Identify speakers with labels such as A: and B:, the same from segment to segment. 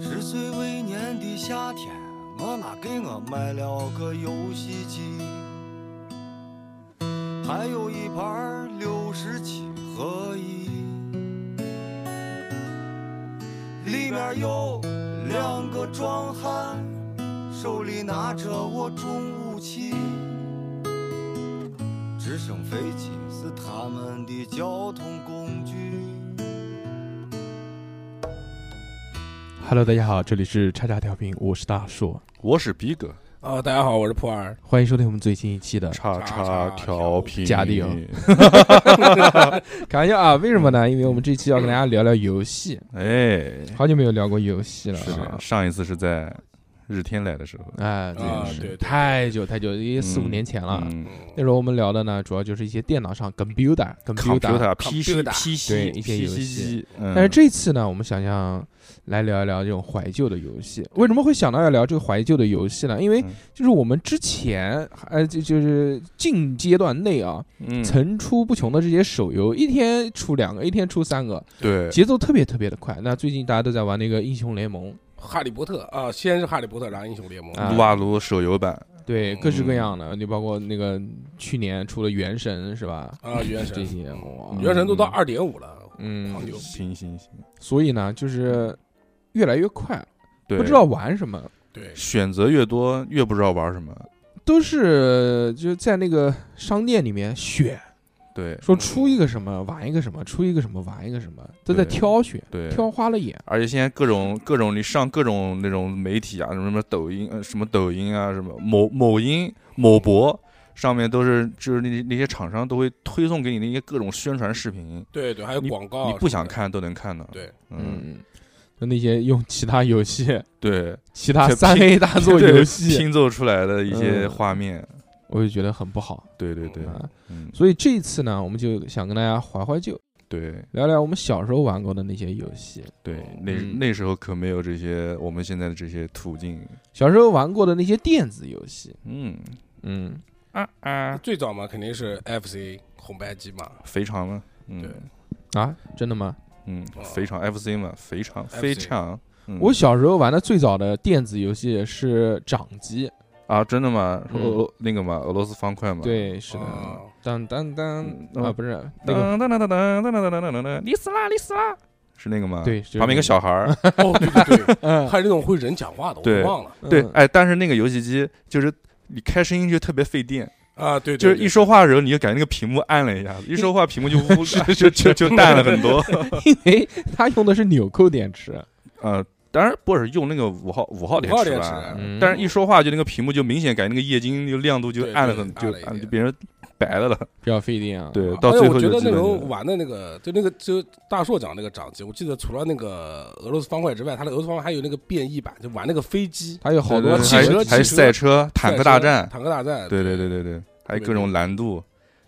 A: 十岁未年的夏天，我妈给我买了个游戏机，还有一盘六十七合一，里面有两个壮汉，手里拿着我重武器，直升飞机是他们的交通工具。
B: Hello，大家好，这里是叉叉调频，我是大硕，
C: 我是逼哥，
D: 哦，大家好，我是破二。
B: 欢迎收听我们最新一期的。
C: 叉
D: 叉
C: 调频
B: 假的哦开玩笑啊，为什么呢？因为我们这期要跟大家聊聊游戏，
C: 哎，
B: 好久没有聊过游戏了
C: 是
B: 啊
C: 的，。上一次是在日天来的时候，
B: 哎，
D: 啊
B: 这个是
D: 对对
B: 太久太久，也四五年前了。
C: 嗯
B: 那时候我们聊的呢，主要就是一些电脑上 computer computer。
C: ，computer PC
D: computer
C: PC
B: 对一些游
C: PC
B: 戏
C: 机，
B: 但是
C: 但
B: 这次呢，我们想想来聊一聊这种怀旧的游戏。为什么会想到要聊这个怀旧的游戏呢？因为
C: 嗯
B: 就是我们之前呃，就就是近阶段内啊，
C: 这
D: 嗯
B: 层出不穷的这些手游，一天出两个，一天出三个，
C: 对
B: 节奏特别特别的快。那最近大家都在玩那个英雄联盟，
D: 哈利波特啊，先是哈利波特，然后英雄联盟。
B: 啊
C: 撸啊撸手游版，
B: 对，
D: 嗯
B: 各式各样的，你包括那个去年出了《原神》是吧？
D: 啊原神
B: 这些，哇，
D: 原神都到二点五了，
B: 嗯
D: 狂，牛！
C: 行行行，
B: 所以呢，就是越来越快，
C: 对，
B: 不知道玩什么，
D: 对，
C: 选择越多越不知道玩什么，
B: 都是就是在那个商店里面选，
D: 嗯
C: 对
B: 说出一个什么玩一个什么，出一个什么玩一个什么，都在
C: 对
B: 挑选，
C: 对，
B: 挑花了眼。
C: 而且现在各种各种你上各种那种媒体啊，什么什么抖音，呃，什么抖音啊，什么某某音、某博上面都是，就是那那些厂商都会推送给你那些各种宣传视频，
D: 对对，还有广告，
C: 你不想？看都能看到。
D: 哦对，
C: 嗯，
B: 嗯，就那些用其他游戏。
C: 对，
B: 其他
C: 这
B: 三 A 大 作
C: 对
B: 游戏，
C: 拼凑出来的一些
B: 嗯
C: 画面，
B: 我就觉得很不好
C: 对对对，
B: 啊。
C: 嗯，
B: 所以这一次呢，我们就想跟大家怀怀旧，
C: 对
B: 聊聊我们小时候玩过的那些游戏，
C: 对，那
B: 嗯
C: 那时候可没有这些我们现在的这些途径。
B: 小时候玩过的那些电子游戏。
C: 嗯
B: 嗯，
C: 啊啊，
D: 最早嘛，肯定是 FC 红白机嘛，
C: 肥肠吗？
D: 对
C: 嗯
B: 啊，真的吗？
C: 嗯，肥肠 FC 嘛，肥肠
D: FC
C: 肥肠。嗯
B: 我小时候玩的最早的电子游戏是掌机，
C: 啊，真的吗？
B: 嗯
C: 俄俄那个嘛，俄罗斯方块嘛。
B: 对，是的
D: 啊，
B: 当当当
C: 哦嗯，
B: 啊，
C: 哦
B: 不是那个，
C: 噔，噔噔噔噔噔噔噔噔噔噔，你死啦，你死啦，是那个吗？
B: 对就是
C: 旁边一个小孩儿。
D: 哦，对对对，
B: 嗯
D: 还有那种会人讲话的，我
C: 对
D: 都忘了
C: 对
B: 嗯，
C: 哎，但是那个游戏机就是你开声音就特别费电，
D: 啊，对，对
C: 就是
D: 对
C: 一说话的时候你就感觉那个屏幕暗了一下子，一说话屏幕 就呜就就就淡了很多。
B: 因为它用的是纽扣电池，
C: 呃，当然不是用那个五号五号电
D: 五号
C: 池
D: 电池
C: 吧
B: 嗯，
C: 但是一说话就那个屏幕就明显感觉那个液晶那个亮度就
D: 对
C: 暗了
D: 对
C: 很，
D: 暗
C: 就
D: 了一
C: 暗
D: 点
C: 就变成白的了。
B: 比较费电啊。
C: 对
D: 啊，
C: 到
D: 而且
C: 最后
D: 我觉
C: 就
D: 得
C: 基
D: 那
C: 本就
D: 种玩的那个，就那个就大硕讲那个掌机，我记得除了那个俄罗斯方块之外，它的俄罗斯方块还有那个变异版，就玩那个飞机、
B: 它有好多
C: 对
D: 汽
C: 还
D: 车
C: 还
D: 汽车
C: 赛车、坦克大战，
D: 坦克大战，
C: 对对对对对，还有
D: 别
C: 各种
D: 多
C: 难度，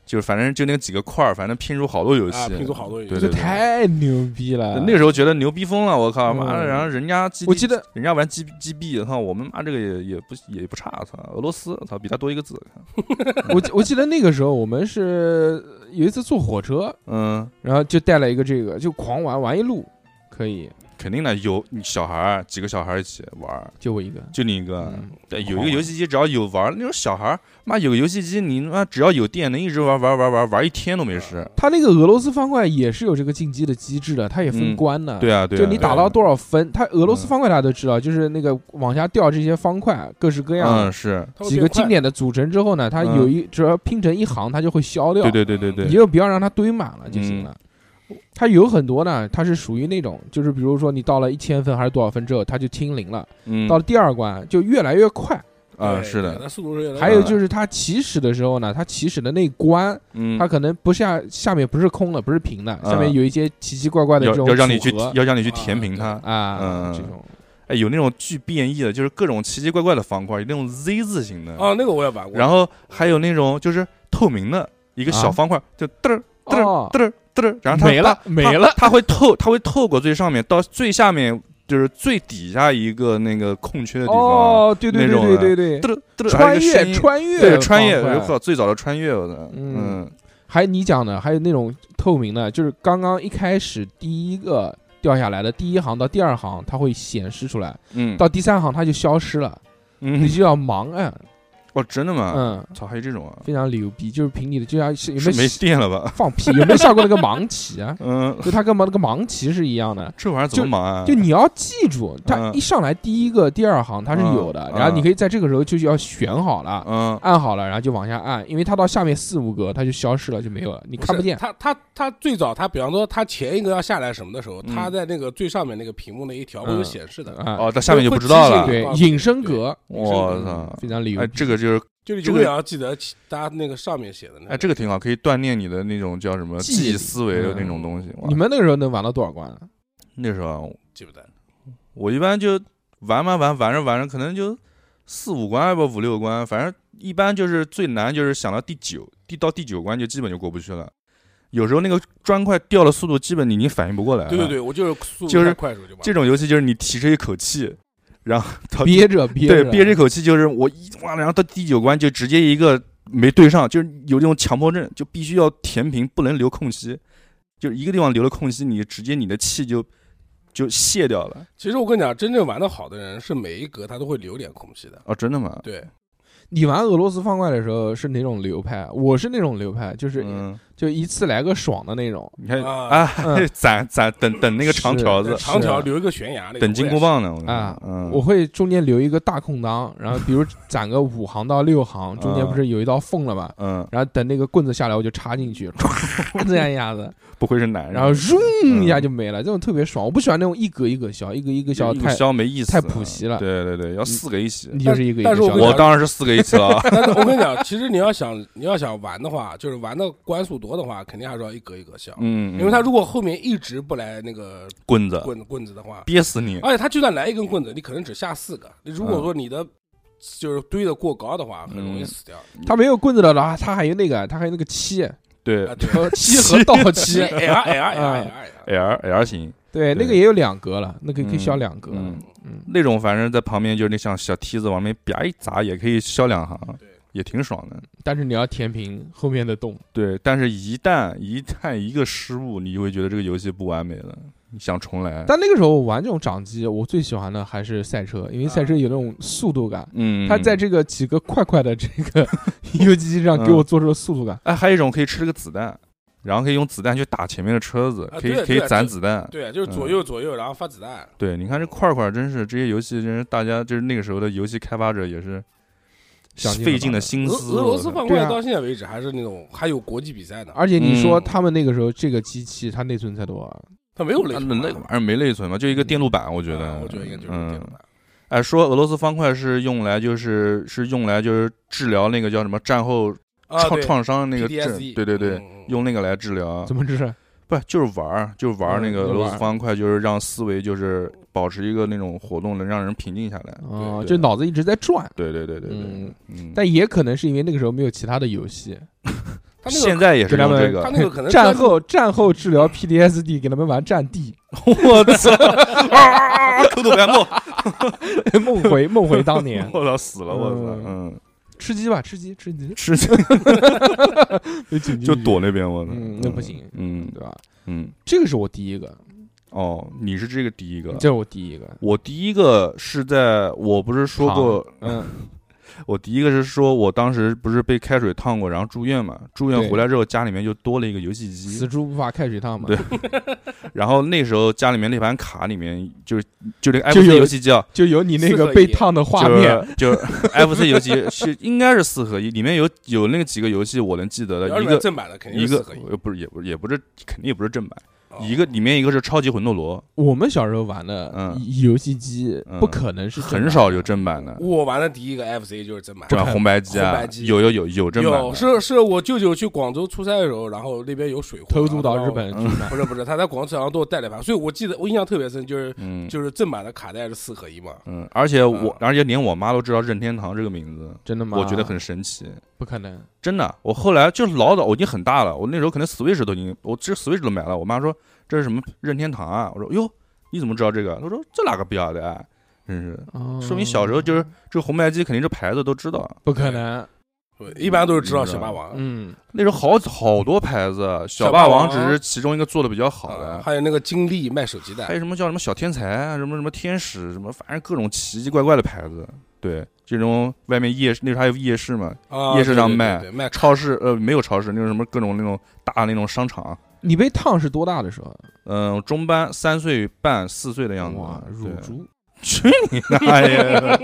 C: 就是反正就那几个块儿，反正拼出好多游戏，
D: 啊，拼出好多游戏
C: 对
B: 这
C: 对
B: 太牛逼了。
C: 那时候觉得牛逼疯了，我靠妈的！
B: 嗯
C: 然后人家 G，
B: 我记得
C: 人家玩 G G B，操，我们妈这个也也不也不差，操，俄罗斯，操，比他多一个字，
B: 我记我记得那个时候我们是有一次坐火车，
C: 嗯，
B: 然后就带了一个这个，就狂玩玩一路，可以，
C: 肯定的，有你小孩儿几个小孩儿一起玩儿，
B: 就我一个。
C: 就你一个，
B: 嗯
C: 对，
B: 狂
C: 有一个
B: 玩
C: 游戏机，只要有玩儿那种小孩儿，妈有个游戏机，你妈只要有电，能一直玩儿玩儿玩儿玩儿玩儿一天都没事，
B: 它那个俄罗斯方块也是有这个竞技的机制的，它也分关的。
C: 对啊对啊，
B: 嗯就你打到
C: 对嗯
B: 多少分，它俄罗斯方块大家都知道，就是那个往下掉这些方块，各式各
C: 啊，
B: 样
C: 嗯是，
D: 它会
B: 几
D: 变
B: 个
D: 快
B: 经典的组成之后呢，它有一只要拼成一行，它就会消掉。
C: 对对对对对嗯
B: 你，就不要让它堆满了就行了。它有很多呢，它是属于那种，就是比如说你到了一千分还是多少分之后，它就清零了。
C: 嗯
B: 到了第二关就越来越快。
C: 啊
D: 对
C: 是
D: 对
C: 的，
D: 它速度是越来越
B: 还有就是它起始的时候呢，它起始的那一关，
C: 嗯，
B: 它可能不下下面不是空的，不是平的，
C: 嗯
B: 下面有一些奇奇怪怪的这
C: 要
B: 种
C: 要让你去
B: 组合
C: 要让你去填平它。
B: 啊
C: 嗯
B: 这种。
C: 哎，有那种巨变异的，就是各种奇奇怪怪的方块，有那种 Z 字形的，
B: 哦
D: 啊，那个我也玩过，
C: 然后还有那种就是透明的一个小
B: 啊
C: 方块，就嘚儿嘚
B: 哦
C: 儿嘚儿嘚儿，然后它
B: 没了
C: 它
B: 没了
C: 它它会透，它会透过最上面到最下面，就是最底下一个那个空缺的地方，
B: 哦，对对
C: 那种
B: 对
C: 的
B: 对对对，
C: 嘚儿嘚儿，还有
B: 穿越
C: 一个声音
B: 穿越
C: 对穿越，我
B: 方块
C: 靠，最早的穿越，我的，
B: 嗯
C: 嗯
B: 还有你讲的，还有那种透明的，就是刚刚一开始第一个。掉下来的第一行到第二行，它会显示出来，
C: 嗯，
B: 到第三行它就消失了，你
C: 嗯，
B: 就要盲按，
C: 哦，真的吗？
B: 嗯，
C: 操，还有这种啊？
B: 非常牛逼，就是凭你的，就像是有
C: 是
B: 没
C: 没
B: 有
C: 电了吧？？
B: 放屁，有没有下过那个盲棋啊
C: 嗯，
B: 就它跟盲那个盲棋是一样的，
C: 这玩意儿怎么忙啊？
B: 就你要记住，它
C: 嗯
B: 一上来第一个、第二行它是有的，
C: 嗯
B: 然后你可以在这个时候就要选好了，
C: 嗯，
B: 按好了，然后就往下按，因为它到下面四五个它就消失了，就没有了，你看不见。
D: 他他他最早他比方说他前一个要下来什么的时候，
C: 嗯
D: 他在那个最上面那个屏幕那一条会有显示的，
B: 啊，
C: 哦，到下面就不知道
D: 啊
C: 了。
B: 对
D: 啊，
B: 隐身格，嗯
C: 我操！
B: 非常牛
C: 哎，
B: 逼。
C: 这个就是，
D: 就是
C: 这
D: 永
C: 个
D: 远要记得其他那个上面写的那
C: 哎，
D: 个。
C: 这个挺好，可以锻炼你的那种叫什么
B: 记忆
C: 记忆思维的
B: 嗯
C: 那种东西。哇
B: 你们那个时候能玩到多少关啊？
C: 那时候啊
D: 记不得了，
C: 我一般就玩玩玩玩着玩着，可能就四五关，要不五六关，反正一般就是最难就是想到第九，第到第九关就基本就过不去了。有时候那个砖块掉的速度，基本你已经反应不过来了。
D: 对对，对，我就是速
C: 就
D: 度
C: 是
D: 太快的时候就完了。
C: 这种游戏就是你提着一口气，然后到第
B: 憋着憋
C: 对
B: 着，
C: 憋着一口气，就是我一哇，然后到第九关就直接一个没对上，就是有这种强迫症，就必须要填平，不能留空隙，就是一个地方留了空隙，你直接你的气就就泄掉了。
D: 其实我跟你讲，真正玩的好的人是每一格他都会留点空隙的。
C: 哦，真的吗？
D: 对，
B: 你玩俄罗斯方块的时候是哪种流派？我是那种流派，就是
C: 嗯，
B: 就一次来个爽的那种。
C: 你看
D: 啊
C: 啊，
B: 嗯
C: 攒攒等等那个长条
D: 对
C: 子，
D: 长条
B: 是
D: 留一个悬崖，那个
C: 啊等金箍棒呢。我跟你
B: 啊
C: 说，嗯，
B: 我会中间留一个大空档，然后比如攒个五行到六行，中间
C: 嗯
B: 不是有一道缝了吗？
C: 嗯，
B: 然后等那个棍子下来，我就插进 去，唰这样一下子，
C: 不愧是男人，
B: 然后
C: 嗯
B: 嗡一下就没了，这种特别爽。我不喜欢那种一格一格消，一格一格消
C: 一个
B: 太
C: 消没意思，
B: 太普及了
C: 对对对，要四个一起。
B: 你就是一个一
D: 但
B: 个
D: 是我
B: 消
D: 跟你。
C: 我当然是四个一起 了，啊
D: 但是我跟你讲，其实你要想你要想玩的话，就是玩的关数多的话，肯定还是要一格一格消。
C: 嗯，嗯
D: 因为他如果后面一直不来那个
C: 棍子
D: 棍棍子的话，
C: 憋死你，
D: 而且他就算来一根棍子，你可能只下四个。你如
C: 嗯
D: 果说你的就是堆的过高的话，很容易死掉。
B: 他没有棍子的了，啊他还有那个，他还有那个七，
C: 对
D: 啊，对，
B: 七和倒七，
D: 哎呀哎呀哎呀哎呀哎呀！
C: ，L L 型
B: 对，那个也有两格了，那个可以消两格。
C: 嗯
B: 嗯，
C: 那种，反正在旁边就是那像小梯子往那边啪一砸，也可以削两行
D: 对，
C: 也挺爽的。
B: 但是你要填平后面的洞。
C: 对，但是一旦一旦一个失误，你就会觉得这个游戏不完美了，你想重来。
B: 但那个时候我玩这种掌机，我最喜欢的还是赛车，因为赛车有那种速度感。
C: 嗯，
B: 它在这个几个快快的这个 游戏机上给我做出了速度感。
C: 哎，还有一种可以吃这个子弹，然后可以用子弹去打前面的车子，
D: 啊
C: 可以
D: 对
C: 可以
D: 对
C: 攒
D: 这
C: 子弹。
D: 对，啊就是
C: 嗯
D: 左右左右，然后发子弹。
C: 对，你看这块块，真是这些游戏，真是大家就是那个时候的游戏开发者也是
B: 想尽了
C: 费尽
B: 办
C: 了
B: 法
C: 心
D: 俄
C: 思。
D: 俄罗斯方
B: 对
D: 块
B: 啊
D: 到现在为止还是那种还有国际比赛呢，
B: 而且你说
C: 嗯
B: 他们那个时候这个机器它内存才多啊，
D: 它没有类
C: 那
D: 似啊
C: 那那个玩意儿没内存嘛，就一个
B: 嗯
C: 电路板，我觉得。
D: 我觉得应该就是
C: 嗯
D: 电脑。
C: 哎，说俄罗斯方块是用来就是是用来就是治疗那个叫什么战后
D: 啊，
C: 创
D: 对
C: 创伤那个症
D: PTSD，，
C: 对对对，
D: 嗯，嗯
C: 用那个来治疗
B: 怎，么治？
C: 不就是玩儿，就是玩儿
B: 嗯
C: 那个
B: 就
C: 俄罗
B: 玩
C: 斯
B: 儿
C: 方块，就是让思维就是保持一个那种活动，能让人平静下来。
B: 啊，
C: 对
B: 就脑子一直在转。
C: 对对对对对
B: 嗯，
C: 嗯，
B: 但也可能是因为那个时候没有其他的游戏，
D: 他那
C: 现
D: 个
C: 在也是
B: 给他
C: 用这
B: 们
C: 个，
D: 他那个 可能
B: 战后 战后治疗 PTSD 给他们玩战地，
C: 我 操，啊口吐白沫，
B: 梦回梦回当年，
C: 我操死了，我操
B: 嗯，
C: 嗯，
B: 吃鸡吧，吃鸡吃鸡，
C: 吃鸡就躲那边，我操，
B: 嗯那不行
C: 嗯
B: 对吧？
C: 嗯，
B: 这个是我第一个，
C: 哦，你是这个第一个
B: 这，是我第一个。
C: 我第一个是在我不是说过，
B: 嗯，
C: 我第一个是说我当时不是被开水烫过，然后住院嘛，住院
B: 对
C: 回来之后家里面就多了一个游戏机
B: 死，猪不怕开水烫嘛。
C: 对然后那时候家里面那盘卡里面就是就这个
B: 就
C: FC
B: 有
C: 游戏机啊，
B: 就有你那
D: 四
B: 个
D: 合
B: 被
D: 一
B: 烫的画
C: 就
B: 面，
C: 是 就是 FC 游戏是应该是四合一，里面有有那个几个游戏我能记得的
D: 要是
C: 一
D: 买
C: 个。
D: 正版的肯定
C: 一
D: 是
C: 个
D: 四合一
C: 呃不是也不是也不是肯定也不是正版，
D: 哦啊
C: 一个里面一个是超级魂斗罗，
B: 我们小时候玩的
C: 嗯
B: 游游戏机
C: 嗯
B: 不可能是正
C: 很
B: 版
C: 少
B: 的
C: 有正版的，
D: 啊我玩的第一个 FC 就是正版，
C: 正版红白机
D: 红
C: 啊
D: 白，机
C: 有有有有正版
D: 有
C: 的，
D: 是是我舅舅去广州出差的时候，然后那边有水货，
B: 偷渡到日
D: 然
B: 本
D: 后。
B: 去买。
D: 不是不是，他在广州然后都带了一盘，所以我记得我印象特别深，就是
C: 嗯，
D: 就是正版的卡带是四合一嘛，
C: 嗯，而且我，
D: 啊
C: 而且连我妈都知道任天堂这个名字，
B: 真的吗？
C: 我觉得很神奇。
B: 不可能。
C: 真的，我后来就是老早，我已经很大了，我那时候可能 Switch 都已经，我这 Switch 都买了。我妈说这是什么任天堂啊？我说哟，你怎么知道这个？她说这哪个逼要的啊？真是，
B: 哦
C: 说明小时候就是这红白机肯定这牌子都知道。
B: 不可能。
D: 对呃一般都是知道小霸王，
B: 嗯，
C: 那时候好好多牌子，小
D: 小
C: 霸
D: 霸
C: 王
D: 王
C: 只是其中一个做的比较好
D: 啊
C: 的，哎
D: 还有那个金立卖手机
C: 还
D: 的，
C: 有什么叫什么小天才啊，什么什么天使，什么反正各种奇奇怪怪的牌子。对，这种外面夜市那时候还有夜市嘛，
D: 啊
C: 夜市上
D: 对对
C: 卖
D: 对对卖
C: 超市呃没有超市，那种什么各种那种大那种商场。
B: 你被烫是多大的时候？
C: 嗯、中班三岁半四岁的样子
B: 哇，，
C: 对
B: 乳猪
C: 去你大爷！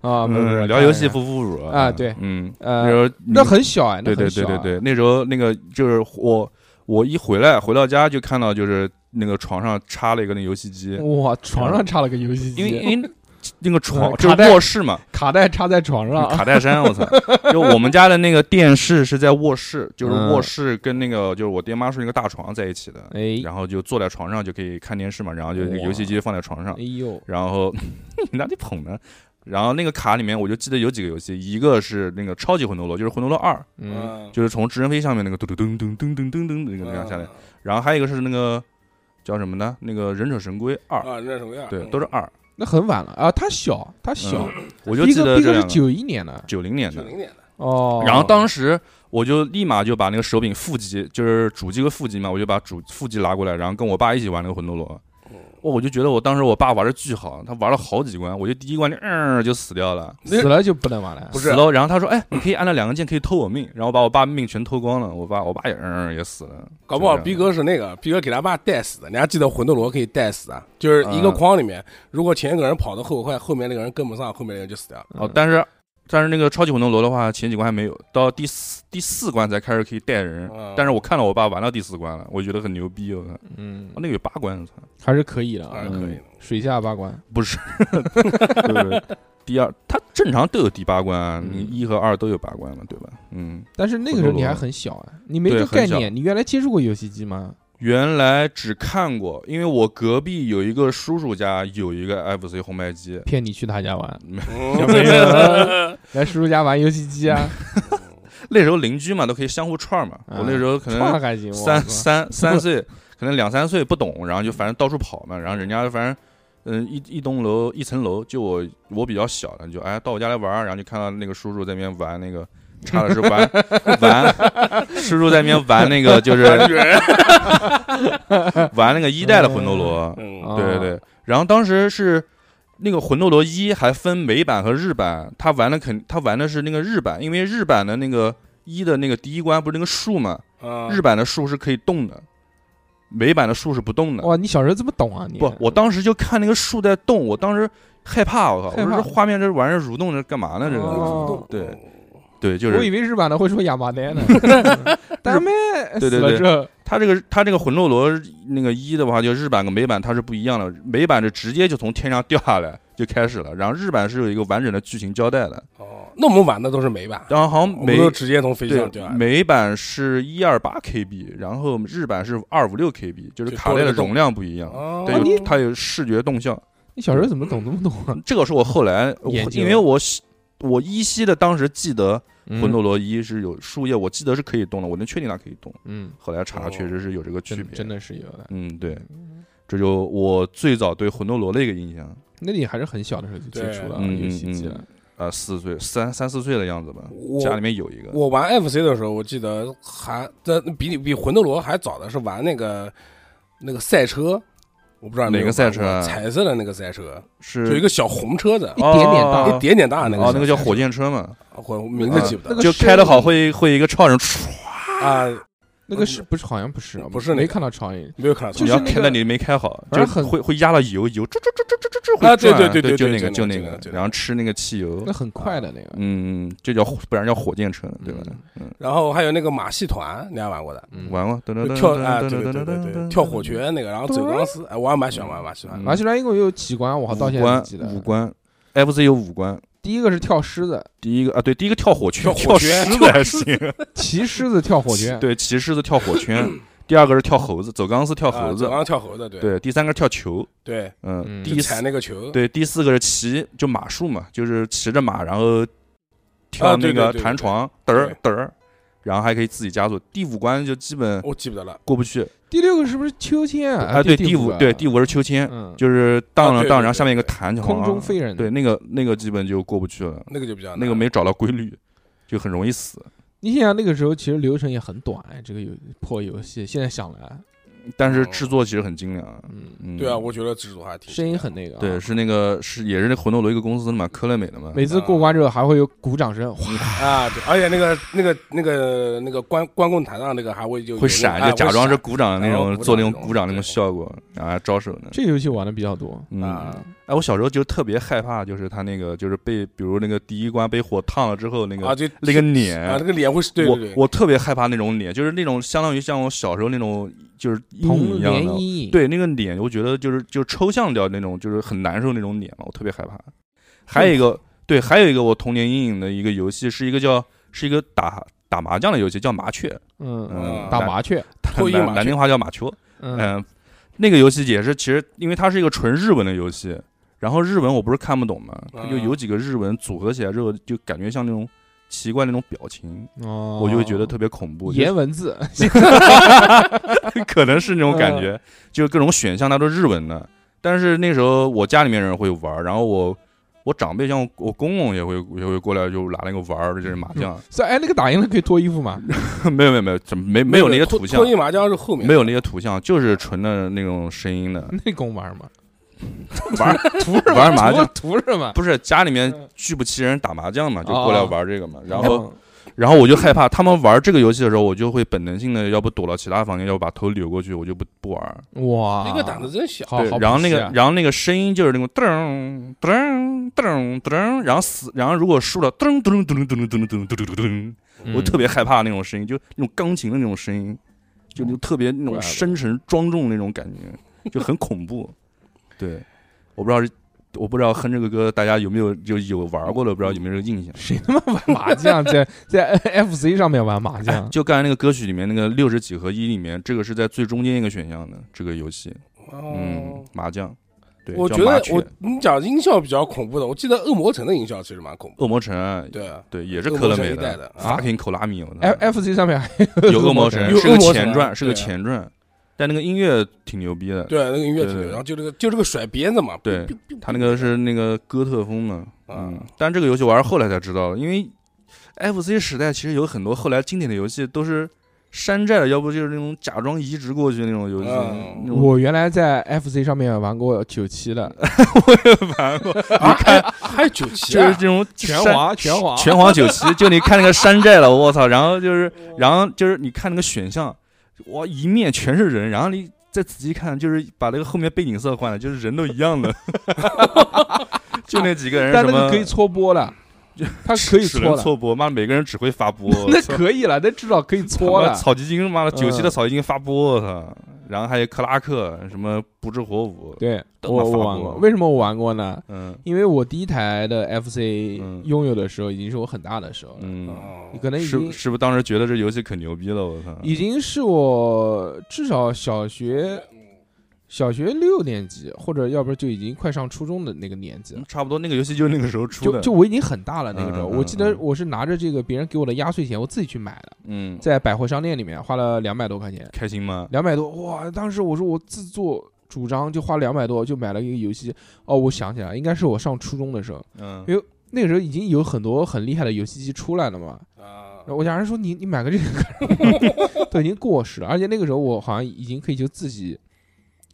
B: 啊，不是不是
C: 嗯，聊游戏
B: 不
C: 不侮辱
B: 啊对
C: 嗯，那时
B: 呃，
C: 候
B: 那很小哎，
C: 对
B: 那
C: 对
B: 很小
C: 对
B: 啊
C: 对对，那时候那个就是我我一回来回到家就看到就是那个床上插了一个那游戏机，
B: 哇，床上插了个游戏机，
C: 因为因为那个床
B: 嗯
C: 就
B: 卡
C: 是
B: 带
C: 卧室嘛，
B: 卡带插在床上，
C: 嗯卡戴珊， 我操！就我们家的那个电视是在卧室，就是
B: 嗯
C: 卧室跟那个就是我爹妈睡一个大床在一起的，
B: 哎，
C: 然后就坐在床上就可以看电视嘛，然后就
B: 哇
C: 游戏机放在床上
B: 哎，呦，
C: 然后你哪里捧呢？然后那个卡里面我就记得有几个游戏，一个是那个超级魂斗罗，就是魂斗罗二，
B: 嗯，
D: 啊
C: 就是从直升飞上面那个嘟嘟噔噔噔噔噔噔那个那样下来，
B: 嗯
C: 然后还有一个是那个叫什么呢？那个忍者神龟二，
D: 啊，那什么样？
C: 对，
D: 嗯
C: 都是二。
B: 那很晚了啊，他小，他小，
C: 嗯我就
B: 逼
C: 记
B: 哥
C: 得
B: 逼
C: 这
B: 哥是
C: 两个
B: 九一年的
C: 九零年
D: 九
C: 的，
D: 零年的，
B: 哦，
C: 然后当时我就立马就把那个手柄腹肌，就是主机和腹肌嘛，我就把主腹肌拿过来，然后跟我爸一起玩那个魂斗罗。
D: 嗯
C: 我我就觉得我当时我爸玩的巨好，他玩了好几关，我就第一关就嗯、就死掉了，
B: 死了就不能玩了
D: 不，是
C: 死了。然后他说：“哎，你可以按那两个键可以偷我命。”然后把我爸命全偷光了，我爸我爸也嗯、也死了。
D: 搞不好
C: 就这
D: 逼
C: 样
D: 哥是那个逼哥给他爸带死的。你还记得魂斗罗可以带死啊？就是一个
C: 嗯
D: 框里面，如果前一个人跑得后快，后面那个人跟不上，后面那个人就死掉了。
C: 哦，但是但是那个超级魂斗罗的话，前几关还没有，到第四第四关才开始可以带人。
D: 嗯
C: 但是我看了我爸玩到第四关了，我觉得很牛逼，我看、
B: 嗯
C: 哦，那个有八关，我操！
B: 还是可以的
C: 哎
B: 啊
D: 当然，可以了。
B: 水下八关，
C: 不是， 就是第二，它正常都有第八关啊，
B: 嗯
C: 你一和二都有八关嘛，对吧？嗯，
B: 但是那个时候你还很小啊，你没
C: 对
B: 这概
C: 很小
B: 念，你原来接触过游戏机吗？
C: 原来只看过，因为我隔壁有一个叔叔家有一个 FC 红白机，
B: 骗你去他家玩，
D: 嗯
B: 来叔叔家玩游戏机啊，
C: 那时候邻居嘛都可以相互串嘛，
B: 啊
C: 我那时候可
B: 串
C: 能
B: 还行，我
C: 三
B: 操
C: 三三岁，可能两三岁不懂，然后就反正到处跑嘛，然后人家反正。嗯，一一栋楼一层楼，就我我比较小的，就哎到我家来玩儿，然后就看到那个叔叔在那边玩那个，插的是玩玩，叔叔在那边玩那个就是 玩那个一代的魂斗罗，
D: 嗯
B: 啊
C: 对对对。然后当时是那个魂斗罗一还分美版和日版，他玩的肯他玩的是那个日版，因为日版的那个一的那个第一关不是那个树嘛，
B: 啊
C: 啊
D: 嗯，
C: 日版的树是可以动的，美版的树是不动的。
B: 哇，你小时候这么懂啊你？
C: 不，我当时就看那个树在动，我当时害怕，我靠，我
B: 害
C: 说
B: 怕
C: 这画面这玩意儿蠕动这干嘛呢？这
D: 啊
C: 个，
B: 哦
D: 动
C: 对对，就
B: 我以
C: 是
B: 为日版的会说亚麻呆 呢，但没
C: 对对
B: 死了
C: 对
B: 之后，
C: 它这个它这个魂斗罗那个一的话，就日版跟美版它是不一样的，美版是直接就从天上掉下来就开始了，然后日版是有一个完整的剧情交代的，
D: 哦，那我们玩的都是美版，
C: 然后好像
D: 我
C: 美
D: 们都直接从飞机上
C: 对
D: 掉下来。
C: 美版是一二八 KB，然后日版是二五六 KB，就是
D: 就
C: 卡
D: 多
C: 带的啊
D: 了个洞
C: 容量不一样。
D: 哦
C: 对，有它有视觉动效，
B: 你小时候怎么懂这么多啊？
C: 这个是我后来，我
B: 眼睛
C: 因为我喜我依稀的当时记得
B: 嗯
C: 魂斗罗一是有树叶，我记得是可以动的，我能确定它可以动。
B: 嗯，
C: 后来查
D: 哦
C: 确实是有这个区
B: 真
C: 别，
B: 真的是有的。
C: 嗯，对，这就我最早对魂斗罗的一个印象。
B: 那你还是很小的时候就接触了啊
C: 对嗯
B: 游戏机了，
C: 呃，四岁三三四岁的样子吧，
D: 我
C: 家里面有一个，
D: 我玩 FC 的时候，我记得还在比比魂斗罗还早的是玩那个那个赛车，我不知道你有没有
C: 哪个赛车
D: 玩
C: 啊
D: 过彩色的那个赛车，
C: 是
D: 就一个小红车子，
B: 一点点大
C: 哦
D: 一点点大的那个
C: 哦
D: 赛车。，
C: 那个叫啊火箭车嘛，
D: 我我名字记不
B: 那
D: 得
B: 个
C: 就开得好会会一个超人，
D: 啊，
B: 那个是不是好像不是啊？
D: 不是那个
B: 没看到超人，
D: 没有看到。
B: 就是
C: 你要
B: 那
C: 开
B: 个
C: 的你没开好，
B: 反正
C: 就
B: 很
C: 会会压到油，油啾啾啾啾啾啾啾
D: 啊
C: 会
D: 对
C: 转，
D: 对对
C: 就
D: 对
C: 那
D: 对
C: 个就
D: 就
C: 那
D: 那个
C: 个
D: 就那，个
C: 然后吃那个汽油
B: 那，很快的那个，
C: 嗯，这叫不然叫火箭车，对吧？嗯，
D: 然后还有那个马戏团，你还玩过的？
B: 嗯，
C: 玩过，噔噔
D: 就
C: 噔
D: 跳
C: 噔
D: 啊，
C: 噔
D: 对
C: 噔
D: 对对
C: 噔
D: 对
C: 噔
D: 对，
C: 噔，
D: 跳火圈那个，然后走钢丝，哎，我还蛮喜欢玩马戏团
C: 嗯
D: 的。
B: 马戏团啊一共有几关？我好到
C: 五
B: 现在还
C: 关
B: 记
C: 五
B: 得。
C: 关，FC 有五关，
B: 第一个是跳狮子，
C: 第一个啊对，第一个跳火圈，
D: 跳火
C: 狮
D: 圈
C: 子还 行，
B: 骑狮子跳火圈，
C: 对，骑狮子跳火圈，第二个是跳猴子，走钢丝跳
D: 啊
C: 猴
D: 走
C: 子，
D: 钢跳猴子，对
C: 对，第三个是跳球，
D: 对，
C: 嗯，
B: 嗯
C: 第
D: 就
C: 四
D: 踩那个球，
C: 对，第四个是骑，就马术嘛，就是骑着马，然后跳
D: 啊
C: 那
D: 对对
C: 个
D: 对对
C: 弹
D: 对
C: 床，嘚儿
D: 对
C: 嘚
D: 哦
C: 儿，然后还可以自己加速。第五关就基本
D: 我记不得了。
C: 过不去。
B: 第六个是不是秋千
C: 啊，对，第五
B: 个
C: 对第五是秋千，
B: 嗯，
C: 就是荡
D: 啊
C: 了
D: 对
C: 荡，
D: 对
C: 然后下
D: 对
C: 面一个
D: 对
C: 弹床，啊
B: 空中飞人，
C: 对，那个那个基本就过不去了，
D: 那个就比较难
C: 那个没找到规律，就很容易死。
B: 你想想那个时候其实流程也很短，这个游破游戏现在想来，
C: 但是
D: 哦
C: 制作其实很精良，
B: 嗯，
C: 嗯，
D: 对啊，我觉得制作还挺
B: 声音很那个、啊，
C: 对，是那个是也是那魂斗罗一个公司的嘛，科乐美的嘛，
B: 每次过关之后还会有鼓掌声，哗，
D: 啊，对，而且那个那个那个那个关关公台上那个还哎会就
C: 会闪，就假装是鼓掌的那
D: 哎
C: 种，
D: 会
C: 做那种
D: 闪
C: 鼓掌那种
D: 对
C: 效果啊，招手呢。
B: 这个游戏玩的比较多，
C: 嗯，
D: 啊
C: 哎，我小时候就特别害怕，就是他那个就是被，比如那个第一关被火烫了之后那
D: 啊
C: 个
D: 就
C: 那个脸
D: 啊，那个脸会对
C: 我
D: 对对，
C: 我特别害怕那种脸，就是那种相当于像我小时候那种就是阴影
B: 童
C: 一样
B: 年
C: 的，
B: 阴影，，
C: 对那个脸，我觉得就是就抽象掉那种就是很难受那种脸嘛，我特别害怕。还有一
D: 嗯
C: 个对，还有一个我童年阴影的一个游戏是一个叫是一个打打麻将的游戏叫麻雀，
B: 嗯，
C: 嗯
B: 打麻雀，
D: 脱衣麻
C: 南南
D: 雀
C: 京话叫麻雀，
B: 嗯，
C: 嗯，那个游戏也是，其实因为它是一个纯日文的游戏，然后日文我不是看不懂嘛，它就
D: 嗯
C: 有几个日文组合起来之后，就感觉像那种奇怪那种表情，
B: 哦，
C: 我就会觉得特别恐怖，就
B: 颜文字，
C: 是 可能是那种感觉，就是各种选项它都是日文的。但是那时候我家里面人会玩儿，然后我我长辈像我我公公也会也会过来就拿那个玩儿，就是麻将，
B: 所以哎，那个打赢了可以脱衣服嘛？
C: 没有没有没有，怎么没嗯没有那些图像
D: 脱，衣麻将是后面
C: 没有那些图像，就是纯的那种声音 的
B: 那公玩吗？
C: 玩儿
B: 图什么
C: 玩麻将
B: 图图什么？
C: 不是家里面
B: 嗯
C: 聚不齐人打麻将嘛，就
B: 哦
C: 过来玩这个嘛。然后，
B: 嗯
C: 然后我就害怕他们玩这个游戏的时候，我就会本能性的要不躲到其他房间，要不把头扭过去，我就不不玩儿。
B: 嗯哇，
C: 啊
D: 那个胆子真小，
B: 好，
C: 对
B: 好，
C: 然后那
B: 不是
C: 个
B: 啊，
C: 然后那个声音就是那种噔噔噔噔，然后死，然后如果输了噔噔噔噔噔噔噔噔噔噔，我特
B: 别
C: 别害怕那种声音，就那种钢琴的那种声音，就就特别那
B: 怪
C: 种
B: 不得
C: 深沉庄重那种感觉，就很恐怖。对，我不知道是，我不知道哼这个歌大家有没有就有玩过的，不知道有没有这个印象。
B: 谁他妈玩麻将在在 NFC 上面玩麻将？
C: 就刚才那个歌曲里面那个六十几合一里面，这个是在最中间一个选项的这个游戏，嗯
D: 哦，。
C: 麻将，对，
D: 我
C: 叫
D: 觉
C: 麻
D: 得
C: 雀
D: 我你讲音效比较恐怖的，我记得恶魔城的音效其实蛮恐怖
C: 恶魔城，啊
D: 的，对，啊
C: 对，也是
D: 恶魔
C: 科乐
D: 城
C: 美
D: 一代的啊
C: fucking 口拉米，我操
B: F 哎 F C 上面
C: 哎
B: 还
C: 有恶魔
D: 有
C: 城，
D: 恶
C: 是个
D: 魔
C: 前
D: 城
C: 传，是个
D: 对啊
C: 前传，但那个音乐挺牛逼的，
D: 对，啊那个音乐
C: 对对
D: 挺牛，
C: 对
D: 然后就这个就这个甩鞭子嘛，
C: 对
D: 哔，哔哔
C: 他那个是那个哥特风的，嗯
D: 啊，
C: 但这个游戏我还是后来才知道的，因为 FC 时代其实有很多后来经典的游戏都是山寨的，要不就是那种假装移植过去那种游戏，
D: 嗯
C: 那种
B: 我原来在 F C 上面玩过九七的，
C: 玩过，
D: 还有九七
C: 就是
D: 啊，
C: 这种
B: 拳
C: 山
B: 皇拳皇
C: 拳皇九 七，就你看那个山寨了，我操！然后就是，然后就是你看那个选项，哇，一面全是人，然后你再仔细看，就是把那个后面背景色换了，就是人都一样的， 就那几个人
B: 但
C: 什
B: 那
C: 么
B: 个可以搓波了，它可以
C: 只能
B: 搓了，，
C: 错播，妈每个人只会发波
B: 那可以了，那至少可以搓
C: 了
B: 了。
C: 草鸡精，妈的
B: 嗯
C: 九七的草鸡精发波，我操！然后还有克拉克，什么不知火舞，
B: 对，
C: 等
B: 我
C: 它发
B: 我玩
C: 过
B: 过，为什么我玩过呢？
C: 嗯
B: 因为我第一台的 FC
C: 嗯
B: 拥有的时候，已经是我很大的时候了，
C: 嗯，
D: 哦
B: 可能已
C: 是
B: 经
C: 不是不是当时觉得这游戏可牛逼了，我操！
B: 已经是我至少小学小学六年级，或者要不然就已经快上初中的那个年纪了。
C: 差不多那个游戏就是那个时候出
B: 就
C: 的，
B: 就我已经很大了那个时候，
C: 嗯嗯
B: 我记得
C: 嗯
B: 我是拿着这个别人给我的压岁钱，我自己去买的，
C: 嗯，
B: 在百货商店里面花了两百多块钱，
C: 开心吗？
B: 两百多哇！当时我说我自作主张就花两百多就买了一个游戏，哦，我想起来，应该是我上初中的时候，
C: 嗯
B: 因为那个时候已经有很多很厉害的游戏机出来了嘛，
D: 啊
B: 然后我家人说你你买个这个干 嘛，都已经过时了，而且那个时候我好像已经可以就自己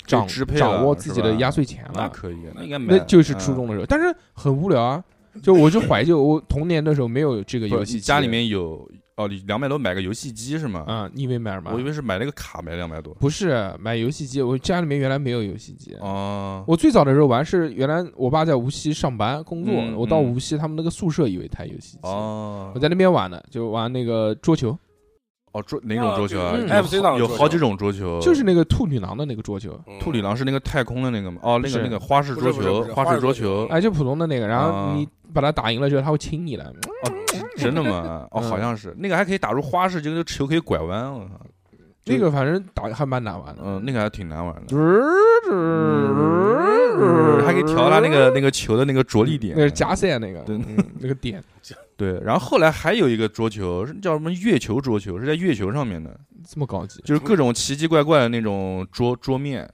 C: 就
B: 掌
C: 支配了
B: 掌握
C: 是
B: 自己的
C: 吧
B: 压岁钱
C: 那
B: 了，
C: 可以，啊那应该
B: 啊
C: 嗯
B: 那
C: 买
B: 就是初中的时候，但是很无聊啊。就我就怀旧，我童年的时候没有这个
C: 嗯
B: 游
C: 不是
B: 戏
C: 你
B: 机，
C: 家里面有哦，你两百多买个游戏机是吗？
B: 啊、你以为买什么？
C: 我以为是买那个卡买两百多
B: 不是买游戏机，我家里面原来没有游戏机。
C: 哦，
B: 我最早的时候玩是原来我爸在无锡上班工作，
C: 嗯
B: 我到
C: 嗯
B: 无锡他们那个宿舍有一台游戏机，
C: 哦
B: 我在那边玩的，就玩那个桌球，
C: 哦桌哪种桌球啊？
B: 嗯
C: 有
D: FC 那种
C: 有
D: 桌球
C: 好几种桌球，
B: 就是那个兔女郎的那个桌球，
D: 嗯
C: 兔女郎是那个太空的那个吗？哦，那
B: 是
C: 个那个花式桌
D: 不是不是不
C: 球，
D: 是
C: 花式桌
D: 花式桌
C: 球
D: 球
B: 哎，就普通的那个，然后
C: 啊
B: 你把它打赢了之后，他会亲你的，
C: 哦， 真真的吗？哦，
B: 嗯
C: 好像是那个还可以打入花式，这个球可以拐弯，我操，就嗯
B: 那个反正打还蛮难玩的，
C: 嗯，那个还挺难玩的。还
B: 还
C: 可以调它那个那个球的那个着力点，
B: 那是夹赛那个，
C: 对
B: 嗯那个点
C: 对。然后后来还有一个桌球是叫什么月球桌球，是在月球上面的，
B: 这么高级，
C: 就是各种奇奇怪怪的那种桌桌面，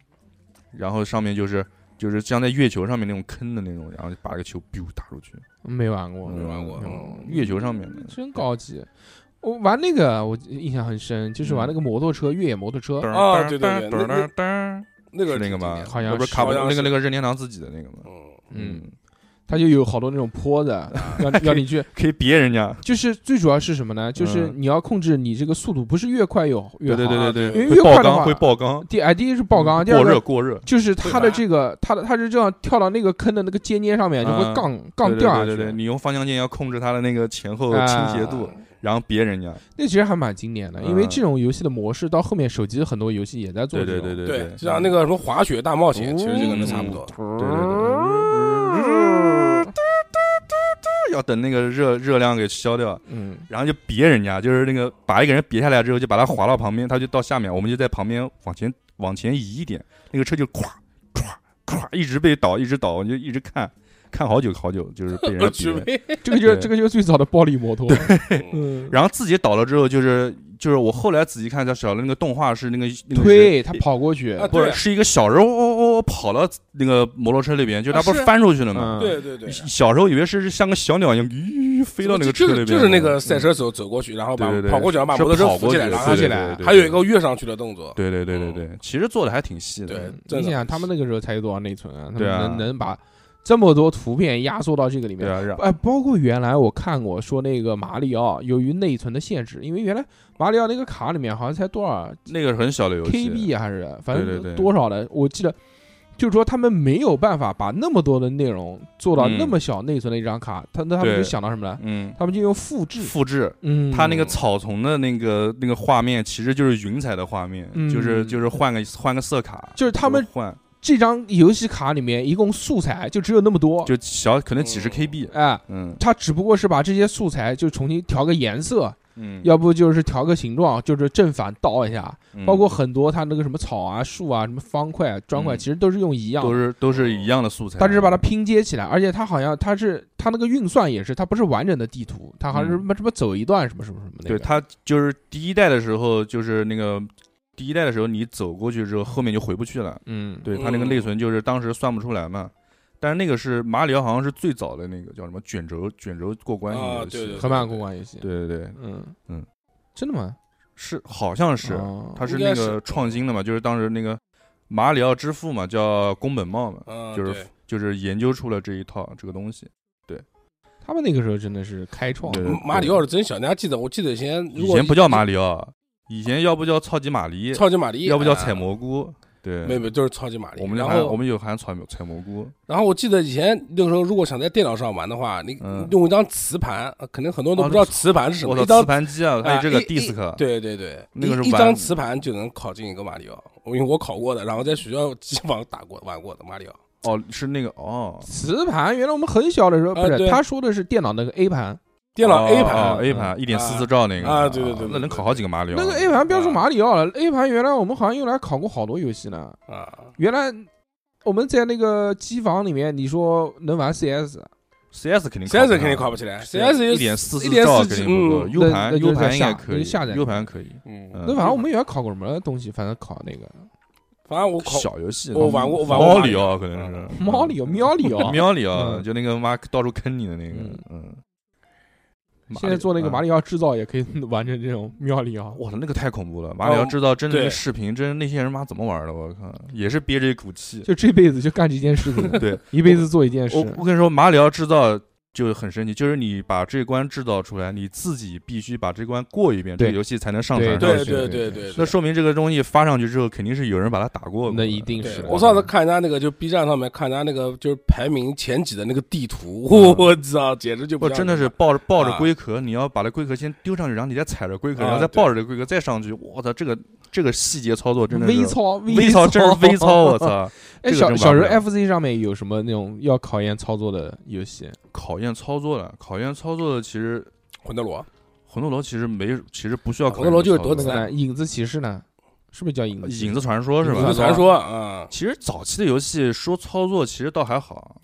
C: 然后上面就是就是像在月球上面那种坑的那种，然后就把这个球 biu 打出去，
B: 没玩过，
D: 没玩过
B: 没
D: 嗯
C: 月球上面的，
B: 真高级。我玩那个，我印象很深，就是
C: 嗯
B: 玩那个摩托车，越野摩托车，
D: 啊对对对
C: 噔
D: 那
C: 噔噔，
D: 那个
C: 是那个吗？
B: 好像
C: 不
B: 是
C: 是卡布
D: 好像
C: 那
D: 是
C: 个那个任天堂自己的那个吗？
D: 嗯，
B: 嗯，，它就有好多那种坡的，
C: 啊
B: 要要你去，
C: 可以别人家，
B: 就是最主要是什么呢？就是
C: 嗯
B: 你要控制你这个速度，不是越快越好越
C: 对
B: 好。
C: 对对对
B: 因为
C: 对，会
B: 越快
C: 爆
B: 的话
C: 缸会爆缸，嗯
B: 第哎，第一是爆缸，第
C: 过
B: 二
C: 热
B: 个
C: 过热，
B: 就是它的
D: 会滑
B: 这个，它的它是这样跳到那个坑的那个尖尖上面，就会
C: 嗯
B: 杠杠
C: 对
B: 掉下
C: 对对对，
B: 去。
C: 你用方向键要控制它的那个前后
B: 啊
C: 倾斜度，然后别人家，
B: 那其实还蛮经典的，因为这种游戏的模式到后面手机很多游戏也在做
C: 嗯
B: 这
C: 对对
B: 种。
C: 对对
D: 对，就像那个什么滑雪大冒险，其实就跟那
C: 嗯
D: 差不多。
C: 对对对。要等那个热热量给消掉，
B: 嗯，
C: 然后就别人家，就是那个把一个人别下来之后，就把他滑到旁边，他就到下面，我们就在旁边往前往前移一点，那个车就咵咵咵一直被倒，一直倒，我就一直看看好久好久，就是被人家
D: 我去
C: 别。
D: 呗，
B: 这个就是
C: 对
B: 这个就是最早的暴力摩托。
D: 嗯
B: 嗯，
C: 然后自己倒了之后，就是就是我后来仔细看，他小的那个动画是那个那个人
B: 推他跑过去，
D: 啊
C: 不是
D: 对
C: 是一个小人，哦哦哦跑到那个摩托车那边，就他
D: 啊
C: 不是
D: 是
C: 翻出去了吗？
B: 嗯
D: 对对对，
C: 小时候以为是像个小鸟一样，吁飞到那个车
D: 就
C: 那
D: 是
C: 边，
D: 就是那个赛车手走过去，然后
C: 嗯对
D: 把
C: 对对，
D: 跑过去，然后把
C: 是
D: 摩托车
C: 跑
D: 扶
C: 过
D: 起
C: 去
D: 来，
C: 的
D: 然后
B: 拉
C: 对
B: 起
C: 对
B: 来
C: 对对
D: 还有一个跃上去的动作。
C: 对对对对对，其实做的还挺细的，
D: 对，
B: 嗯
D: 真
B: 你
D: 的
B: 想他们那个时候才有多少内存啊？他们
C: 对啊
B: 能能把这么多图片压缩到这个里
C: 对
B: 面。
C: 啊，让
B: 哎，包括原来我看过说那个马里奥，由于内存的限制，因为原来马里奥那个卡里面好像才多少
C: 那个是很小的游戏，
B: KB 还是反
C: 对对
B: 正
C: 对
B: 多少的，我记得就是说他们没有办法把那么多的内容做到
C: 嗯
B: 那么小内存的一张卡，他那他们
C: 对
B: 就想到什么呢？
C: 嗯，
B: 他们就用啊复制，
C: 复制。
B: 嗯，
C: 它那个草丛的那个那个画面，其实就是云彩的画面，
B: 嗯
C: 就是就是换个换个色卡，
B: 就是他们
C: 就换
B: 这张游戏卡里面一共素材就只有那么多，
C: 就小可能几十 KB，
B: 哎，
C: 嗯
B: 它只不过是把这些素材就重新调个颜色，
C: 嗯，
B: 要不就是调个形状，就是正反倒一下，
C: 嗯
B: 包括很多它那个什么草啊、树啊、什么方块啊、砖块，
C: 嗯
B: 其实都是用一样
C: 都
B: 的，
C: 是都是一样的素材，
B: 它只是把它拼接起来，而且它好像它是它那个运算也是，它不是完整的地图，它好像是什么什么走一段什么什么什么那
C: 对
B: 个，
C: 它就是第一代的时候，就是那个第一代的时候，你走过去之后，后面就回不去了。
B: 嗯，
C: 对它那个
D: 嗯
C: 内存就是当时算不出来嘛，但是那个是马里奥好像是最早的那个叫什么卷轴卷轴过关型的
D: 啊
C: 游戏，
D: 对对
B: 河马过关游戏，
C: 对对对，
B: 嗯
C: 嗯，
B: 真的吗？
C: 是好像是，
B: 哦
C: 它是
D: 应该
C: 那
D: 是
C: 个创新的嘛，就是当时那个马里奥之父嘛，叫宫本茂嘛，
D: 嗯，
C: 就是
D: 对
C: 就是研究出了这一套这个东西。
B: 他们那个时候真的是开创，
C: 对
D: 嗯马里奥是真小，你还记得？我记得以前如
C: 以
D: 果
C: 前不叫马里奥，以前要不叫超级玛丽，
D: 超级玛丽，
C: 要不叫
D: 啊
C: 采，蘑菇，对，
D: 没有没有，就是超级玛丽。
C: 我们就
D: 然
C: 喊
D: 后
C: 我们有喊采蘑采蘑菇，
D: 然后我记得以前那个时候，如果想在电脑上玩的话，你
C: 嗯
D: 用一张磁盘，呃肯定很多人都
C: 哦
D: 不知道磁盘是什么。
C: 我操，
D: 一张
C: 磁盘机啊，还有
D: 啊
C: 这个
D: 一一
C: disk，，
D: 对对对，
C: 那个是
D: 一一
C: 玩
D: 张磁盘就能考进一个马里奥，我因为我考过的，然后在学校机房打过玩过的马里奥。
C: 哦，是那个哦，
B: 磁盘原来我们很小的时候不
D: 啊
B: 是，
D: 对
B: 他说的是电脑那个 A 盘，
D: 电脑
C: 哦
D: A 盘
C: 哦 A 盘一点四四兆那个
D: 啊对对对对
C: 那能
D: 对
C: 考好几个马里奥？
B: 那个 A 盘标注马里奥了，A 盘原来我们好像用来考过好多游戏呢。
C: 哦
D: 啊，
B: 原来我们在那个机房里面，你说能玩 CS，
C: CS 肯定
D: CS
C: 不上
D: 肯定考不起来，CS
C: 一点四四兆肯定不够
D: 嗯
C: ，U
B: 那
C: 盘
B: 就
C: U
B: 是在
C: 盘应
B: 下
C: 该可以
B: 就下载
C: ，U 盘可以。
D: 嗯，
C: 嗯
B: 那反正我们原来考过什么东西，反正考那个
D: 反正我考
C: 小游戏，
D: 我玩过我玩过
C: 猫里奥，可能
D: 嗯
C: 是
B: 猫里奥、喵里奥。
C: 喵里奥，
B: 嗯
C: 就那个妈到处坑你的那个
B: 嗯，
C: 嗯。
B: 现在做那个马
C: 里嗯
B: 里奥制造也可以完成这种喵里奥
C: 奥，。我操，那个太恐怖了！马里奥制造真的那个
D: 对
C: 视频，真那些人妈怎么玩的？我靠，也是憋着一股气。
B: 就这辈子就干这件事情，
C: 对，
B: 一辈子做一件事
C: 我。我跟你说，马里奥制造就很神奇，就是你把这关制造出来，你自己必须把这关过一遍，这
B: 对
C: 个游戏才能上传
B: 对
C: 上
D: 对
C: 去。
D: 对
B: 对
D: 对
B: 对
D: 对，
C: 那说明这个东西发上去之后，肯定是有人把它打过过的。
B: 那一定是
D: 对
B: 的。
D: 我
C: 嗯
D: 上次看人家那个，就 B 站上面看人家那个，就是排名前几的那个地图，
C: 嗯
D: 我操，简直就
C: 不
D: 不像
C: 真的
D: 人
C: 是抱着抱着
D: 啊
C: 龟壳，你要把这龟壳先丢上去，然后你再踩着龟壳，
D: 啊
C: 然后再
D: 对
C: 抱着这龟壳再上去。我操，这个这个细节操作真的是
B: 微操，
C: 微操，真是微操！我！操，
B: 哎，
C: 这个
B: 小
C: 真
B: 小时
C: 玩不
B: 候
C: 了
B: FC 上面有什么那种要考验操作的游戏？
C: 考验操作了，考验操作的其实
D: 魂斗罗，
C: 魂斗罗其实没，其实不需要考
D: 魂斗罗
C: 验
D: 就是
C: 操作
B: 那
D: 躲子
B: 个
D: 弹
B: 呢？影子骑士呢？是不是叫影子骑士？
C: 影子传说是
B: 影
C: 吧
B: 子？
D: 传说啊，
C: 其实早期的游戏说操作其实倒还好，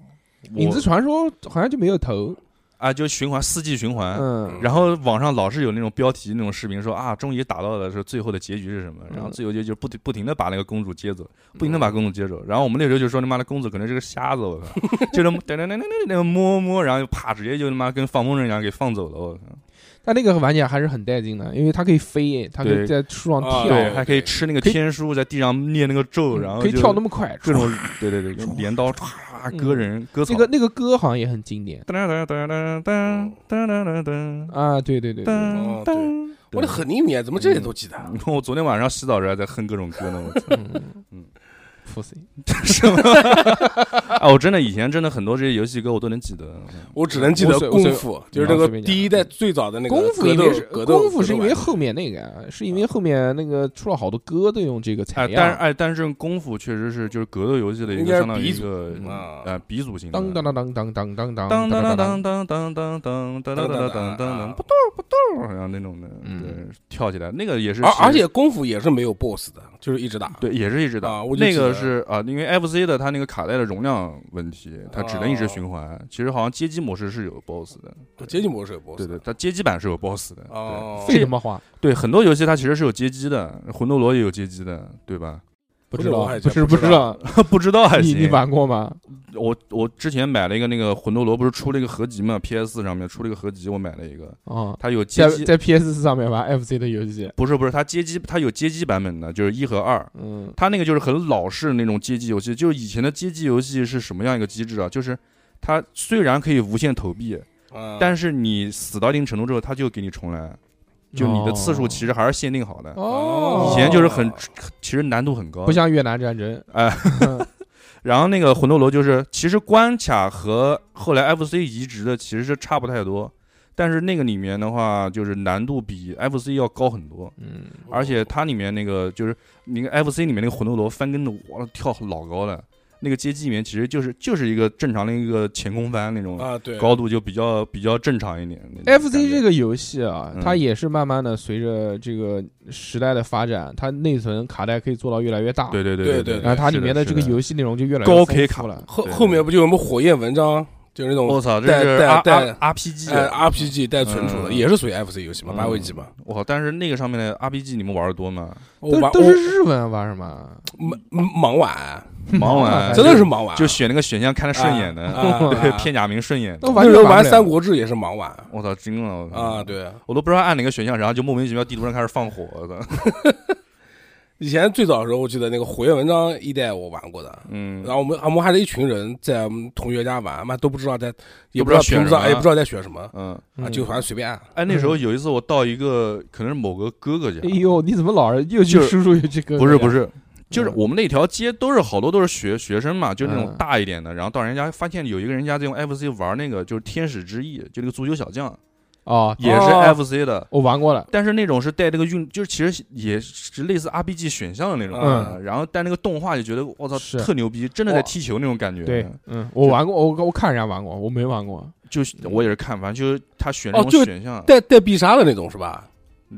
C: 我
B: 影子传说好像就没有头，
C: 啊，就循环四季循环。
B: 嗯，
C: 然后网上老是有那种标题那种视频说啊，终于打到了说最后的结局是什么，然后
B: 嗯
C: 最后结局就是不停不停的把那个公主接走，不停的把公主接走。然后我们那时候就说他妈的公主可能是个瞎 子，我靠，就是噔噔噔噔噔噔摸摸，然后就啪直接就他妈跟放风筝一样给放走了，我靠。
B: 但那个玩起来还是很带劲的，因为它可以飞，它可以
C: 对
B: 在树上
D: 啊
B: 跳，
C: 对，
D: 对
C: 还可以吃那个
B: 可以嗯
C: 天书，在地上念那个咒，然后
B: 可以
C: 就
B: 跳那么快，
C: 各种对对对，用镰刀歘割人割草。
B: 那个那个歌好像也很经典
C: 噔噔噔噔噔噔噔噔噔
B: 啊，对对对，对
C: 噔噔，
D: 哦我这很灵敏，啊怎么这些都记得？
C: 我昨天晚上洗澡的时候还在哼各种歌呢，我操！
B: 嗯
C: 嗯
B: ，pussy，
C: 什么？啊，我真的以前真的很多这些游戏歌我都能记得。
D: 我只能记得
B: 我随
D: 功
C: 嗯
D: 夫，就是那
B: 我
D: 个
B: 随便讲
D: 第一代最早的那个
B: 功夫
D: 格
B: 因
D: 斗
B: 为是
D: 格斗
B: 功夫是因为
D: 格斗
B: 后面那个啊，是因为后面那个出了好多歌都用这个
C: 哎
B: 采，
C: 但是
B: 样，
C: 哎，但是功夫确实是就是格斗游戏的一
D: 应
C: 个
D: 该是
C: 相当于
D: 鼻
C: 一
D: 祖
C: 个
D: 嗯啊
C: 呃鼻祖型的。
B: 当当当当当当当当当
C: 当当
B: 当
C: 当当当当当当当当当当当，不动不动，然后那种的，对，跳起来那个也是。
D: 而而且功夫也是没有 BOSS 的，就是一直打。
C: 对，也是一直打。
D: 啊我就
C: 那
D: 记
C: 个
D: 得
C: 是啊，因为 FC 的它那个卡带的容量问题，它只能一直
D: 哦
C: 循环。其实好像街机模式是有 BOSS 的，
D: 街机模式有 BOSS，
C: 对
D: 的
C: 对，它街机版是有 BOSS 的。
D: 哦，
B: 废他妈话，
C: 对对，很多游戏它其实是有街机的，魂斗罗也有街机的，对吧？
B: 不
D: 不
B: 知
D: 是
B: 道
D: 我还，
B: 不
D: 真
B: 是
D: 不知
B: 知道，
C: 不知道还
B: 你
C: 行。
B: 你玩过吗？
C: 我我之前买了一个那个魂斗罗，不是出了一个合集嘛？PS 上面出了一个合集，我买了一个，
B: 啊，
C: 它有街
B: 在
C: 机，
B: 在 PS 四上面玩 FC 的游戏，
C: 不是不是，它街机它有街机版本的，就是一和二。
B: 嗯，
C: 它那个就是很老式那种街机游戏，就是以前的街机游戏是什么样一个机制啊？就是它虽然可以无限投币，
D: 嗯
C: 但是你死到一定程度之后，它就给你重来，就你的次数其实还是限定好的。
B: 哦，
C: 以前就是很，其实难度很高。
B: 不像越南战争，
C: 哎
B: 嗯，
C: 然后那个魂斗罗就是，其实关卡和后来 FC 移植的其实是差不太多，但是那个里面的话，就是难度比 FC 要高很多。
B: 嗯，
C: 而且它里面那个就是那个 FC 里面那个魂斗罗翻跟头，哇，跳老高了。那个街机里面其实就是就是一个正常的一个前空翻那种，
D: 啊对，
C: 高度就比较比较正常一点。
B: FC 这
C: 个
B: 个游戏啊，
C: 嗯
B: 它也是慢慢的随着这个时代的发展，它内存卡带可以做到越来越大，
C: 对对
D: 对
C: 对
D: 对
B: 然后它里面
C: 的
B: 这个
C: 游
B: 游戏内容就越来越
C: 高 K
B: 丰富了。
D: 后
C: 对哦
D: 后面不就有什么火焰文章，就是那种
C: 我操，这
D: 带
C: 是
D: 带
C: R
D: 带
C: R P G，
D: 哎 RPG 带存储的，
C: 嗯
D: 也是属于 FC 游戏嘛，
C: 嗯
D: 八位机嘛。
C: 我靠！但是那个上面的 R P G 你们玩的 多吗？
D: 我
B: 都
D: 玩
B: 都
D: 我
B: 是日文玩什么？
D: 忙忙玩，
C: 忙 完
D: 真的是忙玩，
C: 哎就选那个选项看着顺眼的，
D: 啊
C: 对
D: 啊，
C: 片假名顺眼的
B: 都。
D: 那
B: 完
D: 时
B: 全
D: 候
B: 玩
D: 玩
B: 不
D: 《
B: 了
D: 三国志》也是盲玩
C: 我操，惊了！我操
D: 啊，，对。
C: 我都不知道按哪个选项，然后就莫名其妙地图上开始放火，我 操！
D: 以前最早的时候，我记得那个火焰文章一代我玩过的，
C: 嗯
D: 然，后我们我们还是一群人在我们同学家玩，妈都不知道在，也
C: 不知道
D: 不知道
C: 选
D: 屏
C: 什么
D: 幕上，哎也不知道在选什么
C: 嗯，
D: 啊，
B: 嗯
D: 就反正随便按。
C: 哎，那时候有一次我到一个可能是某个哥哥家
B: 哎，呦，你怎么老是又去
C: 就是
B: 叔叔又去哥哥？
C: 不是不
B: 是，
C: 是，就是
B: 嗯
C: 我们那条街都是好多都是学学生嘛，就是那种
B: 嗯
C: 大一点的，然后到人家发现有一个人家在用 FC 玩那个就是天使之翼，就那个足球小将，
B: 哦，
C: 也
D: 哦
C: 是 FC 的，
B: 我玩过了，
C: 但是那种是带那个运，就是其实也是类似 RPG 选项的那种，
D: 嗯
C: 然后带那个动画就觉得我操
B: 是
C: 特牛逼，真的在踢球那种感觉。
B: 对，嗯，我玩过，我我看人家玩过，我没玩过。
C: 就是我也是看，反正就是他选
D: 哦
C: 那种
D: 就
C: 选项，
D: 带带必杀的那种是吧？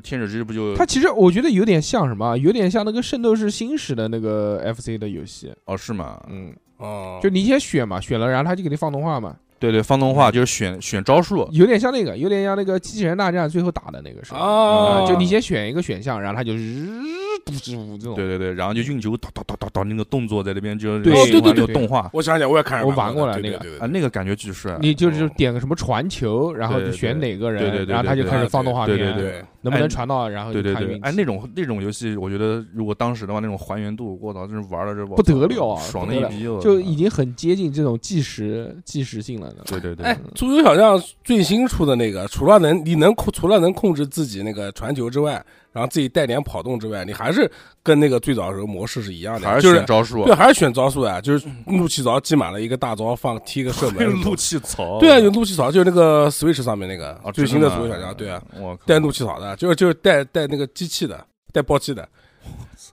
C: 天使之翼不就
B: 它其实我觉得有点像什么啊，有点像那个《圣斗士星矢》的那个 FC 的游戏，
C: 哦是吗？
B: 嗯，
D: 哦，
B: 就你先选嘛，选了然后他就给你放动画嘛，
C: 对对，放动
B: 嗯
C: 画就是选选招数，
B: 有点像那个，有点像那个机器人大战最后打的那个是吧？
C: 哦
D: 啊
B: 啊，就你先选一个选项，然后他就日嘟之舞这种。
C: 对对对，然后就运球哒哒哒哒哒那个动作在那边就是
B: 对
C: 那个
B: 哦对对
C: 那个
B: 对
C: 动画
D: 我想起来，我也看着
B: 我玩过
D: 过
B: 了
D: 对
B: 那个
D: 对对
C: 啊
D: 对
C: 那个感觉巨帅，
B: 你就是就
D: 哦
B: 点个什么传球，然后
C: 对
B: 你
C: 对
B: 选哪个
C: 对对对
B: 人，
C: 对
B: 然后他就
C: 对
B: 开始
D: 对
B: 放动画片，
C: 对对
D: 对
B: 能不能
C: 哎
B: 传到，然后
C: 对
B: 就
C: 对
B: 看
C: 对，
B: 运
C: 哎，
B: 气
C: 那种那种游戏，我觉得如果当时的话，那种还原度，我操，真是玩了这
B: 不得了啊
C: 爽
B: 不
C: 的
B: 得
C: 一
B: 了
C: 逼，我
B: 就
C: 操
B: 已经很接近这种计时计时性了的。
C: 对对对，
D: 哎，足球小将最新出的那个，除了能你能控，除了能控制自己那个传球之外，然后自己带点跑动之外，你还是跟那个最早的时候模式是一样的，
C: 还是
D: 就
C: 选招数，
D: 对，，啊还是选招数啊，就是怒气槽积满了一个大招，放踢个射门
C: 气槽
D: 对啊，有怒气槽，就是那个 Switch 上面那个
C: 啊，
D: 最新的足球小
C: 小
D: 将，对啊，，
C: 我靠
D: 带怒气槽的，就是就是带带那个机器的，带爆气的。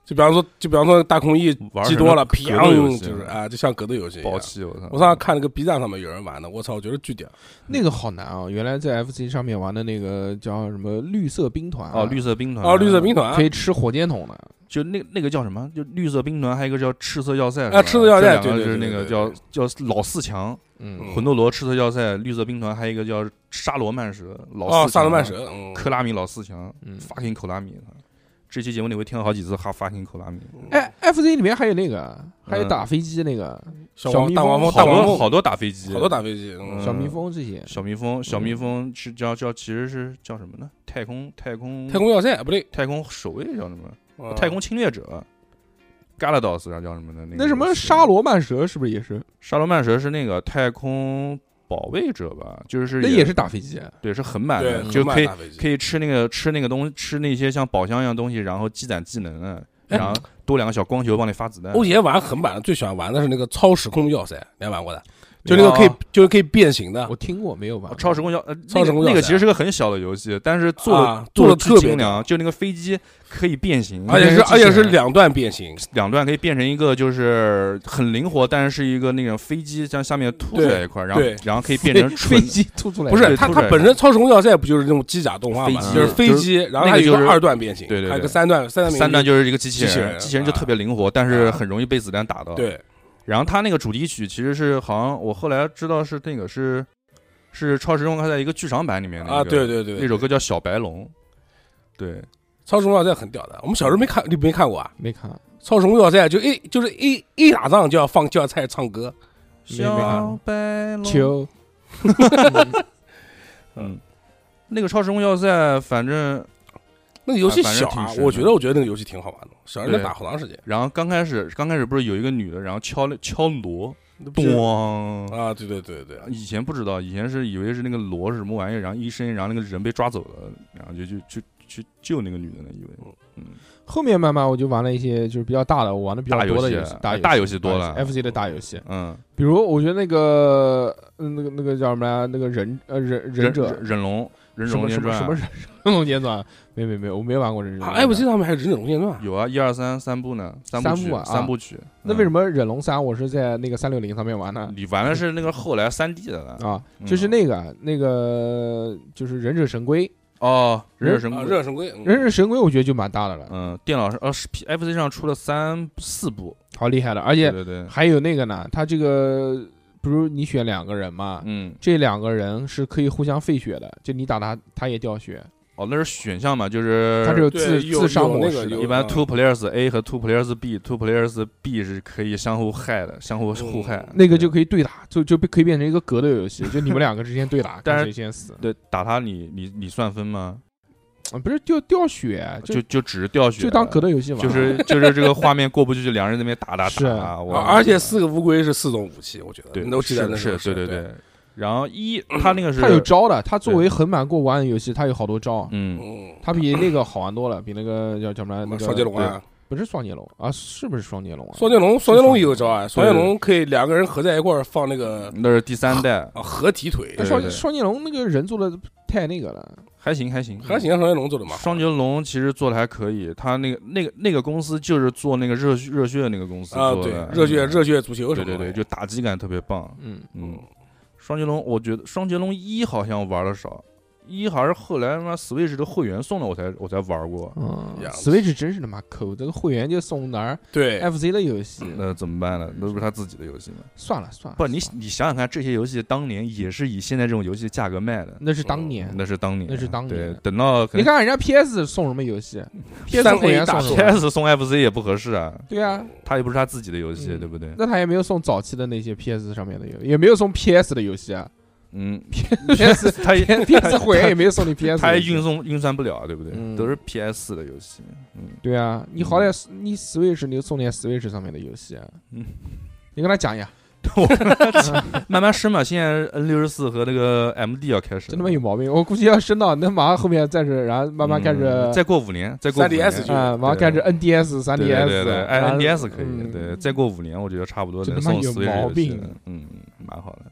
D: 就比方说，就比方说大空翼
C: 玩
D: 击多了，
C: 什么格斗游
D: 砰，
C: 戏
D: 就是啊，就像格斗游戏一样
C: 暴。气，我操！
D: 我上次看那个 B 站上面有人玩的，我操，我觉得巨屌。
B: 那个好难啊！原来在 FC 上面玩的那个叫什么绿色兵团啊
C: 哦，绿色兵团
D: 哦，绿色兵团
B: 可以吃火箭筒的，
C: 就那那个叫什么？就绿色兵团，还有一个叫赤色要塞是
D: 啊
C: 吧。
D: 赤色要塞
C: 这两个
D: 对对
C: 就是
D: 对
C: 那个
D: 对
C: 叫叫老四强，
B: 嗯，
C: 魂斗罗、赤色要塞、绿色兵团，还有一个叫沙罗曼蛇，老四
D: 哦，
C: 强啊
D: 萨勒曼蛇，嗯
C: 科拉米老四强
B: 嗯
C: ，fucking 口拉米。这期节目你会听到好几次哈 fucking 口拉米，
B: 哎，F Z 里面还有那个，还有
C: 嗯
B: 打飞机那个
D: 小
B: 小
D: 王
B: 蜜
D: 大
B: 蜂
D: 黄蜂，大
C: 好
D: 黄
C: 多
D: 蜂，
C: 好多打飞机，
D: 好多打飞机，嗯
C: 嗯
B: 小蜜蜂这些，
C: 小蜜
B: 嗯
C: 蜂，小蜜蜂是叫叫其实是叫什么呢？太空太空
D: 太空要塞不对，
C: 太空守卫叫什么？
D: 嗯
C: 太空侵略者 g a l a d o s 叫什么的？那个
B: 那什么
D: 嗯
C: 游戏
B: 沙罗曼蛇是不是也是？
C: 沙罗曼蛇是那个太空保卫者吧？就是
B: 那也是打飞机，啊
C: 对，是横版
D: 对
C: 的，，就
D: 横版
C: 可以
D: 打飞机
C: 可以吃那个吃那个东西，吃那些像宝箱一样东西，然后积攒技能啊，
D: 哎
C: 然后多两个小光球帮你发子弹。
D: 欧爷玩横版最喜欢玩的是那个超时空要塞，你还玩过的？就那个可以
C: 哦，
D: 就是可以变形的
B: 啊我，听过没有吧？
C: 超时 空要呃，
D: 超时空
C: 那个那
D: 要塞
C: 个其实是个很小的游戏，但是做
D: 啊
C: 的
D: 做
C: 的
D: 得特别
C: 精良，就那个飞机可以变形，
D: 而且是
B: 那个机器
D: 而且是
B: 人
D: 两段变形，
C: 两段可以变成一个就是很灵活，但是是一个那种飞机像下面凸出来一块，然后
D: 对
C: 然后可以变成
B: 飞
C: 纯
B: 机吐出来，
D: 不是
C: 对
D: 它
C: 突
D: 它
C: 然
D: 本身超时空要塞不就是那种机甲动画嘛
C: 飞，机
D: 就是飞机，然后
C: 那
D: 它
C: 个
D: 有一
C: 就
D: 个
C: 是
D: 二段变形，
C: 对对对
D: 还有个三段三段变
C: 三段
D: 形
C: 就是一个机器
D: 机器
C: 人，
D: 人啊
C: 机器人就特别灵活，但是很容易被子弹打到。，
D: 对
C: 然后他那个主题曲其实是好像我后来知道是那个是是超时空还在一个剧场版里面的
D: 啊，对
C: 对，
D: 对对
C: 那
D: 对，
C: 首歌叫《小白龙》，对，
D: 超时空要塞很屌的，我们小时候没看，你没看过啊？
B: 没
C: 哦
B: 看，
D: 超时空要塞就一就是一一打仗就要放就要开始唱歌，
B: 没没看过
C: 小白龙，
B: 球
C: 嗯，那个超时空要塞，反正
D: 那个游戏
C: 啊反正
D: 小啊
C: 挺，神
D: 我
C: 的
D: 觉得我觉得那个游戏挺好玩的，小时候能
C: 对
D: 打好长时间
C: 然后刚开始刚开始不是有一个女的，然后敲了敲锣，
D: 是
C: 咚。
D: 啊，对对对对，
C: 以前不知道，以前是以为是那个锣是什么玩意儿，然后一伸，然后那个人被抓走了，然后就就去去救那个女的呢，以为
B: 后面慢慢我就玩了一些就是比较大的，我玩的比较
C: 大
B: 多的
C: 游
B: 戏，
C: 大
B: 大大
C: 游戏多了，
B: F Z 的大游戏，
C: 嗯，
B: 比如我觉得那个嗯那个那个叫什么来，那个忍呃忍忍者
C: 忍龙忍
B: 什
C: 龙
B: 么
C: 列
B: 什么
C: 传啊
B: 什么忍忍龙阶段，没没没，我没玩过忍者
D: 啊
B: 龙，
D: 哎，我记得他们还有忍者龙剑传，
C: 有啊，一二三三部呢，三部曲
B: 三部啊
C: 三部曲，
B: 那为什
D: 嗯
C: 么
B: 么忍龙三我是在那个三六零上面玩呢？
C: 你玩的是那个后来三 D 的了？
D: 嗯
B: 啊，
C: 嗯
B: 就是那个那个就是忍者神龟，
C: 哦，忍者神
D: 啊，
C: 龟
D: 忍者神龟，嗯
B: 忍者神龟我觉得就蛮大的了，
C: 嗯，电脑上呃是 P- FC 上出了三四部，
B: 好厉害的，而
C: 对
B: 且
C: 对对，
B: 还有那个呢，它这个比如你选两个人嘛，
C: 嗯，
B: 这两个人是可以互相废血的，就你打他，他也掉血，
C: 哦，那是选项嘛，就是
B: 它是有自
D: 对有
B: 自杀
D: 有
B: 模
D: 那个
B: 式的
D: 有
C: 一般
D: 嗯
C: two players A 和 two players B，two players B 是可以相互害的，相互
D: 嗯
C: 互害。
B: 那个就可以对打，就就被可以变成一个格斗游戏，就你们两个之间对 打，
C: 但
B: 看谁
C: 是
B: 先死。
C: 对打他你你你算分吗？
B: 啊不是掉掉血，啊就
C: 就就只是
D: 啊
C: 掉血，
B: 就当格斗游戏玩。
C: 就是就是这个画面过不去，就两人在那边打打
B: 是
C: 打，我
D: 啊，而且四个乌龟是四种武器，我觉得
C: 对
D: 你都记得那时
C: 是
D: 候
C: 是对
D: 对，
C: 对。然后 一他那个是
B: 它有招的，它作为横版过玩的游戏，它有好多招，
C: 嗯
D: 嗯，
B: 它比那个好玩多了，比那个叫叫什么来
D: 什
B: 那
D: 么
B: 个
D: 双截龙啊，
B: 不是双截龙啊，是不是双截龙啊？
D: 双截龙，双截龙也有招啊，双截
C: 对
D: 龙可以两个人合在一块儿放那个
C: 那是第三代，
D: 啊合体腿
B: 哎，
C: 对
B: 双双截龙那个人做的太那个了，
C: 还行还行
D: 还。行，啊，双截龙做的嘛，
C: 双截龙其实做的还可以，他那个那个那个公司就是做那个热血热血那个公司
D: 啊，
C: 做
D: 对
C: 的，嗯
D: 热血热血足球什
C: 对
D: 么
C: 对
D: 的，
C: 对，就打击感特别棒。
B: 嗯，
C: 嗯，双截龙，我觉得双截龙一好像玩的少，一还是后来他妈 Switch 的会员送了我才我才玩过。
B: 嗯
D: 样子
B: ，Switch 真是他妈抠，这个会员就送哪儿
D: 对
B: FC 的游戏，
C: 那怎么办呢？那不是他自己的游戏吗？
B: 算了算了，
C: 不，你
B: 算了
C: 你想想看，这些游戏当年也是以现在这种游戏的价格卖的，
B: 那是当年，
C: 那是当年，
B: 那是当年
C: 对，等到可
B: 你
C: 能
B: 看看人家 PS 送什么游戏
D: 三
B: ，PS 会
D: A
B: 员
D: 大
B: 送什么？
C: PS 送 FC 也不合适啊，
B: 对啊，
C: 他又不是他自己的游戏，
B: 嗯
C: 对不对？
B: 那他也没有送早期的那些 PS 上面的游，也没有送 PS 的游戏 啊
C: 嗯，
B: ，PS
C: 他也
B: PS 会员也没有送 你 PS，
C: 他
B: 的
C: 也
B: 游戏
C: 运送运算不了，对不对？
B: 嗯
C: 都是 PS 四的游戏，嗯，
B: 对啊，你好歹是你 Switch 你就送点 Switch 上面的游戏啊，
C: 嗯
B: 你跟他讲一下，
C: 慢慢升嘛。现在 N 六十四和那个 MD 要开始了，
B: 真他妈有毛病，我估计要升到那马上后面暂时，然后慢慢开始
C: 嗯
B: 啊
C: 再过五年，再过五
D: 3DS
C: 年
D: 就
B: 哎马上开始 NDS、3DS，
C: 对对对对，哎
B: 然后
C: ，NDS 可以，
B: 啊嗯
C: 对，再过五年我觉得差不多
B: 这
C: 能
B: 他妈
C: 送
B: 有
C: Switch
B: 毛
C: 游戏
B: 病啊
C: 了，嗯，蛮好的。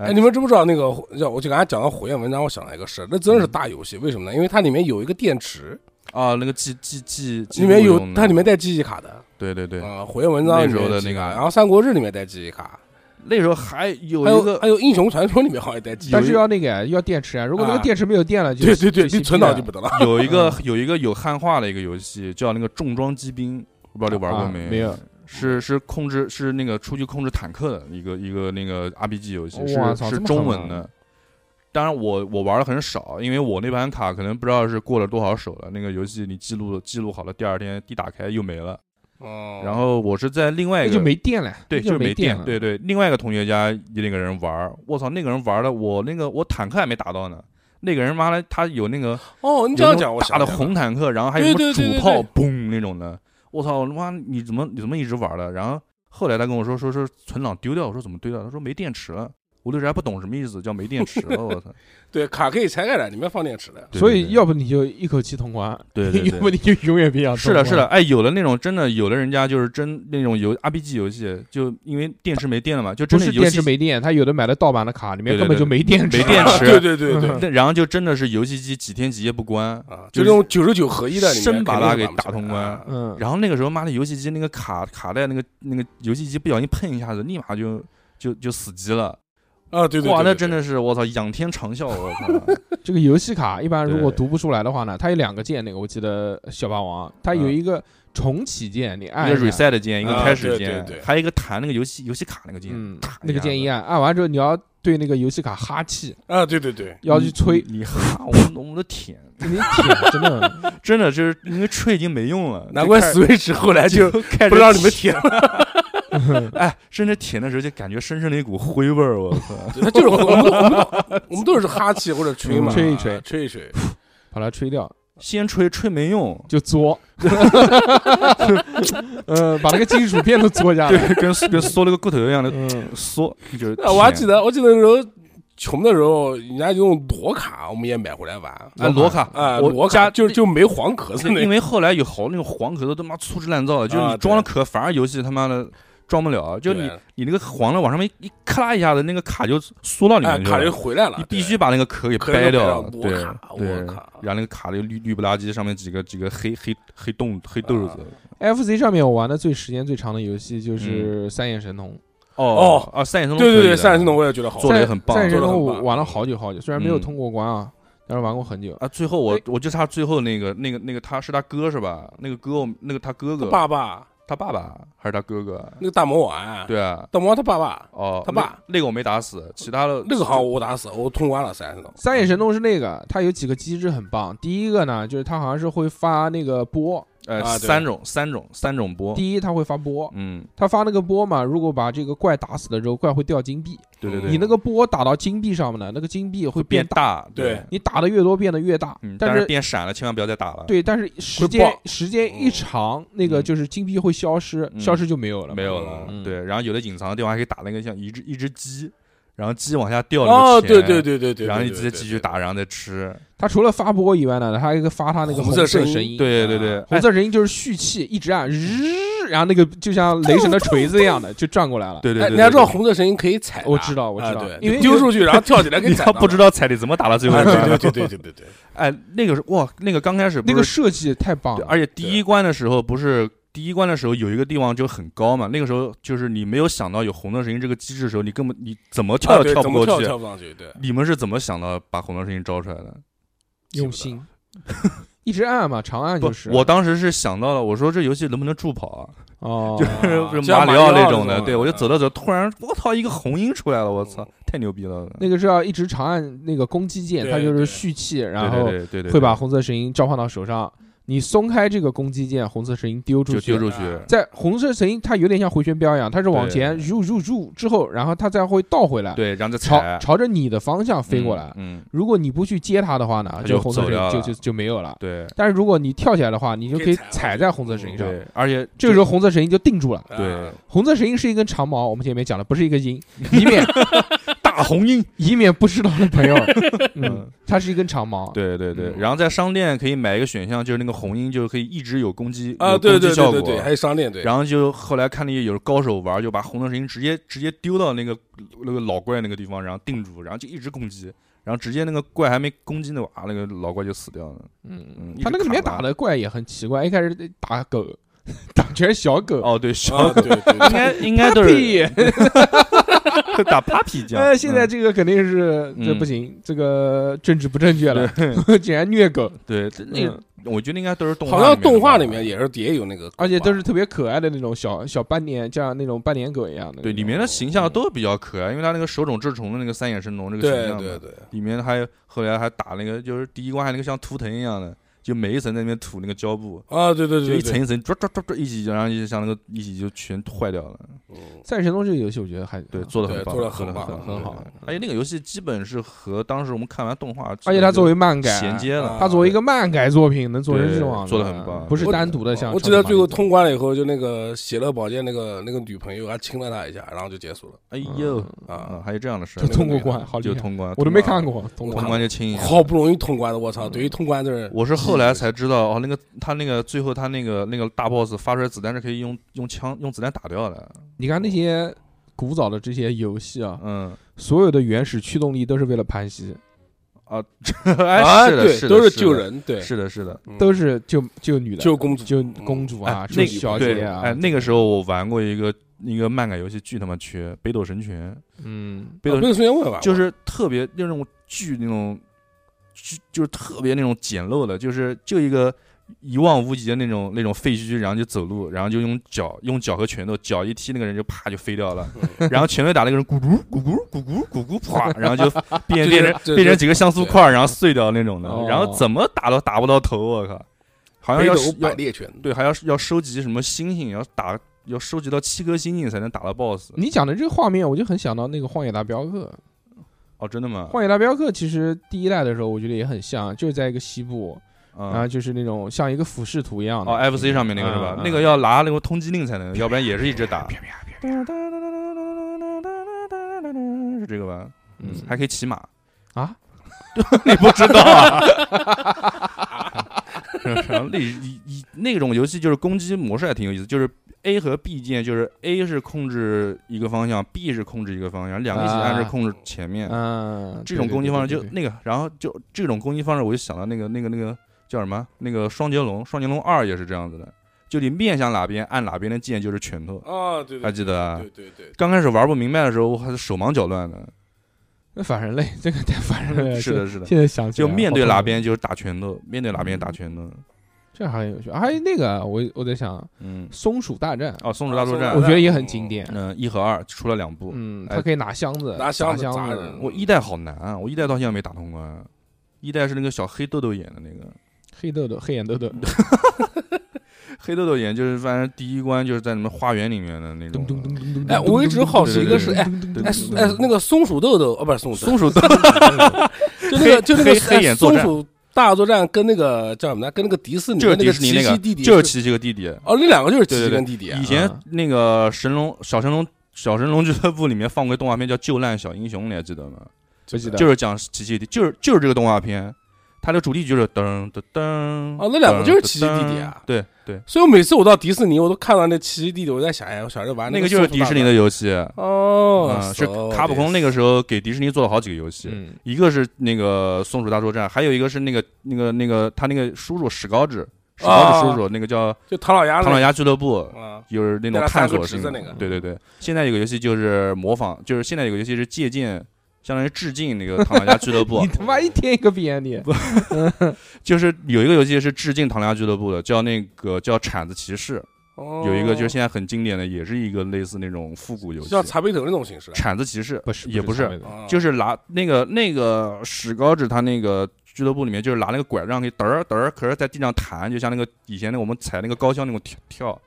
D: 哎，你们知不知道那个？叫我就刚才讲到火焰文章，我想到一个事，那真的是大游戏。为什么呢？因为它里面有一个电池，
C: 啊，那个记记记，记
D: 里面
C: 录
D: 有
C: 用的
D: 它里面带记忆卡的
C: 对对对，
D: 啊。火焰文章
C: 那
D: 里面
C: 时候
D: 有
C: 的
D: 记忆
C: 那个
D: 卡然后三国志里面带记忆卡，
C: 那时候还有
D: 还
C: 一
D: 有
C: 个
D: 还有英雄传说里面好像也带机，
B: 但是要那个要电池啊，如果那个
D: 啊
B: 电池没有电了，就
D: 对对对，
B: 就
D: 你
B: CP
D: 存档
B: 了
D: 就不得了。
C: 有一个有一个有汉化的一个游戏叫那个重装机兵，我不知道你玩过
B: 啊
C: 没？
B: 没有。
C: 是是控制是那个出去控制坦克的一个一个那个 RPG 游戏，
B: 哇
C: 是
B: 操
C: 是
B: 这么
C: 中
B: 狠
C: 文
B: 啊
C: 的。当然我我玩的很少，因为我那盘卡可能不知道是过了多少手了。那个游戏你记录记录好了，第二天一打开又没了。
D: 哦
C: 然后我是在另外一
B: 那
C: 个
B: 就没电了，
C: 对，
B: 那
C: 就是
B: 没
C: 没电
B: 了，，
C: 对对。另外一个同学家那个人玩儿，我操，那个人玩的我那个我坦克还没打到呢，那个人妈的他有那个
D: 哦，你这
C: 有
D: 样
C: 那
D: 讲，
C: 种
D: 我
C: 大
D: 想
C: 的
D: 起来
C: 红坦克，然后还有
D: 对
C: 什么
D: 对对
C: 主
D: 对
C: 炮
D: 对
C: 嘣那种的，我操，他妈你怎么你怎么一直玩的？然后后来他跟我说说说存档丢掉，我说怎么丢掉？他说没电池了。我那时候还不懂什么意思，叫没电池了，我 操！
D: 对卡可以拆开来，里面放电池的。
C: 对
B: 所
C: 对
B: 以
C: 对
B: 要不你就一口气通关，
C: 对 对对
B: 要不你就永远别想
C: 是的，是的，，哎，有的那种真的，有的人家就是真那种游 RPG 游戏，就因为电池没电了嘛，就
B: 不
C: 真的
B: 是
C: 游
B: 电
C: 戏
B: 池没电，他有的买的盗版的卡里面
C: 对对
B: 根本就没电池，
C: 没 电池，
D: 对对对对
B: 嗯
C: 那然后就真的是游戏机几天几夜不关，
D: 啊，
C: 就
D: 就是这种九十九合一的，里面
C: 生把
D: 肯定
C: 它
D: 是
C: 给
D: 玩不起
C: 打
D: 来
C: 通
D: 的啊
B: 嗯，
C: 然后那个时候妈的游戏机那个卡卡带那个那个游戏机不小心碰一下子，立马就就就死机了，
D: 啊，对对对，
C: 哇，那
D: 对
C: 真的是我操仰天长啸，我 靠，
B: 这个游戏卡一般如果
C: 对
B: 读不出来的话呢，它有两个键，那个我记得小霸王它有一个重启键，你按
C: 嗯一个
B: 一下
C: reset 键，一个
D: 啊
C: 开始
D: 对
C: 键
D: 对对，
C: 还有一个弹那个游戏游戏卡那个键，
B: 嗯
C: 咔，
B: 那个键一
C: 下
B: 按，按完之后你要对那个游戏卡哈气，
D: 啊，对对对，
B: 要去吹
C: 子，，你哈，我我的天，
B: 你舔真 的，
C: 真的就是因为吹已经没用了，
D: 难怪
C: 就开
D: Switch 后来 就
C: 就开始
D: 不让你们
C: 舔
D: 舔了，
C: 哎，甚至舔的时候就感觉深深的一股灰味儿，我 操，
D: 对它就是我们我们 我们都是哈气或者吹嘛，
B: 嗯吹一吹
D: 啊吹一吹，
B: 把它吹掉
C: 先吹吹没用，
B: 就嘬， 呃，把那个金属片都嘬下
C: 对
B: 来，，
C: 跟跟缩了个骨头一样的
B: 嗯，
C: 缩，就是
D: 啊，我还记
C: 舔
D: 得，我记得那时候穷的时候，人家用裸卡，我们也买回来玩
C: 啊罗卡
D: 啊，
C: 我
D: 裸
C: 家
D: 卡就就没黄 壳子那
C: 因
D: 个
C: 为后来有好多那种黄壳都他妈粗制滥造的，就是
D: 啊
C: 你装了壳，反而游戏他妈的装不了，啊就你
D: 对
C: 你那个黄的往上面一一咔啦一下子，那个卡就缩到里
D: 哎
C: 面去
D: 卡就
C: 了。
D: 回来了，
C: 你
D: 对
C: 必须把那个壳给
D: 壳就
C: 掰
D: 掰
C: 掉啊
D: 了，我
C: 对
D: 靠
C: 对
D: 我靠，
C: 然后那个卡那个绿绿不拉几，上面几个几个黑黑黑洞黑豆
D: 啊
C: 子。
B: FC 上面我玩的最时间最长的游戏
C: 嗯
B: 就是《三眼神童
C: 哦啊，三眼神龙
D: 对对
C: 可以
D: 对，
C: 的
D: 三神童我也觉得好
C: 做
D: 玩，
C: 得也很》，棒
B: 《三眼神童》
D: 做得很
B: 我
D: 棒
B: 玩了好久好久，虽然没有
C: 嗯
B: 通过关啊，但是玩过很久。
C: 啊！最后我
B: 哎
C: 我就差最后那个那个那个他是他哥是吧？那个哥我们那个他哥哥
D: 爸爸
C: 他爸爸还是他哥哥？
D: 那个大魔王，，
C: 对啊，
D: 大魔王他爸爸
C: 哦，
D: 他
C: 那
D: 爸
C: 那个我没打死，其他的
D: 那个好像我打死，我通关了三神童，
B: 三眼神童是那个，它有几个机制很棒。第一个呢，就是它好像是会发那个波，
C: 呃
D: 啊对
C: 三种三种三种波，
B: 第一它会发波，
C: 嗯，
B: 它发那个波嘛，如果把这个怪打死了之后，怪会掉金币。
C: 对对对，
B: 你那个波打到金币上面呢，那个金币会变
C: 变
B: 大，
C: 大，
D: 对
C: 对，
B: 你打的越多变得越大
C: 嗯，，但
B: 但
C: 是
B: 是。
C: 变闪了，千万不要再打了，，
B: 对，但是时
D: 会
B: 间
D: 爆
B: 时间一长，那个
C: 嗯
B: 就是金币会消失，
C: 嗯
B: 消失就没有了嘛。
C: 没有了
B: 嗯，
C: 对，然后有的隐藏的地方还可以打那个像一只一只鸡，然后鸡往下掉
D: 哦，
C: 那个钱
D: 对对，对对对，
C: 然后你
D: 对
C: 直接继续，打，然后再吃，
B: 它除了发波以外呢，它还有一个发它那个
D: 红
B: 色
D: 色声音啊
B: 神鹰，
C: 对对对，
B: 红
C: 哎
B: 色神鹰就是蓄气，一直按日，然后那个就像雷神的锤子一样的就转过来了。
C: 对对
D: 对对对对哎，
C: 对，
D: 你还知道
C: 对
D: 红色神鹰可以踩的，
B: 我知道我知
D: 啊
B: 道
D: 对
B: 因为
D: 丢出去然后跳起 来
C: 对
D: 给
C: 你
D: 踩
C: 要
D: 到
C: 不知道彩礼怎么打到最后
D: 啊
C: 一关，
D: 对对对对对对对，
C: 哎，那个是哇，那个刚开始不
B: 那
C: 是
B: 个设计太棒
C: 对，
B: 了，
C: 啊而且第一关的时候不是第一关的时候有一个地方就很高嘛，那个时候就是你没有想到有红灯神鹰这个机制的时候，你根本你怎么 跳
D: 啊
C: 都
D: 对
C: 跳
D: 怎
C: 不
D: 么
C: 过
D: 跳
C: 去。
D: 跳不上去，对，啊
C: 你们是怎么想到把红灯神鹰招出来的？
B: 用 心，一直按嘛，长按
C: 不，
B: 就是。
C: 我当时是想到了，我说这游戏能不能助跑啊？
B: 哦，
C: 就是
D: 像
C: 里
D: 马里
C: 奥
D: 奥
C: 那
D: 那
C: 种的，
D: 种
C: 对
D: 啊
C: 我就走着走，突然我操，一个红鹰出来了，我操，太牛逼了！
B: 那个是要一直长按那个攻击键，
D: 对
B: 它就是
D: 对
B: 蓄气， 然
C: 对对
B: 后
C: 对对对，
B: 会把
C: 对
B: 红色神鹰召唤到手上。你松开这个攻击键，红色神鹰丢出
C: 就
B: 去
C: 丢，出去，
D: 啊
B: 在红色神鹰它有点像回旋镖一样，它是往前入入入之后，然后它再会倒回来，
C: 对，然后再
B: 朝
C: 踩
B: 朝着你的方向飞过
C: 嗯
B: 来。
C: 嗯，
B: 如果你不去接它的话呢，
C: 它
B: 这
C: 就
B: 个红色神
C: 走
B: 鹰
C: 掉
B: 就
C: 了
B: 就就没有了。
C: 对
B: 但是如果你跳起来的话，你就
D: 可以
B: 可以
D: 踩上去
B: 踩在红色神鹰上。
C: 对，而且
B: 这个时候红色神鹰就定住了。
C: 对
B: 红色神鹰是一根长毛，我们前面讲了，不是一个鹰， 以免
C: 大红鹰，
B: 以免不知道的 朋友，嗯，它是一根长毛。
C: 对对对，
D: 嗯
C: 然后在商店可以买一个选项，就是那个红鹰，就是可以一直有攻击
D: 啊，
C: 有
D: 对
C: 攻
D: 对
C: 击
D: 对
C: 效
D: 对
C: 果。
D: 对，还有商店对，
C: 然后就后来看那有高手玩，就把红灯神鹰直接直接丢到那个那个老怪那个地方，然后定住，然后就一直攻击，然后直接那个怪还没攻击呢，哇，那个老怪就死掉了。
B: 嗯
C: 嗯，
B: 它那个里面打的怪也很奇怪，一开始打狗， 打全是小狗，
C: 哦，对，小
D: 啊，对对对
C: 应该应该都是
B: 屁
C: 打 Papi 酱。
B: 哎， 现在这个肯定是这
C: 嗯
B: 不行，这个政治不正确了， 竟然虐狗，
C: 嗯对这那个
B: 嗯，
C: 我觉得应该都是动画，
D: 好像动画里面也是也有那个，
B: 而且都是特别可爱的那种小小斑点，像那种斑点狗一样的那种。
C: 对里面的形象都比较可爱，因为他那个手冢治虫的那个三眼神龙这个
D: 对
C: 形象嘛，
D: 对对，
C: 里面还有后来还打那个，就是第一关还那个像图腾一样的，就每一层在那边吐那个胶布，
D: 啊，对对
C: 就一
D: 对
C: 层
D: 对，
C: 一层抓抓抓抓一起，然后就像那个一起就全坏掉了。
B: 赛神龙这个游戏，我觉得还啊
C: 对，做的
D: 对
C: 很棒，
D: 做得
C: 做
D: 很
C: 的
D: 棒
B: 很好
C: 对而且那个游戏基本是和当时我们看完动画，
B: 而且它作为漫改，
C: 衔接了
D: 啊，
B: 它作为一个漫改作品，能做成这种，啊
C: 对做得很棒
B: 不是单独的像。
D: 我记得最后通关了以后，就那个写乐宝剑那个那个女朋友还亲了他一下，然后就结束了
C: 哎呦啊
D: 啊，，
C: 还有这样的事
B: 就
C: 儿，
B: 通过关，好厉
C: 就
B: 害！
C: 通关，
B: 我都没看过，通
C: 通
B: 过
C: 关，通关就轻一点。
D: 好不容易通关的，我操！对于通关这儿，
C: 嗯我是后来才知道，哦，那个他那个最后他那个那个大 boss 发出来子弹是可以用用枪用子弹打掉的，
B: 你看那些古早的这些游戏啊，
C: 嗯
B: 所有的原始驱动力都是为了盘膝，
C: 啊，
D: 啊，
C: 哎是的，
D: 对，
C: 是的
D: 都
C: 是的
D: 救人，对，
C: 是的，是的，
D: 嗯
B: 都是救救女的，
D: 救公主，
B: 救公主啊，
C: 哎
B: 救
C: 那
B: 小
C: 对
B: 姐啊，
C: 哎，那个时候我玩过一个一个漫改游戏，巨他妈缺《北斗神拳》，《
B: 嗯，
C: 北
D: 啊
C: 斗
D: 被孙元问吧，
C: 就是特别那种巨那种，巨就是特别那种简陋的，就是就一个一望无际的那种那种废墟，然后就走路，然后就用脚用脚和拳头，脚一踢那个人就啪就飞掉了，
D: 嗯
C: 然后拳头打那个人咕咕咕咕咕咕咕咕啪，然后 就变
D: 就是
C: 变成
D: 这
C: 变成
D: 这
C: 几个像素块儿，然后碎掉那种的
B: 哦，
C: 然后怎么打都打不到头，我靠，好像
D: 北
C: 要
D: 斗
C: 要
D: 百猎拳，
C: 对还要要收集什么星星，要打要收集到七颗星星才能打到 BOSS
B: 你讲的这个画面，我就很想到那个《荒野大镖客》。
C: 哦，真的吗？
B: 《荒野大镖客》其实第一代的时候，我觉得也很像，就是在一个西部，然
C: 啊
B: 后就是那种像一个俯视图一样的。
C: 哦，FC 上面那个是吧？
B: 嗯
C: 那个要拿那个通缉令才能，要不然也是一直 打。是这个吧？
B: 嗯
C: 还可以骑马，
B: 啊，
C: 你不知道 啊？ 然后那一一那种游戏就是攻击模式还挺有意思，就是 A 和 B 键，就是 A 是控制一个方向，B 是控制一个方向，两个一起按是控制前面。
B: 嗯，
C: 这种
B: 对
C: 攻击方式就
B: 对对对
C: 那个，然后就这种攻击方式，我就想到那个那个那个叫什么？那个双截龙，双截龙二也是这样子的，就你面向哪边按哪边的键就是拳头，
D: 啊，对
C: 还
D: 对
C: 记得啊
D: 对？对对，
C: 刚开始玩不明白的时候，我还是手忙脚乱的。
B: 那反人类，这个太反人类了。
C: 是的，是
B: 这，
C: 的，
B: 现在想起
C: 就
B: 来
C: 面对
B: 好痛
C: 哪
B: 苦，
C: 边就是打拳头，面对哪
B: 嗯
C: 边打拳头。
B: 这还很有趣。还有那个，我我在想《
C: 嗯，
B: 松鼠大战》，
C: 哦，松鼠大作
D: 啊
C: 战
B: 我，觉得也很经典。
C: 嗯，一和二出了两部。
B: 嗯，
C: 哎
B: 它可以拿箱子，
D: 拿
B: 箱
D: 箱子
B: 子
D: 砸人
C: 我一代好难啊，我一代到现在没打通关。一代是那个小黑豆豆演的那个，
B: 黑豆豆、黑眼豆豆，
C: 黑豆豆演就是反正第一关就是在什么花园里面的那种
B: 咚咚咚咚咚。
D: 哎我一直好奇
C: 一个是
B: 哎
D: 哎哎，那个松鼠豆豆哦，不是松鼠豆豆
C: 松鼠豆
D: 就那个
C: 黑
D: 就那个
C: 黑黑
D: 哎
C: 眼作
D: 松
C: 战
D: 鼠大作战跟那个叫什么来，跟那个迪士尼
C: 就
D: 的
C: 是
D: 那
C: 迪
D: 个
C: 士尼
D: 奇
C: 那
D: 奇
C: 个
D: 弟弟
C: 就是
D: 是
C: 琪琪和弟弟。
D: 哦，那两个就
C: 对
D: 是奇
C: 对
D: 奇
C: 对
D: 跟弟弟啊
C: 以前那个神龙小神龙小神龙俱乐部里面放过一动画片叫《救烂小英雄》，你还记得吗？
B: 不记得
C: 就是讲琪琪弟，就是就是这个动画片，它的主题曲就是噔噔噔。
D: 哦那两个就是奇
C: 琪
D: 奇
C: 琪
D: 弟弟啊
C: 对对，
D: 所以我每次我到迪士尼，我都看到那奇奇弟弟，我在想，哎，我小时候玩
C: 那个就是迪士尼的游戏，
D: 松鼠大战哦
C: 嗯，是
D: so
C: 卡普空那个时候给迪士尼做了好几个游戏。
B: 嗯，
C: 一个是那个松鼠大作战，还有一个是那个那个那个他那个叔叔史高治，史高治叔
D: 哦
C: 叔，那个叫
D: this 就唐老鸭
C: 唐老鸭俱乐部，
D: 啊，
C: 就是那种
D: 带他
C: 探
D: 三个
C: 索
D: 侄
C: 性
D: 子
C: 的
D: 那个
C: 对对对，现在有个游戏就是模仿，就是现在有个游戏是借鉴，相当于致敬那个《唐老鸭俱乐部
B: 你》，他妈一天一个比眼你，
C: 就是有一个游戏是致敬《唐老鸭俱乐部》的，叫那个叫《铲子骑士》，
D: 哦
C: 有一个就是现在很经典的，也是一个类似那种复古游戏，
D: 像茶杯头那种形式，
C: 铲子骑士
B: 不是
C: 也不
B: 是
C: 是
B: 茶，杯子，
D: 啊
C: 就是拿那个那个史高治他那个俱乐部里面，就是拿那个拐杖可以嘚儿嘚儿，可是在地上弹，就像那个以前那个我们踩那个高跷那种跳跳。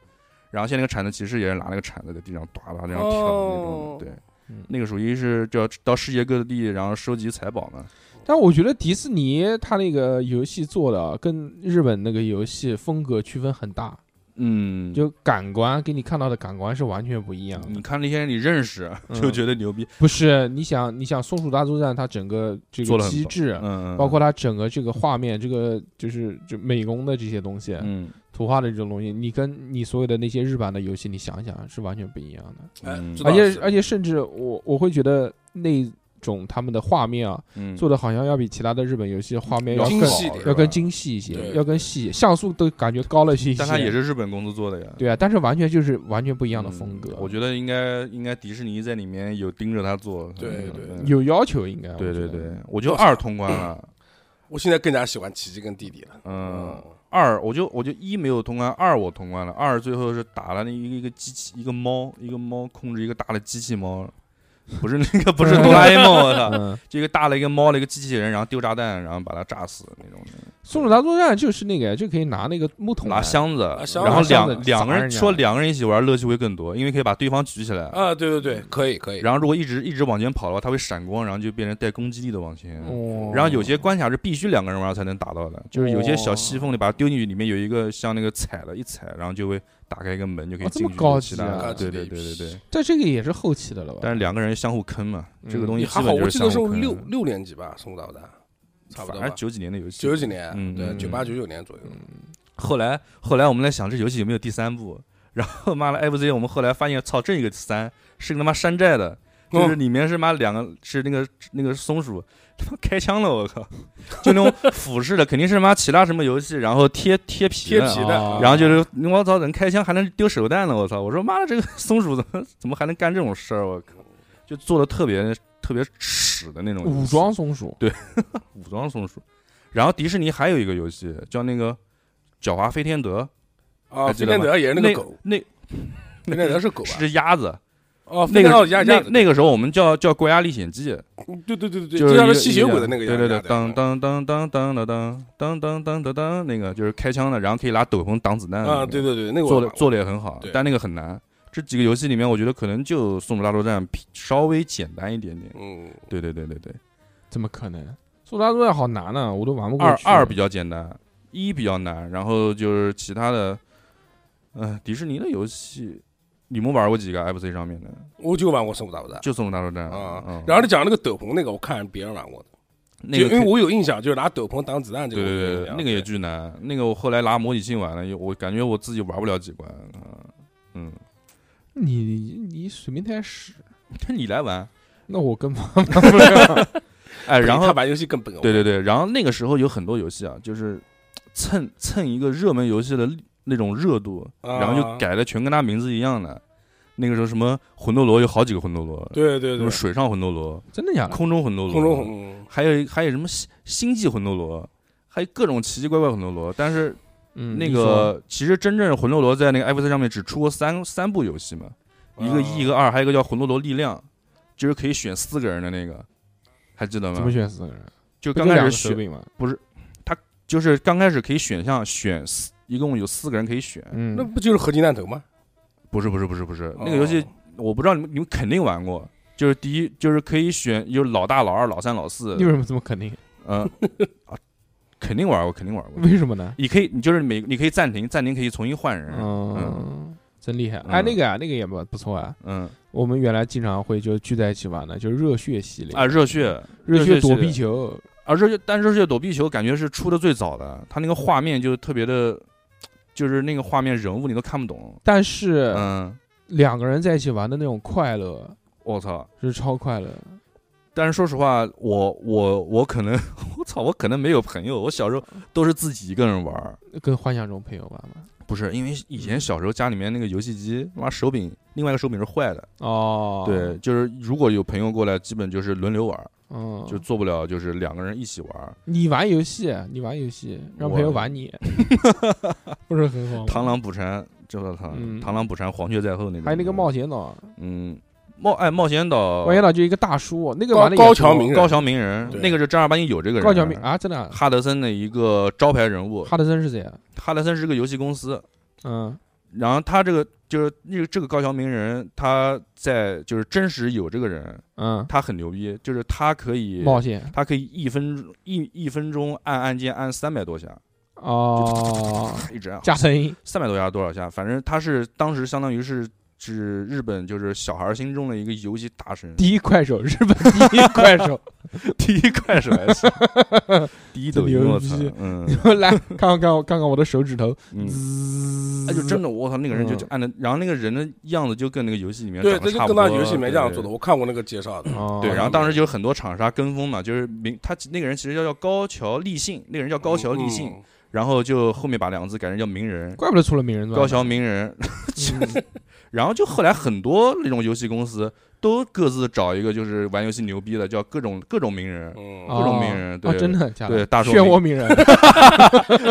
C: 然后现在那个铲子骑士也是拿那个铲子在地上哒哒这样跳的那种
D: 哦，
C: 对
B: 嗯，
C: 那个属于是就要到世界各地然后收集财宝嘛。
B: 但我觉得迪士尼它那个游戏做的啊跟日本那个游戏风格区分很大，
C: 嗯，
B: 就感官给你看到的感官是完全不一样的
C: 你。看那些人你认识
B: 嗯
C: 就觉得牛逼，
B: 不是，你想，你想《松鼠大作战》它整个这
C: 做
B: 个
C: 了很
B: 机
C: 棒
B: 制，
C: 嗯，
B: 包括它整个这个画面，这个就是就美工的这些东西，
C: 嗯
B: 图画的这种东西，你跟你所有的那些日版的游戏，你想一想是完全不一样的。
D: 哎
C: 嗯
D: 知道
B: 而
D: 是
B: 且而且甚至我我会觉得那种他们的画面啊，
C: 嗯，
B: 做的好像要比其他的日本游戏画面要
C: 要
B: 更
D: 精细
C: 好
B: 要
D: 点
B: 更，
C: 是吧
B: 精细一些，
D: 对
B: 要更细，像素都感觉高了一些。
C: 啊但它也是日本公司做的呀，
B: 对啊，但是完全就是完全不一样的风
C: 嗯
B: 格，
C: 我觉得应该应该迪士尼在里面有盯着他做，
D: 对
C: 嗯
D: 对
C: 嗯
B: 有要求应该。我
C: 对
B: 觉
C: 对
B: 得
C: 对，，啊我就二通关 了，
D: 我现在更加喜欢奇迹跟弟弟了。
C: 嗯。二，我就我就一没有通关，二我通关了。二最后是打了那一个一个机器，一个猫，一个猫控制一个大的机器猫，不是那个不是哆啦 A 梦，我操，
B: 嗯，
C: 就一个大的一个猫的一个机器人，然后丢炸弹，然后把它炸死那种的，
B: 松鼠大作战就是那个，就可以拿那个木桶
C: 拿
B: 来
C: 箱子，
D: 箱
C: 然后
B: 子箱
C: 两
B: 子
C: 两
B: 砸
C: 个人
B: 人家
C: 说两个人一起玩乐趣会更多，因为可以把对方举起来，
D: 啊，对对对，可以可以。
C: 然后如果一直一直往前跑的话，它会闪光，然后就变成带攻击力的往前。
B: 哦
C: 然后有些关卡是必须两个人玩儿才能打到
D: 哦
C: 的，就是有些小细缝里把它丢进去，里面有一个像那个踩了一踩，然后就会打开一个门就可以
B: 哦这
C: 进
B: 么
C: 去
B: 高
C: 其
B: 级
C: 他
B: 啊
C: 的。
D: 高级
C: 对对
D: 的一
C: 对对
D: 批哦
C: 对。
B: 但这个也是后期的了吧？
C: 但是两个人相互坑嘛，这
B: 嗯
C: 个东
D: 你
C: 西
D: 还
C: 基
D: 好，
C: 本
D: 我
C: 就
D: 记
C: 相
D: 得是
C: 互坑。
D: 六六年级吧，松岛的，差不多
C: 反
D: 吧
C: 正。九几年的游戏。
D: 九几年，
C: 嗯
D: 对，
C: 嗯
D: 九八九九年左右。
C: 后来后来我们在想这游戏有没有第三部，然后妈的 FZ 我们后来发现，操，这个三是个他妈山寨的，
B: 嗯
C: 就是里面是妈两个是那个那个松鼠他妈开枪了，我靠，就那种俯视的，肯定是妈其他什么游戏，然后贴贴皮
D: 贴
C: 的
D: 皮
B: 啊
D: 的，
C: 然后就是我操，能开枪还能丢手弹呢！我操！我说妈的，这个 松鼠怎么怎么还能干这种事儿？我靠，就做的特别特别屎的那种游戏
B: 武装松鼠
C: 武装松鼠。然后迪士尼还有一个游戏叫那个狡猾飞天德，
D: 啊，
C: 还记
D: 飞
C: 得吗
D: 天德也是那个 狗，
C: 那
D: 飞天德是狗
C: 是
D: 吧？
C: 只鸭子。
D: 哦，
C: 那
D: 飞
C: 个
D: 天德压
C: 那
D: 压
C: 那个时候我们叫叫《国家历险记》，
D: 对对对对，
C: 就是
D: 像
C: 一个
D: 是吸血鬼的那个
C: 一
D: 鸭
C: 对
D: 子，
C: 对
D: 啊
C: 对，
D: 鸭子
C: 当当当当当当当当当当当当，那个就是开枪的，然后可以拿斗篷挡子弹的那
D: 啊，
C: 个
D: 对对对，那个我
C: 做的
D: 玩过
C: 做的也很好
D: 对，
C: 但那个很难。这几个游戏里面，我觉得可能就《松鼠大作战》比稍微简单一点点。
D: 嗯，
C: 对对对对对，
B: 怎么可能？松鼠大作战好难啊，我都玩不过
C: 二
B: 去
C: 二比较简单，一比较难，然后就是其他的，嗯、迪士尼的游戏，你们玩过几个 FC 上面的？
D: 我就玩过生不打不打
C: 就《松鼠大作战》
D: 啊
C: 嗯。
D: 然后你讲那个斗篷那个，我看别人玩过的，
C: 那
D: 就
C: 个
D: 因为
C: 可以。
D: 我有印象，就是拿斗篷挡子弹这个
C: 对
D: 我有印
C: 对对，
D: 象，
C: 那个也巨难。那个我后来拿模拟器玩了，我感觉我自己玩不了几关。 嗯，
B: 你你你水平太屎，
C: 嗯你来玩，
B: 那我根本 玩不了。
C: 哎，然后
D: 他玩游戏更笨，
C: 对对对，然后那个时候有很多游戏啊，就是蹭蹭一个热门游戏的那种热度，
D: 啊
C: 然后就改的全跟它名字一样的。那个时候什么魂斗罗有好几个魂斗罗，
D: 对对
C: 什
D: 对啊
C: 么，水上魂斗罗、
B: 真的假的？
C: 空中魂斗罗、
D: 空中，红嗯
C: 还有还有什么星星际魂斗罗，还有各种奇奇怪怪魂斗罗。但是
B: 嗯，
C: 那
B: 你说
C: 个其实真正魂斗罗在那个 FC 上面只出过三三部游戏嘛，一
B: 啊
C: 个
D: 啊
C: 一，一个二，还有一个叫魂斗罗力量，就是可以选四个人的那个，还记得
B: 怎么
C: 吗？
B: 选四个人？
C: 就
B: 不就
C: 刚开
B: 两个
C: 始选
B: 手。柄吗？
C: 就是刚开始可以选项选四，一共有四个人可以选。
B: 嗯，
D: 那不就是合金弹头吗？
C: 不是不是不是不是，那个
D: 哦
C: 游戏我不知道你们你们肯定玩过。就是第一，就是可以选有老大、老二、老三、老四
B: 你，为什么这么肯定？
C: 嗯，啊，肯定玩过，肯定玩过。
B: 为什么呢？
C: 你可以，你就是每你可以暂停，暂停可以重新换人。嗯
B: 嗯，真厉害！哎，
C: 嗯
B: 那个啊，那个也不不错啊。
C: 嗯
B: 我们原来经常会就聚在一起玩的，就是热血系列
C: 啊，，热血
B: 热
C: 血
B: 血
C: 系
B: 躲
C: 列
B: 避球，
C: 啊，热血，但热血躲避球感觉是出的最早的，它那个画面就特别的，就是那个画面人物你都看不懂。
B: 但是
C: 嗯，
B: 两个人在一起玩的那种快乐
C: 我操，
B: 是超快乐。
C: 但是说实话，我我我可能我操，我可能没有朋友。我小时候都是自己一个人玩儿，
B: 跟幻想中朋友玩嘛。
C: 不是因为以前小时候家里面那个游戏机，妈手柄另外一个手柄是坏的，
B: 哦，
C: 对，，就是如果有朋友过来，基本就是轮流玩儿，
B: 嗯，
C: 就做不了就是两个人一起玩儿。
B: 你玩游戏，你玩游戏，让
C: 我
B: 朋友玩你， 不是很好吗？
C: 螳螂捕蝉，这个操，
B: 哦嗯
C: 螳螂捕蝉，黄雀在后那个。
B: 还有那个冒，险岛，
C: 嗯，冒哎冒险岛，
B: 冒险岛就一个大叔，那个
D: 高
B: 玩的
D: 高桥名人
C: 高桥名人，
D: 对
C: 那个是正儿八经有这个人。
B: 高桥名，啊，真的啊，
C: 哈德森的一个招牌人物。
B: 哈德森是谁啊？
C: 哈德森是个游戏公司，
B: 嗯，
C: 然后他这个就是那个这个高桥名人，他在就是真实有这个人，
B: 嗯，
C: 他很牛逼，就是他可以
B: 冒险
C: 他可以一分钟一一分钟按按键按三百多下，
B: 哦，
C: 一直按
B: 加成音
C: 三百多下多少下，反正他是当时相当于是是日本就是小孩心中的一个游戏大神，
B: 第一快手，日本第一快手，
C: 第一快手还行， 第一抖音，
B: 这牛
C: 我操
B: 逼，
C: 嗯，
B: 来看看看我看看我的手指头，
C: 嗯
B: 滋，
C: 哎，就真的，我操，那个人就
B: 嗯
C: 就按的，然后那个人的样子就跟那个游戏里面长
D: 对，这
C: 得
D: 就
C: 差不
D: 跟
C: 多，
D: 那游戏里面这样啊
C: 对
D: 做的，。我看过那个介绍的。
B: 哦
C: 对，然后当时就有很多厂商跟风嘛，就是明他那个人其实叫叫高桥立信，那个人叫高桥立信，
D: 嗯，
C: 然后就后面把两个字改成叫鸣人，
B: 怪不得出了名人传，
C: 高桥鸣人。
B: 嗯
C: 然后就后来很多那种游戏公司都各自找一个就是玩游戏牛逼的，叫各种各种名 人，
D: 嗯
C: 各种
B: 哦
C: 名人
B: 啊
C: 对
B: 真的假的？
C: 对大众
B: 漩
C: 名
B: 涡鸣人，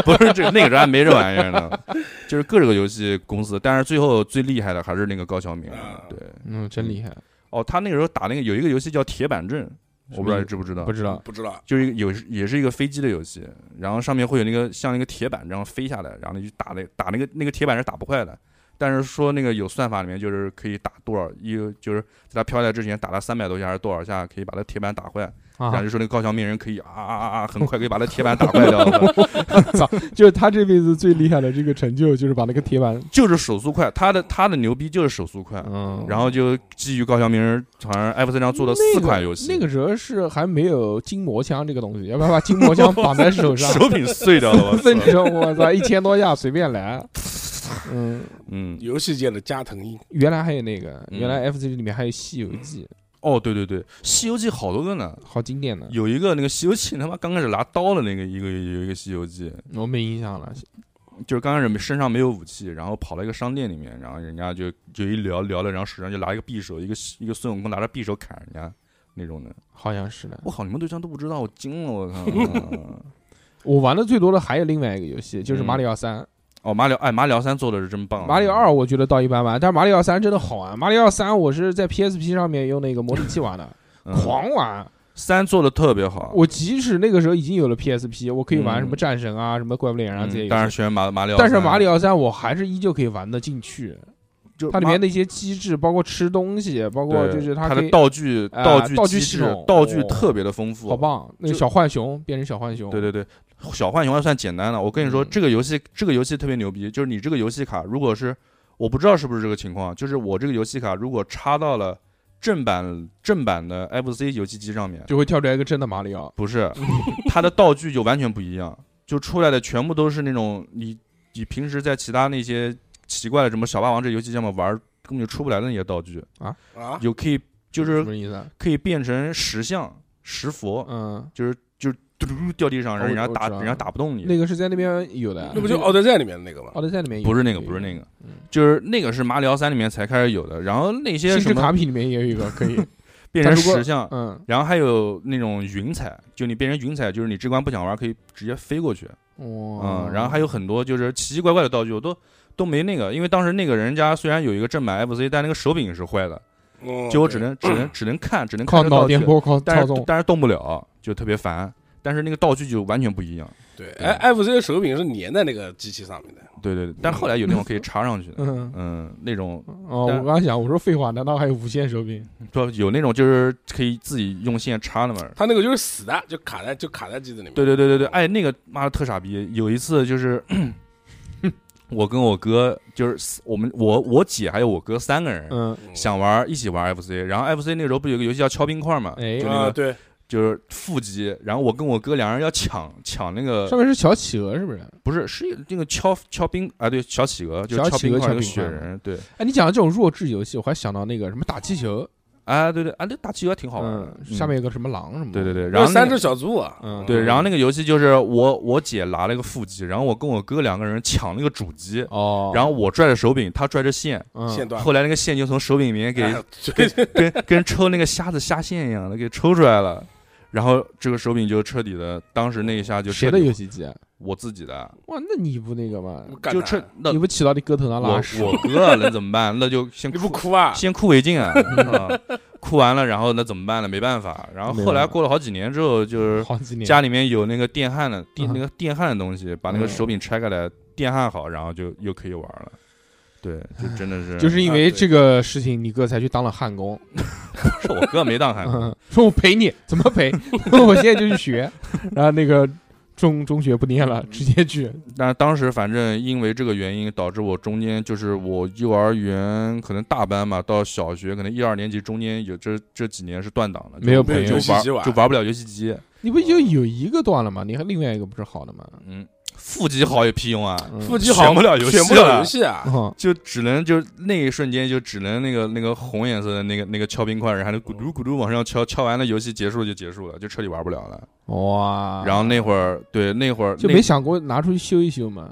C: 不是这那个时候还没这玩意儿呢， 就是各个游戏公司，但是最后最厉害的还是那个高桥名人
D: 啊。
C: 对，
B: 嗯，真厉害，
C: 哦，他那个时候打那个有一个游戏叫铁板阵，我不知道你知不知道
B: 不。知道
D: 不知道，
C: 就是一个有也是一个飞机的游戏，然后上面会有那个像一个铁板这样飞下来，然后你去打那打那个那个铁板是打不坏的，但是说那个有算法里面就是可以打多少一就是在它飘下来之前打它三百多下还是多少下可以把它铁板打坏，然后
B: 啊
C: 就，说那个高桥名人可以啊啊啊啊很快可以把它铁板打坏 掉，
B: 就是他这辈子最厉害的这个成就，就是把那个铁板，
C: 就是手速快，他的他的牛逼就是手速快，
B: 嗯，
C: 啊然后就基于高桥名人好像 F 三上做了四款游戏，
B: 那个时候是还没有筋膜枪这个东西，要不然把筋膜枪绑在手上，
C: 手柄碎掉了，我操
B: 分钟， 我操，一千多下随便 来。嗯，
C: 嗯，
D: 游戏界的加藤鹰，
B: 原来还有那个，
C: 嗯
B: 原来 F C 里面还有《西游记
C: 哦对对对，《西游记》好多个呢。》，
B: 好经典的，
C: 有一个那个《西游记》，他妈刚开始拿刀的那个一个有一个《西游记》，
B: 我没印象了。
C: 就是刚开始身上没有武器，然后跑到一个商店里面，然后人家就就一聊聊了，然后手上就拿一个匕首，一个一个孙悟空拿着匕首砍人家那种的。
B: 好像是的，
C: 我靠，你们对象都不知道，我惊了，我 靠！
B: 我玩的最多的还有另外一个游戏，就是《
C: 嗯
B: 马里奥三》。
C: 哦，马里奥，哎，马里奥三做的是真棒，啊
B: 马里奥二我觉得倒一般般，但是马里奥三真的好玩。马里奥三我是在 PSP 上面用那个模拟器玩 的，
C: 嗯
B: 狂玩。
C: 三做的特别好，
B: 我即使那个时候已经有了 PSP，我可以玩
C: 嗯
B: 什么战神啊、什么怪物猎人啊这些
C: 嗯
B: 游戏。
C: 当然选马马里奥三，
B: 但是马里奥三我还是依旧可以玩得进去，
C: 就
B: 它里
C: 马
B: 面那些机制，包括吃东西，包括
C: 对
B: 就是它
C: 它
B: 可
C: 的
B: 以
C: 道具
B: 啊
C: 道具
B: 道具
C: 机
B: 系
C: 制
B: 统
C: 道具
B: 哦
C: 特别的丰富，
B: 好棒，那个
C: 就
B: 小浣熊变成小浣熊，
C: 对对对，小浣熊还算简单的。我跟你说，
B: 哦嗯
C: 这个游戏这个游戏特别牛逼，就是你这个游戏卡，如果是我不知道是不是这个情况，就是我这个游戏卡如果插到了正版正版的 FC 游戏机上面，
B: 就会跳出来一个真的马里奥，
C: 不是它的道具就完全不一样，就出来的全部都是那种你你平时在其他那些奇怪的什么小霸王这游戏上面玩儿根本就出不来的那些道具，
D: 啊，
C: 有可以就
B: 什
C: 是
B: 么意思啊？
C: 可以变成石像石佛，
B: 嗯，
C: 就是就是嘟嘟嘟掉地上，
B: 哦
C: 然后人家
B: 我知
C: 打
B: 道
C: 人家打不动你。
B: 那个是在那边有的，
D: 那不就奥德赛里面的那个吗？
C: 啊
B: 奥德赛里面有？
C: 不是那个，不是那
B: 个，
C: 个
B: 嗯，
C: 就是那个是马里奥三里面才开始有的，然后那些
B: 星
C: 什
B: 之卡
C: 么
B: 比里面也有一个 可以，
C: 变成石像，
B: 嗯，
C: 然后还有那种云彩，就你变成云彩，就是你这关不想玩可以直接飞过去，
B: 哇哦
C: 嗯，，然后还有很多就是奇奇怪怪的道具，我都都没那个，因为当时那个人家虽然有一个正版 FC，但那个手柄是坏的，
D: 嗯
C: 就我只能只 能只能看，只能看
B: 哦靠
C: 这
B: 脑
C: 道具
B: 电，波靠
C: 但
B: 操
C: 是
B: 纵，
C: 但是动不了，就特别烦。但是那个道具就完全不一样，
D: 对，哎，FC 手柄是粘在那个机器上面的，
C: 对对对。但后来有那种可以插上去的，
B: 嗯，
C: 嗯，那种
B: 哦，
C: 但
B: 我刚想，我说废话，难道还有无线手柄？
C: 不有那种就是可以自己用线插的嘛，
D: 它那个就是死的，就卡在就卡在机子里面。
C: 对对对对对，哎，那个妈的特傻逼。有一次就是 我跟我哥，就是四我们我我姐还有我哥三个人、
B: 嗯，
D: 嗯，
C: 想玩一起玩 FC，然后 FC 那时候不有个游戏叫敲冰块嘛，
B: 哎
C: 就那
D: 啊，
C: 个、
D: 对，
C: 就是腹肌，然后我跟我哥两人要抢抢那个
B: 上面是小企鹅是不是？
C: 不是是那个敲敲冰啊，对小企鹅就
B: 小
C: 是敲
B: 企鹅
C: 冰
B: 敲
C: 块那个
B: 冰
C: 雪
B: 块
C: 人，对，
B: 哎，你讲的这种弱智游戏，我还想到那个什么打气球，
C: 啊对对啊，那打企鹅挺好玩的，
B: 嗯，下面有个什么狼什么的，
C: 对对对，然
D: 然
C: 后
D: 后
C: 那
D: 三
C: 个
D: 只小猪啊，
B: 嗯
C: 对，然后那个游戏就是我我姐拿了一个腹肌，然后我跟我哥两个人抢那个主机，
B: 哦，
C: 然后我拽着手柄，他拽着线，
B: 嗯
D: 线段
C: 后来那个线就从手柄里面给
D: 哎对
C: 跟跟抽那个虾子虾线一样的给抽出来了，然后这个手柄就彻底的，当时那一下就
B: 谁
C: 彻
B: 的
C: 底
B: 游戏机啊？
C: 我自己的，
B: 哇，那你不那个吗？
D: 我干
C: 就
D: 他
C: 彻那
B: 你
C: 我
B: 不骑到你胳头上拉屎？
C: 我哥能怎么办？那就先
D: 你不
C: 哭，
D: 哭 啊？
C: 先哭为敬啊，啊哭完了，然后那怎么办呢？没办法，然后
B: 没
C: 后来
B: 办法
C: 过了好几年之后，就是
B: 好几年
C: 家里面有那个电焊的电
B: 嗯
C: 那个电焊的东西，把那
B: 嗯
C: 个手柄拆开来电焊好，然后就又可以玩了。对，就真的 是，
B: 就是因为这个事情，你哥才去当了焊工。
C: 是我哥没当焊工，
B: 嗯，说我陪你，怎么陪？我现在就去学。然后那个中中学不念了，直
C: 嗯
B: 接去
C: 但当时反正因为这个原因，导致我中间就是我幼儿园可能大班嘛，到小学可能一二年级中间有这这几年是断档了，就
B: 没有
D: 没有
B: 朋
D: 游
B: 友
C: 就，
D: 戏机玩
C: 玩就玩不了游戏机。
B: 你不就有一个断了吗？你还另外一个不是好的吗？
C: 嗯，腹肌好有屁用啊，
B: 嗯
D: 腹肌好
C: 选不了游戏
D: 选不了
C: 了
D: 游戏啊，
B: 嗯
C: 就只能就那一瞬间就只能那个那个红颜色的那个那个敲冰块，然后就咕噜咕噜往上敲，敲完了游戏结束了就结束了，就彻底玩不了了。
B: 哇，
C: 然后那会儿对那会儿
B: 就
C: 那
B: 没想过拿出去修一修吗？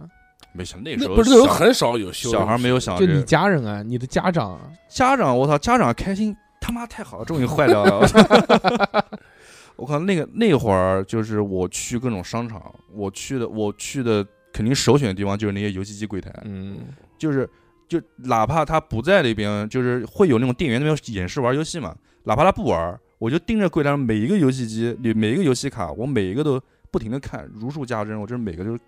C: 没想那时
D: 那
C: 候
D: 不是有
C: 小
D: 很少有修的
C: 小孩没有想
B: 就
C: 这
B: 你
C: 个
B: 家人啊，你的家长啊，
C: 家长，我操，家长开心，他妈太好了，终于坏掉了。 我靠，那个那会儿就是我去各种商场，我去的我去的肯定首选的地方就是那些游戏机柜台，
B: 嗯
C: 就是就哪怕他不在那边，就是会有那种店员那边演示玩游戏嘛，哪怕他不玩，我就盯着柜台上每一个游戏机里每一个游戏卡，我每一个都不停的看，如数家珍，我就是每个就是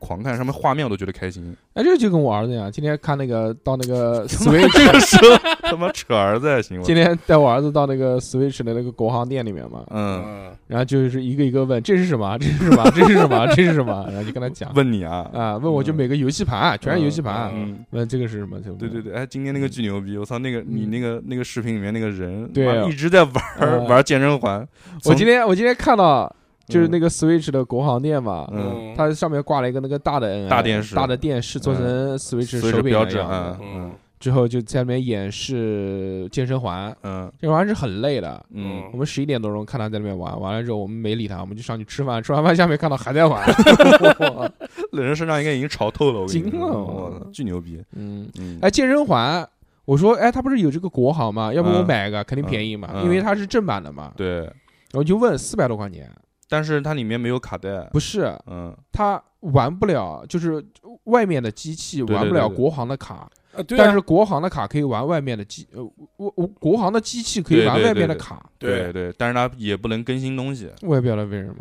C: 狂看，上面画面我都觉得 开心。
B: 哎，这就跟我儿子一样，今天看那个到那 个
C: 这
B: Switch，
C: 个时候他妈扯儿子还行吗
B: 今？天带我儿子到那个 Switch 的那个国行店里面嘛，
C: 嗯，
D: 嗯，
B: 然后就是一个一个问这是什么，这是什么， 这是什么，这是什么，然后就跟他讲
C: 问你啊，
B: 啊，问我就每个游戏盘，全是游戏盘，啊
C: 嗯，
B: 问这个是什么，
C: 对对
B: 对，
C: 对，哎，今天那个巨牛逼！我操，那个你
B: 嗯
C: 那个那个视频里面那个人，
B: 对
C: 妈
B: 啊
C: 一直在玩儿
B: 嗯
C: 玩健身环。嗯
B: 我
C: 从
B: 今天我今天看到就是那个 Switch 的国行店嘛，
C: 嗯
D: 嗯，
B: 它上面挂了一个那个大的 NI,
C: 大电视嗯
B: 大的电视做成 Switch 手柄
C: 标
B: 一
C: 志
B: 样的
C: 啊，嗯
D: 嗯
B: 之后就在那边演示健身环，
C: 嗯
B: 健身环是很累的。
C: 嗯，
B: 我们十一点多钟看他在那边玩，完了之后我们没理他，我们就上去吃饭，吃完饭下面看到还在 玩，嗯
C: 那人身上应该已经潮透了，我跟你
B: 惊
C: 说，
B: 了
C: 我
B: 我
C: 操巨牛逼！
B: 嗯，
C: 嗯，
B: 哎，健身环，我说哎，他不是有这个国行吗？要不我
C: 嗯
B: 买一个，肯定便宜嘛，
C: 嗯
B: 因为它是正版的嘛。
C: 对，
B: 我就问四百多块钱，
C: 但是它里面没有卡带，
B: 不是
C: 嗯，
B: 他玩不了，就是外面的机器
C: 对
B: 玩不
C: 对
B: 了
C: 对
B: 国行的卡，
D: 啊对啊，
B: 但是国行的卡可以玩外面的机，呃，我我国行的机器可以
C: 对
B: 玩
C: 对
B: 外
C: 对
B: 面的
C: 对
B: 卡，
D: 对
C: 对对，但是它也不能更新东西。
B: 我也不晓得为什么。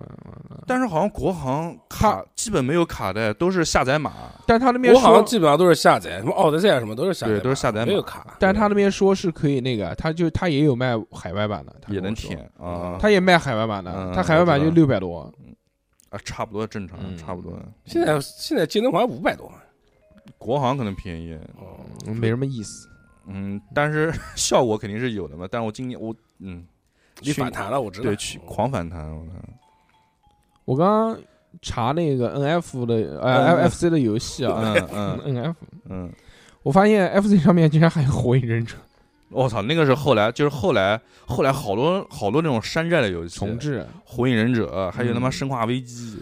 C: 但是好像国行卡基本没有卡带，都是下载码。
B: 但他那边
D: 国行
B: 说，
D: 基本上都是下载，什么奥德赛啊什么都是下载
C: 对
D: 版，
C: 都是下载版
D: 没有卡。
B: 但他那边说是可以那个，他就他也有卖海外版的，他
C: 也
B: 跟我
C: 能
B: 说嗯
C: 舔，啊，
B: 他也卖海外版的
C: 嗯，
B: 他海外版就
C: 我知
B: 六百多，
C: 啊差不多正常，
B: 嗯
C: 差不多。
D: 现在现在节能环五百多嘛，
C: 国行可能便宜，
D: 哦，
B: 嗯没什么意思。
C: 嗯，但是 效果肯定是有的嘛。但是我今年我嗯，
D: 你
C: 去
D: 反弹了，我知道。哦
C: 对，去狂反弹，我操！
B: 我刚刚查那个 N F 的
C: 嗯
B: 呃 F C 的游戏啊
C: 嗯 嗯
B: ，N F，
C: 嗯，
B: 我发现 F C 上面竟然还有火影忍者
C: 我操，那个是后来，就是后来，后来好多好多那种山寨的游戏，
B: 重
C: 《
B: 置，
C: 火影忍者》，还有他妈《生化危机》，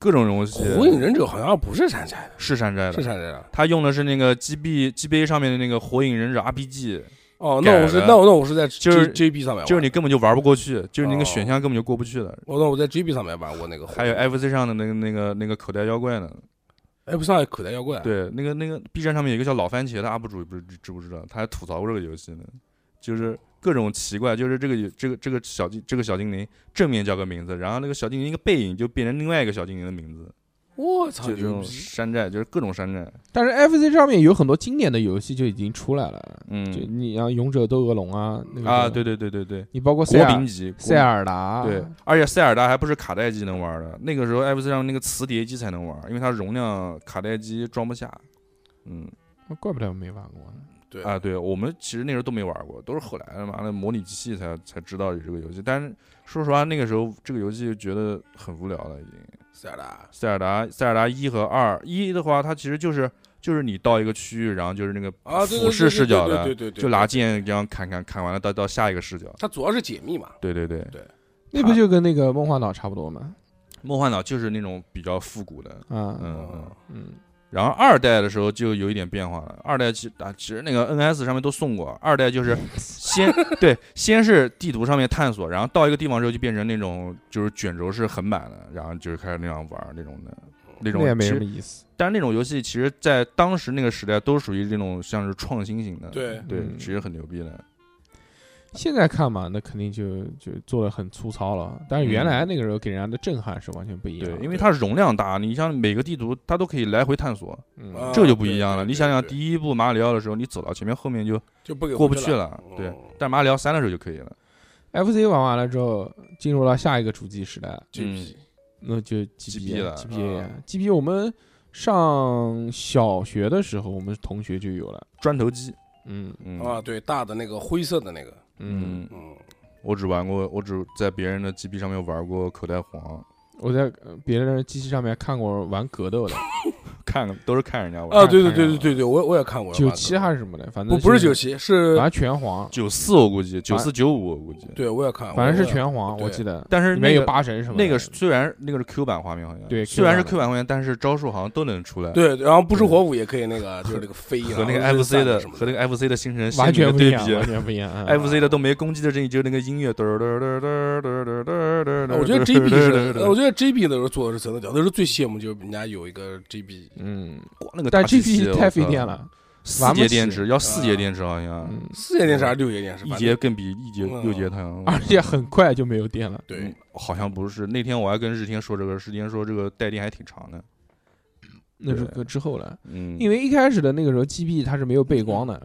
C: 各种游戏，
D: 嗯火影忍者好像不是山寨的，
C: 是山寨
D: 是
C: 的。
D: 山寨的。
C: 他用的是那个 GB GBA 上面的那个《火影忍者 RPG》，
D: 哦，那我是
C: 改了
D: 那我那我是在 J
C: 就是
D: JB 上面玩，
C: 就是你根本就玩不过去，就是那个
D: 哦
C: 选项根本就过不去的。
D: 我那我在 JB 上面玩过那个火影，
C: 还有 FC 上的那个那个那个口袋妖怪呢，
D: 哎不上有口袋妖怪，，
C: 对，那个那个 B 站上面有一个叫老番茄的 UP 主，不是知知不知道？他还吐槽过这个游戏呢，就是各种奇怪，就是这个这个这个小精这个小精灵正面叫个名字，然后那个小精灵一个背影就变成另外一个小精灵的名字，
D: 我操
C: 就这
D: 牛
C: 种
D: 逼！
C: 山寨，就是各种山寨。
B: 但是 F C 上面有很多经典的游戏就已经出来了，就
C: 嗯
B: 你像勇者斗恶龙啊，那个
C: 啊，，对对对对对，
B: 你包括塞
C: 国
B: 尔
C: 民级国
B: 塞尔啊达，
C: 对，而且塞尔达还不是卡带机能玩的，那个时候 FC 上那个磁碟机才能玩，因为它容量卡带机装不下。嗯
B: 怪不得我没玩过呢。
D: 对
C: 啊，对我们其实那时候都没玩过，都是后来他妈的模拟机器才才知道有这个游戏。但是说实话，那个时候这个游戏觉得很无聊了，已经。
D: 塞尔达，
C: 塞尔达，塞尔达一和二，一的话它其实就是就是你到一个区域，然后就是那个
D: 啊对对对
C: 俯视视角的，
D: 对对对对对
C: 就拿剑这样砍砍砍完了到到下一个视角。
D: 它主要是解密嘛，
C: 对对对，
B: 那不就跟那个梦幻岛差不多吗？
C: 梦幻岛就是那种比较复古的，
B: 啊，
C: 嗯
D: 哦
C: 嗯。
B: 嗯，
C: 然后二代的时候就有一点变化了，二代其啊，其实那个 NS 上面都送过，二代就是先 对，先是地图上面探索，然后到一个地方之后就变成那种就是卷轴式横版的，然后就是开始那样玩那种的，那种
B: 那也没
C: 其
B: 什么
C: 实，
B: 意思。
C: 但是那种游戏其实在当时那个时代都属于这种像是创新型的，
D: 对
C: 对，
B: 嗯
C: 其实很牛逼的，
B: 现在看嘛，那肯定就就做的很粗糙了。但是原来那个时候给人家的震撼是完全不一样
C: 对
B: 的。，
C: 因为它容量大，你像每个地图它都可以来回探索，
B: 嗯
D: 啊
C: 这就不一样
D: 对
C: 了。
D: 对
C: 你想想
D: 对对
C: 第一部马里奥的时候，你走到前面后面就
D: 就不给
C: 过不
D: 回哦
C: 去了，对，但马里奥三的时候就可以了。
B: FC 玩完了之后，进入了下一个主机时代，
D: ，JP
B: 那就 GP
C: GP 了
B: GP GP 我们上小学的时候，我们同学就有了，
C: 砖头机，
B: 嗯
C: 嗯
D: 啊，对，大的那个灰色的那个，
B: 嗯，
C: 嗯，
D: 嗯，
C: 我只玩过，我只在别人的 GB 上面玩过口袋黄，
B: 我在呃别人的机器上面看过玩格斗的，
C: 看都是看人家玩。
D: 啊，对对对对对对，我我也看过
B: 九七还是什么的，反正
D: 不不是九
B: 七，
D: 七，是
B: 反正全黄，
C: 九四我估计，九四九五我估计。
D: 对我也看，
B: 反正
D: 我
B: 是
D: 也
B: 全黄，
D: 对
B: 我记得，
C: 但是
B: 里面
C: 那
B: 有
C: 个
B: 八神什么的，
C: 那个虽然那个是 Q 版画面好像，
B: 对
C: 虽然是
B: Q
C: Q 版画面，但是招数好像都能出来。
D: 对，然后不出火舞也可以那个，就是那个 飞
C: 和那个
D: 然后
C: FC 的
D: 什么
C: 和那个 FC 的形成鲜
B: 完
C: 明
B: 全
C: 的
B: 不一
C: 对
B: 样，完
C: 比。
B: 全不一样。嗯
C: FC 的都没攻击的阵地，就那个音乐嘚儿嘚儿嘚儿嘚儿嘚儿嘚儿嘚儿嘚儿嘚儿。
D: 啊 我觉得 GB 是，
C: 嘚
D: 呃我
C: 儿
D: 觉得 GB 的时候做的是真的屌，那是最羡慕就是人家有一个 GB，
B: 嗯，
C: 光那个
B: 但
C: 大气息
B: GP 太费电，了，
C: 我
B: 玩
C: 操四
B: 不起
C: 节电池要四节电池好像，
B: 嗯，
D: 四节电视还是六节电视？
C: 一
D: 反正
C: 节更比一节
D: 嗯
C: 六节疼。
B: 而且很快就没有电了。
D: 对
C: 嗯，好像不是。那天我还跟日天说这个，日天说这个带电还挺长的。
B: 那是
C: 对
B: 个之后了，
C: 嗯，
B: 因为一开始的那个时候 GB 它是没有背光的，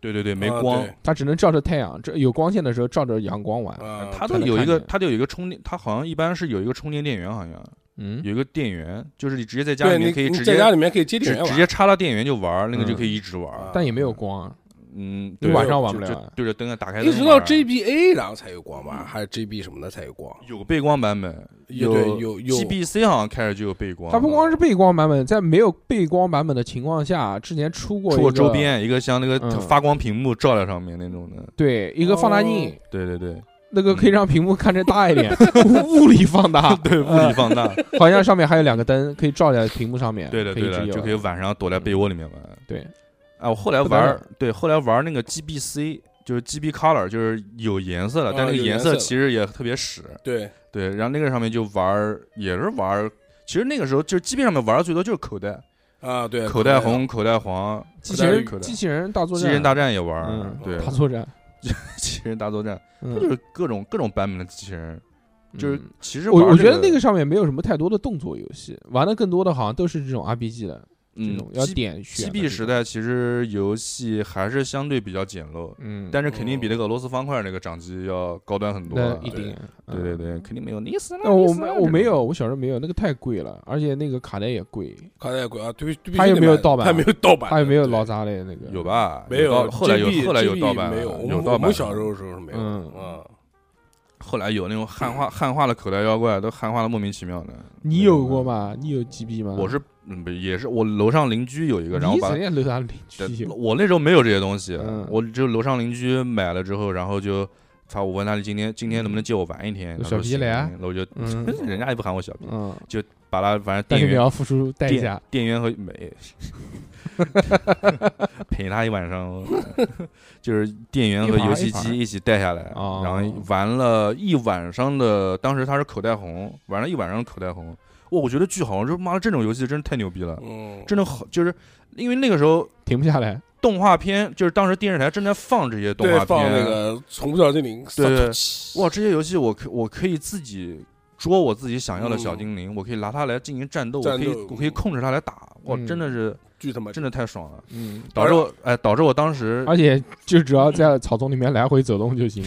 C: 对对对，没
D: 啊
C: 光
D: 对，
B: 它只能照着太阳，这有光线的时候照着阳光玩。
D: 啊，
C: 它
B: 才
C: 都
B: 能
C: 有
B: 看
C: 一个，
B: 见
C: 它就有一个充电，它好像一般是有一个充电电源，好像
B: 嗯，
C: 有一个电源，就是你直接在家里
D: 对你
C: 面可以
D: 你
C: 直
D: 在
C: 接
D: 家里面可以接
C: 直
D: 电源
C: 直
D: 玩
C: 接插到电源就玩儿，那个就
B: 嗯
C: 可以一直玩儿。
B: 但也没有光啊，
C: 嗯，
B: 你
C: 对
B: 晚上玩不
C: 就
B: 了
C: 就
B: 啊。
C: 对着灯啊，打开灯
D: 一直到
C: 玩儿
D: GBA 然后才有光吧，还是 GB 什么的才有光？
C: 有背光版本，
D: 有对有有
C: GBC 好像开始就有背光了，
B: 它不光是背光版本，在没有背光版本的情况下，之前出过
C: 出
B: 一
C: 过
B: 个
C: 周，边一个像那个
B: 嗯
C: 发光屏幕照在上面那种的，
B: 对一个放大镜，
C: 对对
D: 哎
C: 对，
B: 那个可以让屏幕看着大一 点，物理放大，对，
C: 物理放大，
B: 好像上面还有两个灯可以照在屏幕上面，
C: 对的
B: 可
C: 对
B: 以
C: 的，
B: 自由
C: 就可以晚上躲在被窝里面玩。
B: 对，
C: 哎，我后来
B: 不得
C: 玩
B: 了
C: 儿，对，后来玩儿那个 GBC，就是 GB Color，就是有颜色了，
B: 哦
D: 啊
C: 但那个
D: 有
C: 颜
D: 颜色
C: 色
D: 了
C: 其实也特别屎。
D: 对
C: 对，然后那个上面就玩儿，也是玩儿。其实那个时候就是 GB 上面玩儿的最多就是口袋，
D: 啊对，
B: 呃
C: 口袋红、口袋黄、
B: 机器
C: 机器人、口
B: 人
C: 袋
B: 机器人大作
C: 机
B: 战，啊
C: 器人大战也玩儿，
B: 嗯
C: 对，
B: 大作战，
C: 机器人大作战，它就
B: 嗯，
C: 是各种各种版本的机器人，就是
B: 嗯
C: 其实玩
B: 我
C: 儿
B: 我觉得那
C: 这
B: 个上面没有什么太多的动作游戏，玩的更多的好像都是这种 RPG 的这
C: 嗯
B: 种，要点选
C: GB 时
B: 代，
C: 代其实游戏还是相对比较简陋，
B: 嗯，
C: 但是肯
D: 哦
C: 定比那个俄罗斯方块那个掌机要高端很多
B: 那
C: 了。
B: 一定，
C: 对对
B: 嗯。
C: 对，肯定没有你死了。
B: 那我
C: 你死
B: 没
C: 了
B: 我没，
C: 这种
B: 有，我小时候没有，那个太贵了，而且那个卡带也贵，
D: 口袋鬼啊，对，必须
B: 它有
D: 得
B: 没有
D: 买
B: 盗版
D: 它没有盗版的，
B: 它也没有
D: 对
B: 老杂类那个，
C: 有？吧？
D: 没
C: 盗
D: 有，
C: 后来有
D: GB
C: 后来有
D: GB
C: 盗版的，
D: 没有，我
C: 有
D: 们
C: 盗
D: 我
C: 版的。
D: 们小时候的时候是没有的，
B: 嗯
D: 嗯，
C: 后来有那种汉化汉化的口袋妖怪，都汉化的莫名其妙的。
B: 你有过吗？你有 GB 吗？
C: 嗯我是嗯不也是我楼上邻居有一个，然后
B: 你
C: 把
B: 怎样楼上邻居有？
C: 我那时候没有这些东西
B: 嗯，
C: 我只有楼上邻居买了之后，然后就他我问他你今天今天能不能借我玩一天，他
B: 小
C: 说
B: 皮
C: 行
B: 来啊
C: 那我就
B: 嗯
C: 人家也不喊我小皮，
B: 嗯，
C: 把他反正
B: 但
C: 电
B: 是你
C: 源
B: 要付出代
C: 电
B: 价。
C: 电源和没陪他一晚上， 就是电源和游戏机一起带下来，
B: 哦
C: 然后玩了一晚上的，当时他是口袋红，玩了一晚上的口袋红，哇，我觉得巨好玩，这妈的这种游戏真是太牛逼了，
D: 嗯，
C: 真的好，就是因为那个时候
B: 停不下来，
C: 动画片，就是当时电视台正在放这些动
D: 对
C: 画片，
D: 放那个《宠物小精灵》，
C: 对对
D: 对，
C: 哇，这些游戏我可我可以自己捉我自己想要的小精灵，我可以拿它来进行战斗，
D: 嗯战
C: 我可以
D: 斗
C: 我可以控制它来打，哇，
B: 嗯
C: 真的是
D: 巨他妈
C: 真的太爽了。
B: 嗯，
C: 导致我哎，导致我当时
B: 而且就只要在草丛里面来回走动就 行，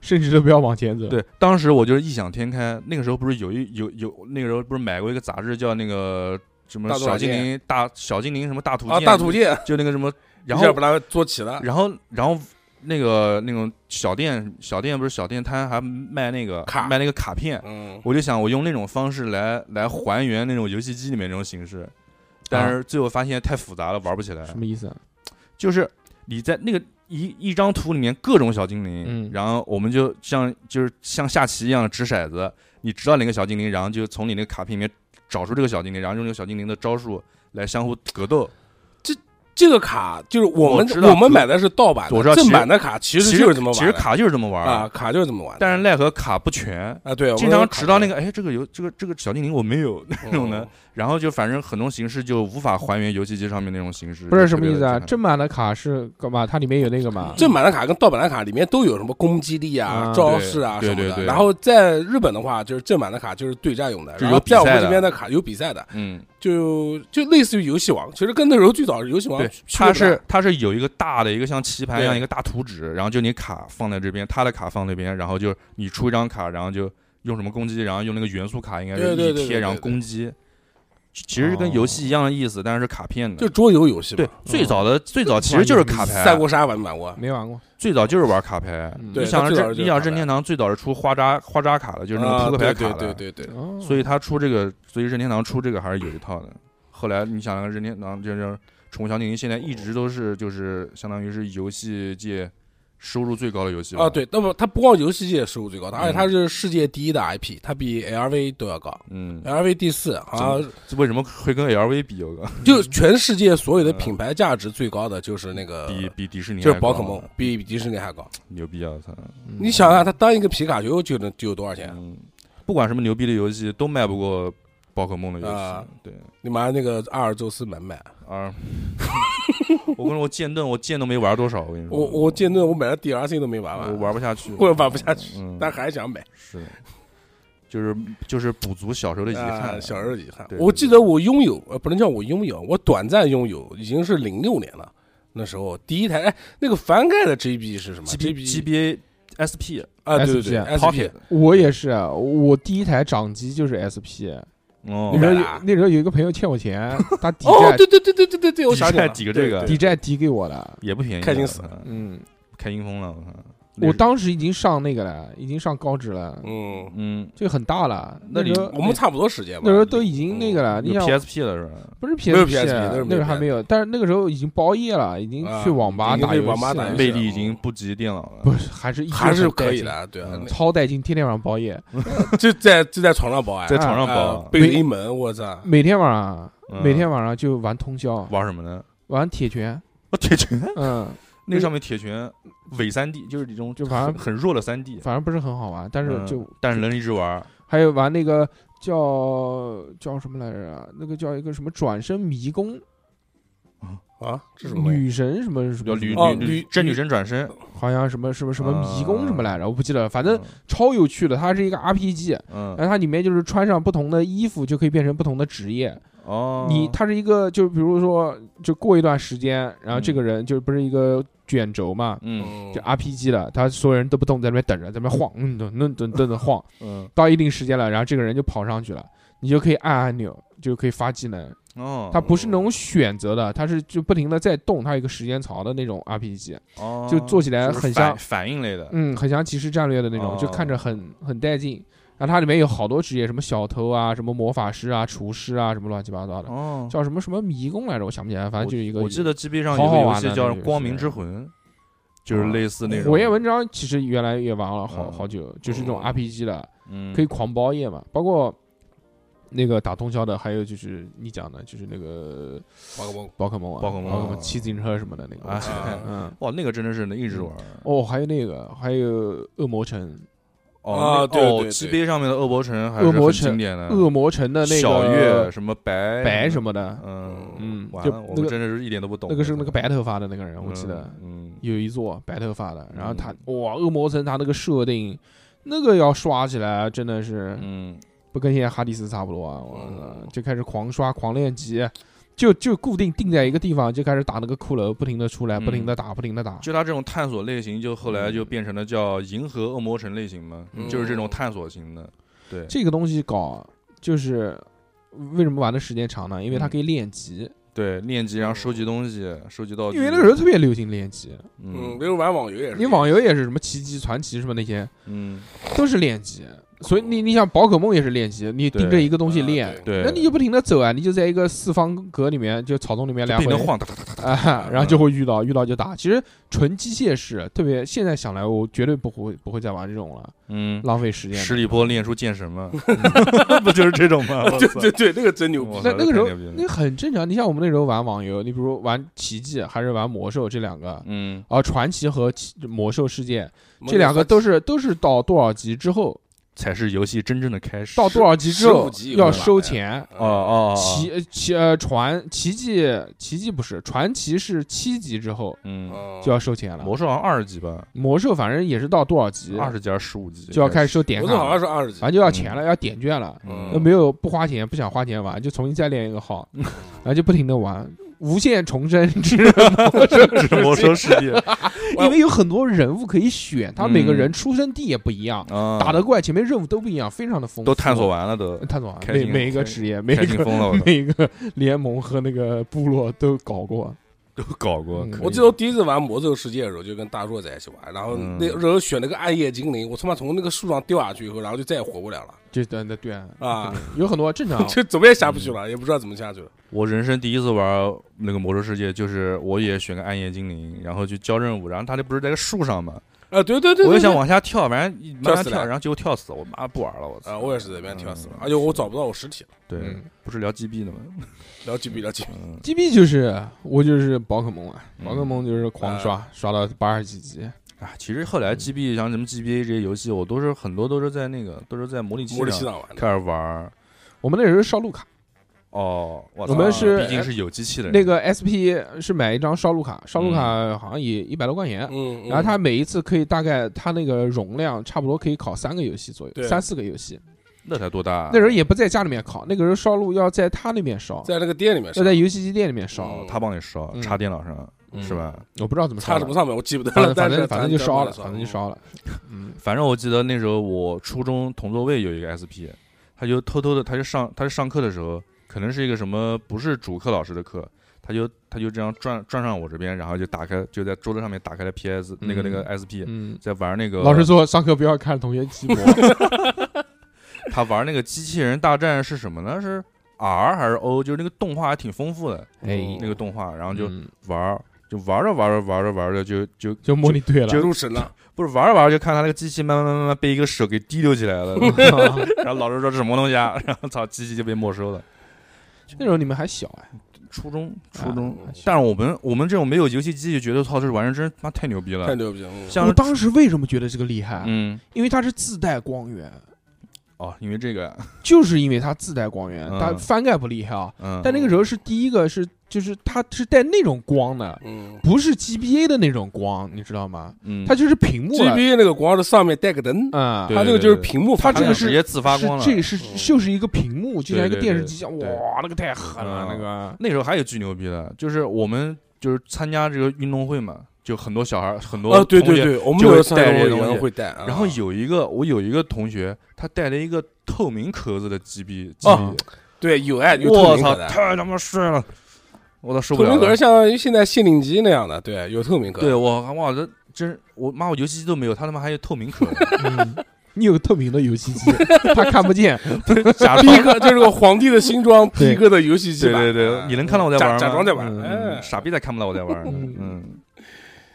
B: 甚至都不要往前走。，
C: 对当时我就是异想天开。那个时候不是有一有有那个时候不是买过一个杂志叫那个什么
D: 大多少
C: 小精灵大小精灵什么大图
D: 啊！
C: 鉴
D: 大土建，
C: 就那个什么，然
D: 一下
C: 后
D: 把它做起了，
C: 然后然后那个那种小店小店不是小店摊还卖那个
D: 卡
C: 卖那个卡片，
D: 嗯，
C: 我就想我用那种方式来来还原那种游戏机里面那种形
D: 啊
C: 式，但是最后发现太复杂了，玩不起来。
B: 什么意思啊？
C: 就是你在那个一一张图里面各种小精灵，
B: 嗯
C: 然后我们就像就是像下棋一样掷骰子，你知道哪个小精灵，然后就从你那个卡片里面找出这个小精灵，然后用这个小精灵的招数来相互格斗。
D: 这个卡就是我
C: 我知
D: 们
C: 道
D: 我们买的是盗版
C: 我知道
D: 的，
C: 其实
D: 正版的卡其
C: 其
D: 实就是这么玩
C: 其
D: 的，
C: 实卡就是这么玩儿
D: 啊，，卡就是这么玩的，
C: 但是奈何卡不全。
D: 啊，对，我们
C: 经常
D: 卡嗯
C: 直到那个，哎，这个游这个这个小精灵我没有 那种的，，然后就反正很多形式就无法还原游戏机上面那种形式，
B: 不是
C: 就
B: 什
C: 特
B: 么
C: 别
B: 意思啊？
C: 的震撼
B: 正版的卡是干嘛？它里面有那个
C: 啊
B: 嘛？
D: 正版的卡跟盗版的卡里面都有什么攻击力啊
B: 啊、
D: 招式啊
C: 对
D: 什么
C: 对对
D: 的。
C: 对
D: 然后在日本的话，就是正版的卡就是对战用的，
C: 就
D: 然
C: 有
D: 后
C: 比赛
D: 在我们
C: 的
D: 这边的卡有比赛的，
C: 嗯，
D: 就就类似于游戏王，其实跟那时候最早是游戏王
C: 对，
D: 区别
C: 它
D: 不大
C: 是它是有一个大的一个像棋盘一样
D: 对
C: 一个大图纸，然后就你卡放在这边，他的卡放那边，然后就你出一张卡，然后就用什么攻击，然后用那个元素卡应该
D: 对
C: 是
D: 对对
C: 一
D: 对对
C: 贴，然后
D: 对
C: 攻击，其实跟游戏一样的意思，但是是卡片
D: 就
C: 的。
D: 桌游游戏嘛
C: 对，，最早的最早其实就是卡
D: 三
C: 牌，
D: 国杀玩没玩过？
B: 没玩过，
C: 最早就是玩卡牌。
B: 嗯
D: 对
C: 你想
D: 它最早
C: 任
D: 就是
C: 你想
D: 卡牌
C: 任天堂最早是出花扎花扎卡的，就是那个
D: 啊
C: 扑克牌卡
D: 对
C: 的，
D: 对对对对，
B: 哦
C: 所以他出这个，所以任天堂出这个还是有一套的。后来你想，任天堂就是宠物小精灵，现在一直都是就是相当于是游戏界收入最高的游戏吧
D: 啊，，对，那么它不光游戏界收入最高，它而且
C: 嗯
D: 它是世界第一的 IP，它比 LV 都要高
C: 嗯，
D: ，LV 第四，好像
C: 这为什么会跟 LV 比？有个
D: 就全世界所有的品牌价值最高的就是那个，
C: 比比迪士尼
D: 呃就是
C: 还
D: 宝
C: 高
D: 可梦，比迪士尼还高。
C: 牛逼啊！操，
B: 嗯
D: 你想想，它当一个皮卡丘就能就有多少钱？
C: 嗯，不管什么牛逼的游戏都卖不过宝可梦的游
D: 啊
C: 戏，对。
D: 你妈那个阿尔宙斯能买？
C: 而 我跟你说，我剑盾，我剑都没玩多少。我跟你说，
D: 我我剑盾我买了 DLC 都没玩
C: 嗯我
D: 完，
C: 玩不下去，
D: 我也玩不下去，
C: 嗯，
D: 但还想买。
C: 是的， 就是就是补足小时候的遗
D: 啊
C: 憾，
D: 小时候的遗憾
C: 对。对
D: 我记得我拥有，呃，不能叫我拥有，我短暂拥有，已经是零六年了。那时候第一台，哎，那个翻盖的 GB 是什么
C: GB
D: GB
C: GBA SP
D: 啊，对对
B: SP
D: 对
C: Pocket，
B: 我也是啊，我第一台掌机就是 SP，
C: 哦
B: 那时
D: 买
B: 候
D: 了
B: 有
D: 啊
B: 那时候有一个朋友欠我 钱，他抵
D: 哦，
B: 债
D: 对对对对对对对，我想起来了，
C: 抵债抵个这个
D: 对
B: 抵
D: 对
B: 债抵给我的，
C: 也不便宜啊，
D: 开心死
C: 我看
B: 嗯，
C: 开心疯了，我看。
B: 我当时已经上那个了，已经上高职了，
D: 嗯，
C: 嗯，
B: 就很大了。
C: 那
B: 时候
C: 你
D: 我们嗯差不多时间吧。
B: 那时候都已经那个了，你
C: 有
B: 想
C: PSP 了是吧？
B: 不是
D: 没有
B: PSP，
D: PSP 那
B: 啊那时
D: 时候没有
B: 候还没有，但是那个时候已经包夜了，已经去网吧
D: 啊已经
B: 打
D: 被
B: 游戏了，
D: 网吧打游戏
C: 魅力已经不及电脑
B: 不
C: 了。
B: 是还是依旧
D: 还是
B: 很带
D: 可以
B: 劲
D: 的，，啊，对啊，
C: 嗯
B: 超带劲，天天晚上包夜，
D: 那就在就在床上包啊，
C: 在床上
D: 啊
C: 包，
D: 背着一门，我操，
B: 每天晚上
C: 嗯
B: 每天晚上就玩通宵，
C: 玩什么呢？
B: 玩铁拳，
C: 哦，铁 拳，
B: 嗯，
C: 那上面铁拳伪三 D，就是这种
B: 就反
C: 很
B: 正
C: 很弱的三 D，嗯
B: 反正不是很好玩，但是
D: 嗯
B: 就
C: 但是能一直玩。
B: 还有玩那个叫叫什么来着啊？那个叫一个什么转身迷宫，
D: 啊，这什么东西？
B: 女神什么什
C: 叫
B: 么
C: 女
D: 哦
C: 女
D: 女啊
C: 真女神转身，
B: 好像什么什么什么迷宫什么来着，我不记得了，反正
C: 嗯
B: 超有趣的，它是一个 RPG。
C: 嗯
B: 然后它里面就是穿上不同的衣服就可以变成不同的职业。
C: 哦，
B: 你它是一个，就比如说，就过一段时间，然后这个人就不是一个卷轴嘛，
C: 嗯
D: 嗯
B: 就 RPG 了，他所有人都不动，在那边等着，在那边晃，嗯，噔噔噔噔噔晃。
C: 嗯
B: 到一定时间了，然后这个人就跑上去了，你就可以按按钮，就可以发技能。
C: 哦，
B: 它不是那种选择的，它是就不停的在动，它有一个时间槽的那种 RPG，
C: 哦
B: 就做起来
C: 就是
B: 很
C: 反
B: 像
C: 反应类的，
B: 嗯，很像即时战略的那种，
C: 哦
B: 就看着很很带劲。然后它里面有好多职业，什么小偷啊，什么魔法师啊，厨师啊，什么乱七八糟的，
C: 哦，
B: 叫什么什么迷宫来着，我想不起来，反正就是一个。
C: 我记得 GB 上
B: 好
C: 有
B: 好
C: 个游
B: 玩
C: 戏
B: 的
C: 叫
B: 那
C: 《
B: 个
C: 光
B: 是
C: 明之
B: 哦
C: 魂》，就是
B: 啊
C: 类似那种。
B: 火焰文章其实原来也玩了好
C: 嗯
B: 好久，就是这种
D: 嗯
B: RPG 的，
C: 嗯
B: 可以狂包夜嘛，包括那个打通宵的，还有就是你讲的，就是那个
D: 宝可梦
B: 宝可梦啊，
C: 宝可梦哦
B: 宝可梦骑自行车什么的那个，
C: 啊
D: 啊
B: 嗯，
C: 哇，那个真的是能一直玩儿
B: 哦，还有那个，还有恶魔城，
D: 啊
C: 哦那
D: 对
C: 哦
D: 对对
C: ，GB 上面的恶魔城还
B: 恶
C: 是
B: 魔
C: 很
B: 城
C: 经典的，
B: 恶魔城的那个
C: 嗯小月什么白
B: 白
C: 什
B: 什么
C: 么，
B: 的，
C: 嗯
B: 嗯
C: 完
B: 就
C: 了，我
B: 那
C: 们
B: 个
C: 真的是一点都不懂。
B: 那个是那个白头发的那个人，
C: 嗯，
B: 我记得
C: 嗯，
B: 有一座白头发的，然后他哇，恶魔城他那个设定。那个要刷起来真的是
C: 嗯哦
B: 不跟现在哈迪斯差不多啊！我操
D: 嗯
B: 就开始狂刷狂练级，就就固定定在一个地方，就开始打那个骷髅，不停的出来，
C: 嗯
B: 不停的打，不停的打。
C: 就它这种探索类型，就后来
B: 嗯
C: 就变成了叫银河恶魔城类型嘛，
D: 嗯
C: 就是这种探索型的。对，
B: 这个东西搞就是为什么玩的时间长呢？因为
C: 嗯
B: 它可以练级，
C: 对，练级，然后收集东西，收集道具。
B: 因为那个时候特别流行练级，
D: 嗯，
C: 嗯
D: 那时候玩网游也是，
B: 你网游也是什么奇迹、传奇什么那些
C: 嗯，
B: 都是练级，所以你你想宝可梦也是练级，你盯着一个东西练
D: 啊，
C: 对，
B: 那你就不停的走啊，你就在一个四方格里面，就草丛里面来
C: 不停
B: 回
C: 的晃，哒哒哒
B: 啊，然后就会遇到，遇到就打。其实纯机械式，特别现在想来，我绝对不会不会再玩这种了，
C: 嗯，
B: 浪费时间。
C: 十里坡练出剑神 嘛，不就是这种 吗？
D: 对对对，那个真牛逼
C: 我。
B: 那
C: 操
B: 那个时候
C: 太牛逼了
B: 那很正常。你像我们那时候玩网游，你比如玩奇迹还是玩魔兽这两个，
C: 嗯，
B: 啊，传奇和奇魔兽世界这两个都是都是到多少级之后，
C: 才是游戏真正的开始。
B: 到多少级之后
D: 15级以后
B: 要
D: 吧
B: 收钱。
C: 哦哦，哦
B: 奇，呃奇呃传奇迹奇迹不是传奇是七级之后
C: 嗯，
D: 嗯
B: 就要收钱了。
C: 魔兽好像二十级吧，
B: 魔兽反正也是到多少级
C: 二十级还是十五级
B: 就要开始收点
D: 我
B: 卡
D: 这好像
B: 了，
D: 是二十级
B: 反正就要钱了，要点券了。呃
C: 嗯
B: 那没有不花钱不想花钱玩，就重新再练一个号，然后就不停的玩。无限重生 之魔兽世界
C: 魔兽世 界
B: 因为有很多人物可以选，他每个
C: 嗯
B: 人出生地也不一样，
C: 啊，
B: 打的怪前面任务都不一样，非常的丰富。
C: 都探索，完了 都，
B: 探索完
C: 开
B: 每
C: 心
B: 每一个职业，每
C: 开
B: 一
C: 心
B: 个
C: 疯了，我都
B: 每一个联盟和那个部落都搞过。
C: 都搞过
B: 嗯，
C: 可以
D: 我记得我第一次玩魔兽世界的时候，就跟大硕在一起玩，然后
C: 嗯
D: 那时候选了个暗夜精灵，我他妈从那个树上掉下去以后，然后就再也活不了了
B: 这对对对啊，
D: 啊，。
B: 有很多正常
D: 就怎么也下不去了，也不知道怎么下去了。
C: 我人生第一次玩那个魔兽世界，就是我也选个暗夜精灵，然后去交任务，然后他这不是在个树上嘛，
D: 啊，对对对，
C: 我就想
D: 玩
C: 往下跳，反正一往
D: 跳
C: 下
D: 死
C: 跳，
D: 了
C: 然后结果跳死，我妈不玩了，我操！
D: 啊，我也是在那边跳死了
C: 嗯，
D: 而且我找不到我实体了，
C: 对
B: 嗯，
C: 不是聊 GB 的吗？
D: 聊几笔聊几笔，
C: 嗯
B: GB 就是我就是宝可梦啊，
C: 嗯
B: 宝可梦就是
D: 哎
B: 狂刷，刷到八十几级。
C: 啊，其实后来 GB 像什么 GBA 这些游戏，我都是很多都是在那个都是在模拟器
D: 模拟器
C: 上
D: 上玩的，
C: 开始玩儿。
B: 我们那时候烧录卡，
C: 哦，我
B: 我们
C: 操
B: 是
C: 毕竟是有机器的人
B: 那个 SP 是买一张烧录卡，烧录卡好像也一百多块钱。
D: 嗯嗯，嗯
B: 然后它每一次可以大概它那个容量差不多可以考三个游戏左右，
D: 对
B: 三四个游戏。
C: 那才多大啊？
B: 那时候也不在家里面烤，那个时候烧录要在他那边烧，
D: 在那个店里面
B: 要
D: 是吧
B: 在游戏机店里面烧。
C: 哦，他帮你烧，
B: 嗯
C: 插电脑上
D: 嗯
C: 是吧？
B: 我不知道怎么烧
D: 插
B: 的，
D: 什么上面我记不得
B: 反
D: 了，
B: 正反
D: 但
B: 正
D: 是
B: 反正就烧了，
D: 了，
B: 反正就烧 了。嗯，
C: 反正我记得那时候我初中同座位有一个 SP，他就偷偷的，他就上他就上课的时候，可能是一个什么不是主课老师的课，他就他就这样转转上我这边，然后就打开就在桌子上面打开了 PS 那个那个 SP，
B: 嗯，
C: 在玩那个
B: 老师说上课不要看同学 鸡脖，
C: 他玩那个机器人大战是什么呢？是 R 还是 O？就是那个动画还挺丰富的，
B: 哎
C: 那个动画，然后就
B: 嗯
C: 玩儿。就玩着玩着玩着玩着就就
B: 就摸你对了
D: 就。入神了，
C: 不是玩着玩着就看他那个机器慢慢慢慢慢被一个手给提溜起来了，然后老师说这什么东西啊？然后操，机器就被没收了。
B: 那时候你们还小哎，
C: 初中，初中
B: 啊，
C: 但是我们我们这种没有游戏机就觉得操，这玩意儿真他妈太牛逼
D: 太
C: 了。
D: 牛逼了，嗯
C: 像
B: 我当时为什么觉得这个厉害？啊
C: 嗯
B: 因为它是自带光源，
C: 哦，因为这个啊
B: 就是因为它自带光源，
C: 嗯
B: 它翻盖不厉害啊。
C: 嗯，
B: 但那个时候是第一个是就是它是带那种光的，
D: 嗯
B: 不是 GBA 的那种光，你知道吗？
C: 嗯
B: 它就是屏幕了，
D: ，GB 那个光是上面带个灯，
B: 啊，
C: 对
D: 它这个就是屏幕
B: 它
D: 发
B: 这
D: 亮，
B: 个
C: 直接自发光了。嗯
B: 是这是就是一个屏幕，就像一个
C: 对对
B: 电视机一样，
C: 对
B: 哇，那个太狠了，
C: 嗯
B: 那个
C: 那时候还有巨牛逼的，就是我们就是参加这个运动会嘛，就很多小孩儿很多
D: 啊，对
C: 同
D: 对
C: 学，
D: 对，我们
C: 就
D: 有
C: 会
D: 的上
C: 带
D: 海
C: 这些
D: 有
C: 东西
D: 人会带，啊
C: 然后有一个我有一个同学，他带了一个透明壳子的 GB，
B: 哦
D: 对有爱哎有透
C: 我
D: 明
C: 操
D: 壳，的，
C: 太他妈帅了，我操受
D: 透
C: 不了
D: 明壳
C: 了。
D: 像现在限定机那样的，对，有透明壳，
C: 对我哇这真我妈我游戏机都没有，他他妈还有透明 壳，
B: 嗯你有个透明的游戏机，他看不见，
C: 假
D: 逼哥就是个皇帝的新装，
B: 对
D: 逼哥的游戏机版，
C: 对对对
D: 哎
C: 你能看到我在玩
D: 假
C: 吗
D: 假装在玩，
B: 嗯
D: 哎，
C: 傻逼才看不到我在玩呢。
B: 嗯
C: 嗯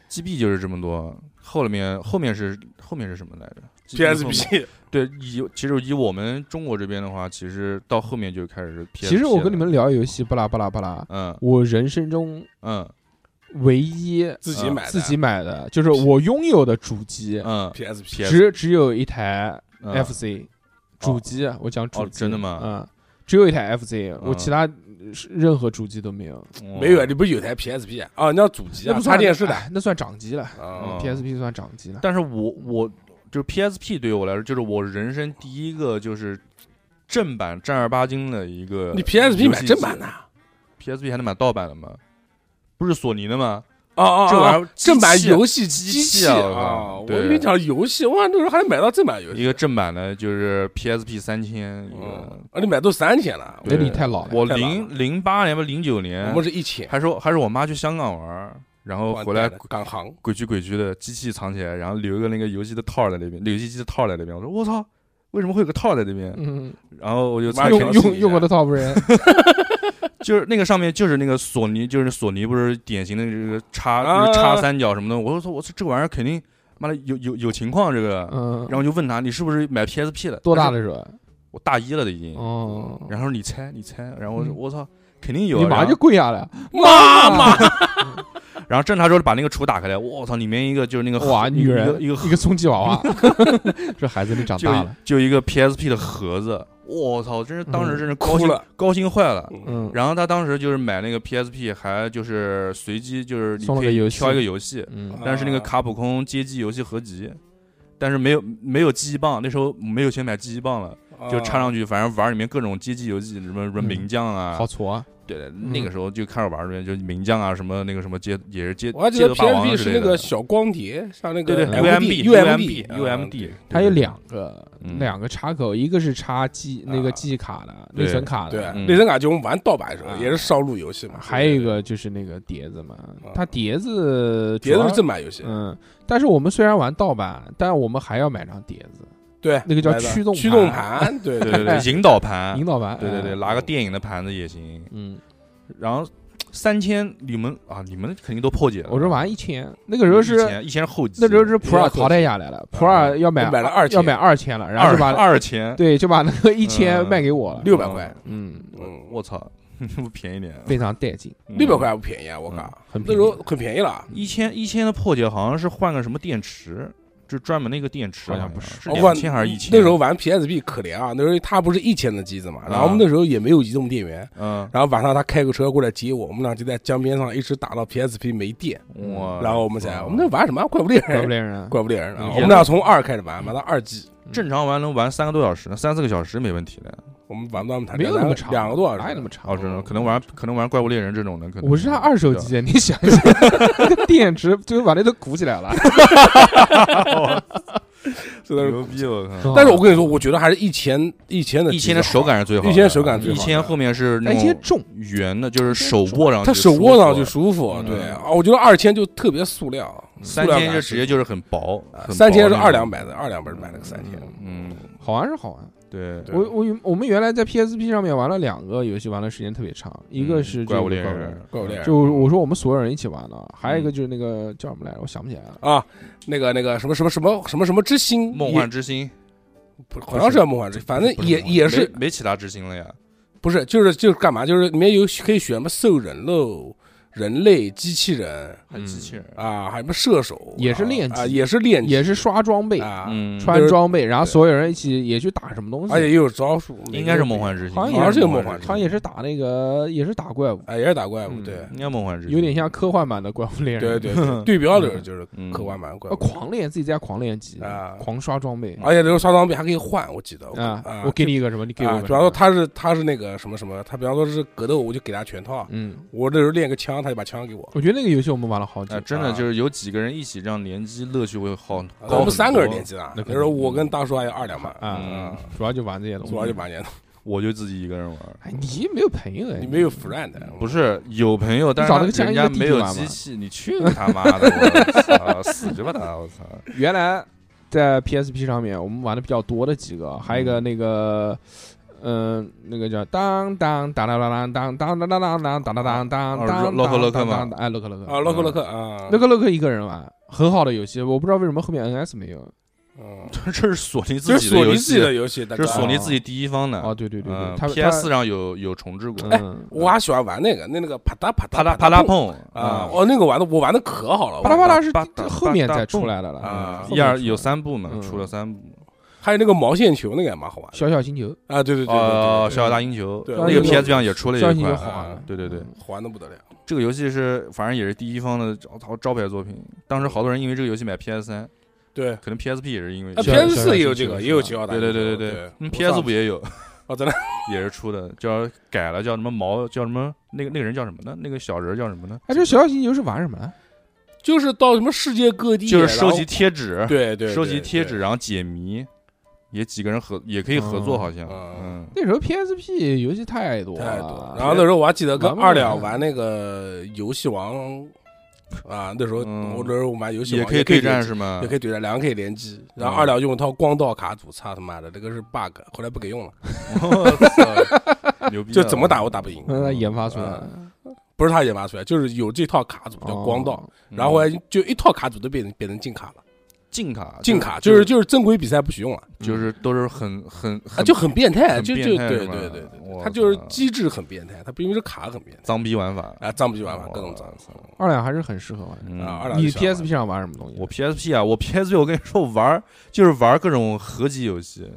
C: ，GB 就是这么多，后面后面是后面是什么来着后面
D: PSP，
C: 对，以其实以我们中国这边的话，其实到后面就开始 PSP 了。
B: 其实我跟你们聊游戏，巴拉巴拉巴拉，
C: 嗯
B: 我人生中
C: 嗯
B: 唯一呃
D: 自己买的，
B: 自己买的，就是我拥有的主机，
C: 嗯
D: PSP，
C: PS
B: 只只有一台
C: 嗯
B: FC 主机啊，我讲主
C: 哦
B: 机，
C: 真的吗
B: 嗯，只有一台 FC，我其他是任何主机都没有，
C: 嗯
D: 没有，你不是有台 PSP 啊？哦，那主机
B: 那
D: 啊，
B: 不
D: 插
B: 算
D: 电视的
B: 哎那算掌机了
D: 啊，
C: 哦
B: ，PSP 算掌机了。
C: 但是我我就是 PSP 对于我来说，就是我人生第一个就是正版正儿八经的一个游
D: 你
C: 戏机。
D: PSP 买正版的啊？
C: ？PSP 还能买盗版的吗？不是索尼的吗？
D: 哦哦，
C: 这玩意
D: 哦
C: 儿
D: 正版
C: 机器啊
D: 游戏机
C: 机器啊我靠
D: 啊！我
C: 对
D: 跟你讲，游戏哇，那时候还能买到正版游
C: 一
D: 戏，
C: 个正版的，就是 PSP 三千一个
D: 嗯。啊，你买都三千了，
B: 那
C: 对
B: 你太老了，
C: 我
D: 太晚
C: 零零八年吧，零九年
D: 我们是一千，
C: 还是我还是我妈去香港玩儿，然后哦回来
D: 港行，
C: 鬼屈鬼屈的机器藏起来，然后留一个那个游戏的套儿在那边，游戏机的套儿在那边。我说我操，为什么会有个套儿在那边？
B: 嗯，
C: 然后我就
D: 妈
C: 才
B: 用
C: 调戏
B: 用
C: 一
B: 用
C: 下
B: 过的 top 人，
C: 就是那个上面就是那个索尼，就是索尼不是典型的这个叉
D: 啊
C: 就是叉三角什么的。我说我操，这玩意儿肯定妈的有有有情况这个。
B: 嗯，
C: 然后就问他你是不是买 PSP 了？
B: 多大
C: 他说？
B: 的时候？
C: 我大一了的已经。
B: 哦，
C: 然后你猜你猜，然后我说
B: 嗯
C: 我操，肯定有啊。
B: 你马
C: 然
B: 上
C: 后
B: 就跪下来，
D: 妈妈，
C: 然后正他说把那个橱打开来，我操，里面一个就是那个
B: 哇，
C: 盒
B: 女
C: 一
B: 人
C: 个一个盒
B: 一个充气娃 娃，这孩子你长
C: 就
B: 大了，
C: 就一个 PSP 的盒子，我操，真是当时真是高
D: 哭
C: 兴、
D: 了
C: 高兴坏了。
B: 嗯，
C: 然后他当时就是买那个 PSP，还就是随机就是你
B: 送了
C: 可
B: 个游
C: 以
B: 戏
C: 挑一个游戏，
B: 嗯
C: 但是那个卡普空街机游戏合集，但是没有没有记忆棒，那时候没
D: 啊哦
C: 有钱买记忆棒了，就插上去，反正玩里面各种街机游戏，什么什么
B: 嗯
C: 名将啊
B: 好，挫啊，
C: 对对，那个时候就开始玩这边，就名将啊，什么那个什么街也是街
D: 我还记
C: 街
D: 得
C: 头霸王之
D: PSP 是
C: 类
D: 那个
C: 的。
D: 小呃光碟，像那
C: 对
D: 个
C: 对
D: UMD
C: UMD
D: 啊
C: UMD，
B: 它有两个
C: 嗯
B: 两个插口，一个是插记那个记忆卡的
C: 对
B: 内存卡
D: 啊对
B: 的，
C: 嗯
D: 内存卡就我们玩盗版的时候
B: 啊
D: 也是烧录游戏嘛，
B: 还有一个就是那个碟子嘛
D: 啊。
B: 它碟子主
D: 碟
B: 要
D: 子是正版游戏，
B: 嗯，但是我们虽然玩盗版，但我们还要买张碟子，
D: 对，
B: 那个叫
D: 来的
B: 驱动
D: 驱动
B: 盘
D: 盘，对
C: 对对对， 引导
D: 啊
C: 盘
B: 引，导版。
C: 对对对，
B: 哎，
C: 拿个电影的盘子也行。
B: 嗯，
C: 然后三千，你们啊，你们肯定都破解了。
B: 我是玩一千，那个时候
C: 一
B: 是
C: 千，一千是后期，
B: 那时候是
D: 级
B: 普洱淘汰下来了，普洱要买
D: 我啊买了二千
B: 要买二千了，然后
C: 二
B: 就把
C: 二千，
B: 对就把那个一千
C: 嗯
B: 卖给我了，
D: 六百块，
B: 嗯，
D: 嗯，
C: 我操， 不便宜点，
B: 非常带劲，
C: 嗯
D: 六百块不便宜啊，我靠，
B: 很
D: 那
B: 便
D: 时候
B: 宜
D: 很便宜了啊。
C: 一千一千的破解好像是换个什么电池，就专门那个电池，
B: 好像不是
C: 是
D: 我
C: 两
D: 管
C: 千还是一千？
D: 哦那时候，玩 PSP 可怜啊，那时候它不是一千的机子嘛，然后我们那时候也没有移动电源，
C: 嗯，
D: 然后晚上他开个车过来接我，我们俩就在江边上一直打到 PSP 没电，
C: 我
D: 然后我们才
C: 嗯
D: 我们在玩什么怪物猎
B: 怪物
D: 人，
B: 猎人，
D: 怪物猎人，然后
C: 嗯
D: 我们俩从二开始玩，玩到二 G，
C: 正常玩能玩三个多小时，三四个小时没问题的。
D: 我们玩到我们谈
B: 没有那么长，
D: 两个多小时，
B: 哪有那么长？
C: 哦，真的，可能玩可能玩怪物猎人这种的，可能
B: 我是他二手机，你想一想，那个电池就把那都鼓起来了。
D: 是的
C: 牛逼！我靠，
D: 但是我跟你说，我觉得还是一千一千的
C: 一千的手感是最好的，
D: 一千手感最
C: 一
D: 好
C: 千后面是那
B: 但一千
C: 种
B: 哎重，
C: 圆的，就是手握上去，
D: 他手握上去，舒服，
C: 嗯
D: 对啊，我觉得二千就特别塑料，
C: 三
D: 塑料
C: 千
D: 感
C: 就直接就是很薄，
D: 啊
C: 很薄
D: 三千是
C: 那种
D: 二两，百的，二两百买了个三千，
C: 嗯，
B: 好玩是好玩。
C: 对，
D: 对
B: 我我原我们原来在 PSP 上面玩了两个游戏，玩的时间特别长，一个是
C: 嗯
B: 这
C: 怪
B: 个
C: 物猎
B: 怪物
C: 人，
D: 怪物猎人
B: 就我说我们所有人一起玩的，还有一个就是那个叫什么来着，我想不起来了。
D: 啊，那个那个什么什么什么什么什么之星，
C: 梦幻之星，
D: 也好像是叫梦幻之星，反正
C: 不
D: 也
C: 梦幻
D: 也是
C: 没没其他之星了呀，
D: 不是，就是就是干嘛？就是里面有可以选什么兽人喽、人类、机器人
C: 还有机器人，
D: 啊，还有什么射手，
B: 也是练级
D: 啊，也是练级
B: 也是刷装备、
D: 啊，
C: 嗯，
B: 穿装备，然后所有人一起也去打什么东西，
D: 而且也有招数，
C: 嗯应该是梦幻之星，
B: 好像
D: 好像是有
C: 梦
D: 梦幻
C: 之
D: 之
B: 他
C: 星
B: 也是打那个也是打怪物，
D: 啊，也是打怪物，
B: 嗯
D: 对
C: 应该梦幻之星，
B: 有点像科幻版的怪物猎人。
D: 对 对对，对标的就是
C: 嗯
D: 科幻版怪
B: 呃，
D: 物，
B: 狂练自己在家狂练级
D: 啊，
B: 狂刷装备
D: 而且这个刷装备还可以换，我记得
B: 啊
D: 啊，，
B: 我给你一个什么，你给我一
D: 啊，
B: 个
D: 比
B: 什么
D: 方说他是他是那个什么什么，他比方说是格斗，我就给他全套，
B: 嗯，
D: 我这时候练个枪，他就把枪给我，
B: 我觉得那个游戏我们玩了好久
C: 哎，，真的
D: 啊
C: 就是有几个人一起这样联机，乐趣会好高很
D: 我
C: 多。
D: 们三个人联机的，
B: 哦那肯定
D: 那时候我跟大叔还有二两嘛，
B: 啊
C: 嗯，
B: 主要就玩这些东西。
D: 主要就把年
C: 我就自己一个人玩。
B: 哎，你没有朋友哎，
D: 你没有 friend 的，
C: 不是有朋友，但是
B: 找那
C: 他
B: 个家
C: 人
B: 里
C: 家
B: 的弟弟
C: 没有
B: 玩
C: 机
B: 吧
C: 器，你去你他妈的！我操，死去吧他！我 操，
B: 原来在 PSP 上面我们玩的比较多的几个，还有一个那个。嗯，那个叫当当当当当当当当当当当当当当当当，哎，洛克洛克
D: 啊，洛克洛克啊，
B: 洛克洛克一个人玩，很好的游戏，我不知道为什么后面 NS 没有。
D: 嗯，
C: 这这是索尼
D: 这
C: 自
D: 是
C: 己
D: 索
C: 的
D: 尼
C: 游
D: 自
C: 戏
D: 己，的游啊戏，大
C: 这
D: 哥。
C: 是索尼自己第一方的。
B: 哦，对对对对，
C: 嗯
B: 他
C: PS 上有有重置过，
B: 嗯，
D: 我还喜欢玩那个，那那个啪嗒啪
C: 啪
D: 嗒
C: 啦啪啦
D: 碰
C: 碰
D: 啊，哦，那个玩的我玩的可好了，
B: 巴拉
D: 我
B: 巴拉
D: 玩得
B: 是后面才出来的了
D: 啊
C: 一二有，三部呢
B: 嗯，
C: 出了三部。
D: 还有那个毛线球那个也蛮好玩的
B: 小小星球，
D: 啊，对对对对
C: 哦，
D: 对，
C: 小小大星球，
D: 对
C: 那个 PS 上也出了
B: 小
C: 一
B: 小星球嗯
C: 款。
B: 好
D: 啊
B: 玩，
C: 对对对，
D: 好玩的不得了，
C: 这个游戏是反正也是第一方的招招招牌作品。当时好多人因为这个游戏买 PS 三，
D: 对。
C: 可能 PSP 也是因为
D: 啊
B: 小
D: ，PS
B: 小
D: 四也有这
B: 小
D: 个，
B: 小
D: 也有小小大
C: 对对
D: 星
C: 对
D: 球。对
C: 对嗯，PS 五也有，
D: 哦，真的
C: 也是出的，叫改了，叫什么毛，叫什么那个那个人叫什么呢？那个小人叫什么呢？
B: 哎，这小小星球是玩什么啊呢？
D: 就是到什么世界各地，
C: 就是
D: 然后
C: 收集贴纸，
D: 对对，
C: 收
D: 对
C: 集贴纸，，
D: 对
C: 然后解谜，也几个人合也可以合作，好像，
D: 嗯
C: 嗯，
B: 那时候 PSP 游戏太多
D: 太
B: 了，
D: 多了。然后那时候我还记得跟
B: 玩不
D: 二两
B: 完
D: 玩那个游戏王啊，那时候
C: 嗯
D: 我那时候我玩游戏王
C: 也可以
D: 对
C: 对战是嗯吗
D: 也？可以怼着，两个可以联机。然后二两用一 套光道卡组，操他妈的，这个是 bug，后来不给用了，
C: 我操 牛逼！啊
D: 就怎么打我打不赢，
B: 嗯， 那研发出来
D: 啊
B: 的
D: 不是他研发出来，就是有这套卡组叫光道，
B: 哦
C: 嗯，啊
D: 然后后来就一套卡组都变成变成禁卡了，
C: 禁卡，
D: 禁卡就是就是正规比赛不许用了，
C: 就是都是很很
D: 啊
C: 很
D: 就很变态，
C: 很
D: 就
C: 变
D: 就
C: 态
D: 对
C: 是
D: 对
C: 吧
D: 对对对，
C: 我
D: 他就是
C: 操
D: 机制很变态，他因为是卡很变态
C: 脏逼玩法
D: 啊，脏不就完了，
C: 哦我
D: 各种脏
B: 二两还是很适合玩的。
C: 嗯
D: 啊，二两
B: 你
D: 就喜欢玩
B: PSP 上玩什么东西？
C: 我 PSP 啊，我 PSP 我跟你说，我玩儿就是玩儿各种合集游戏，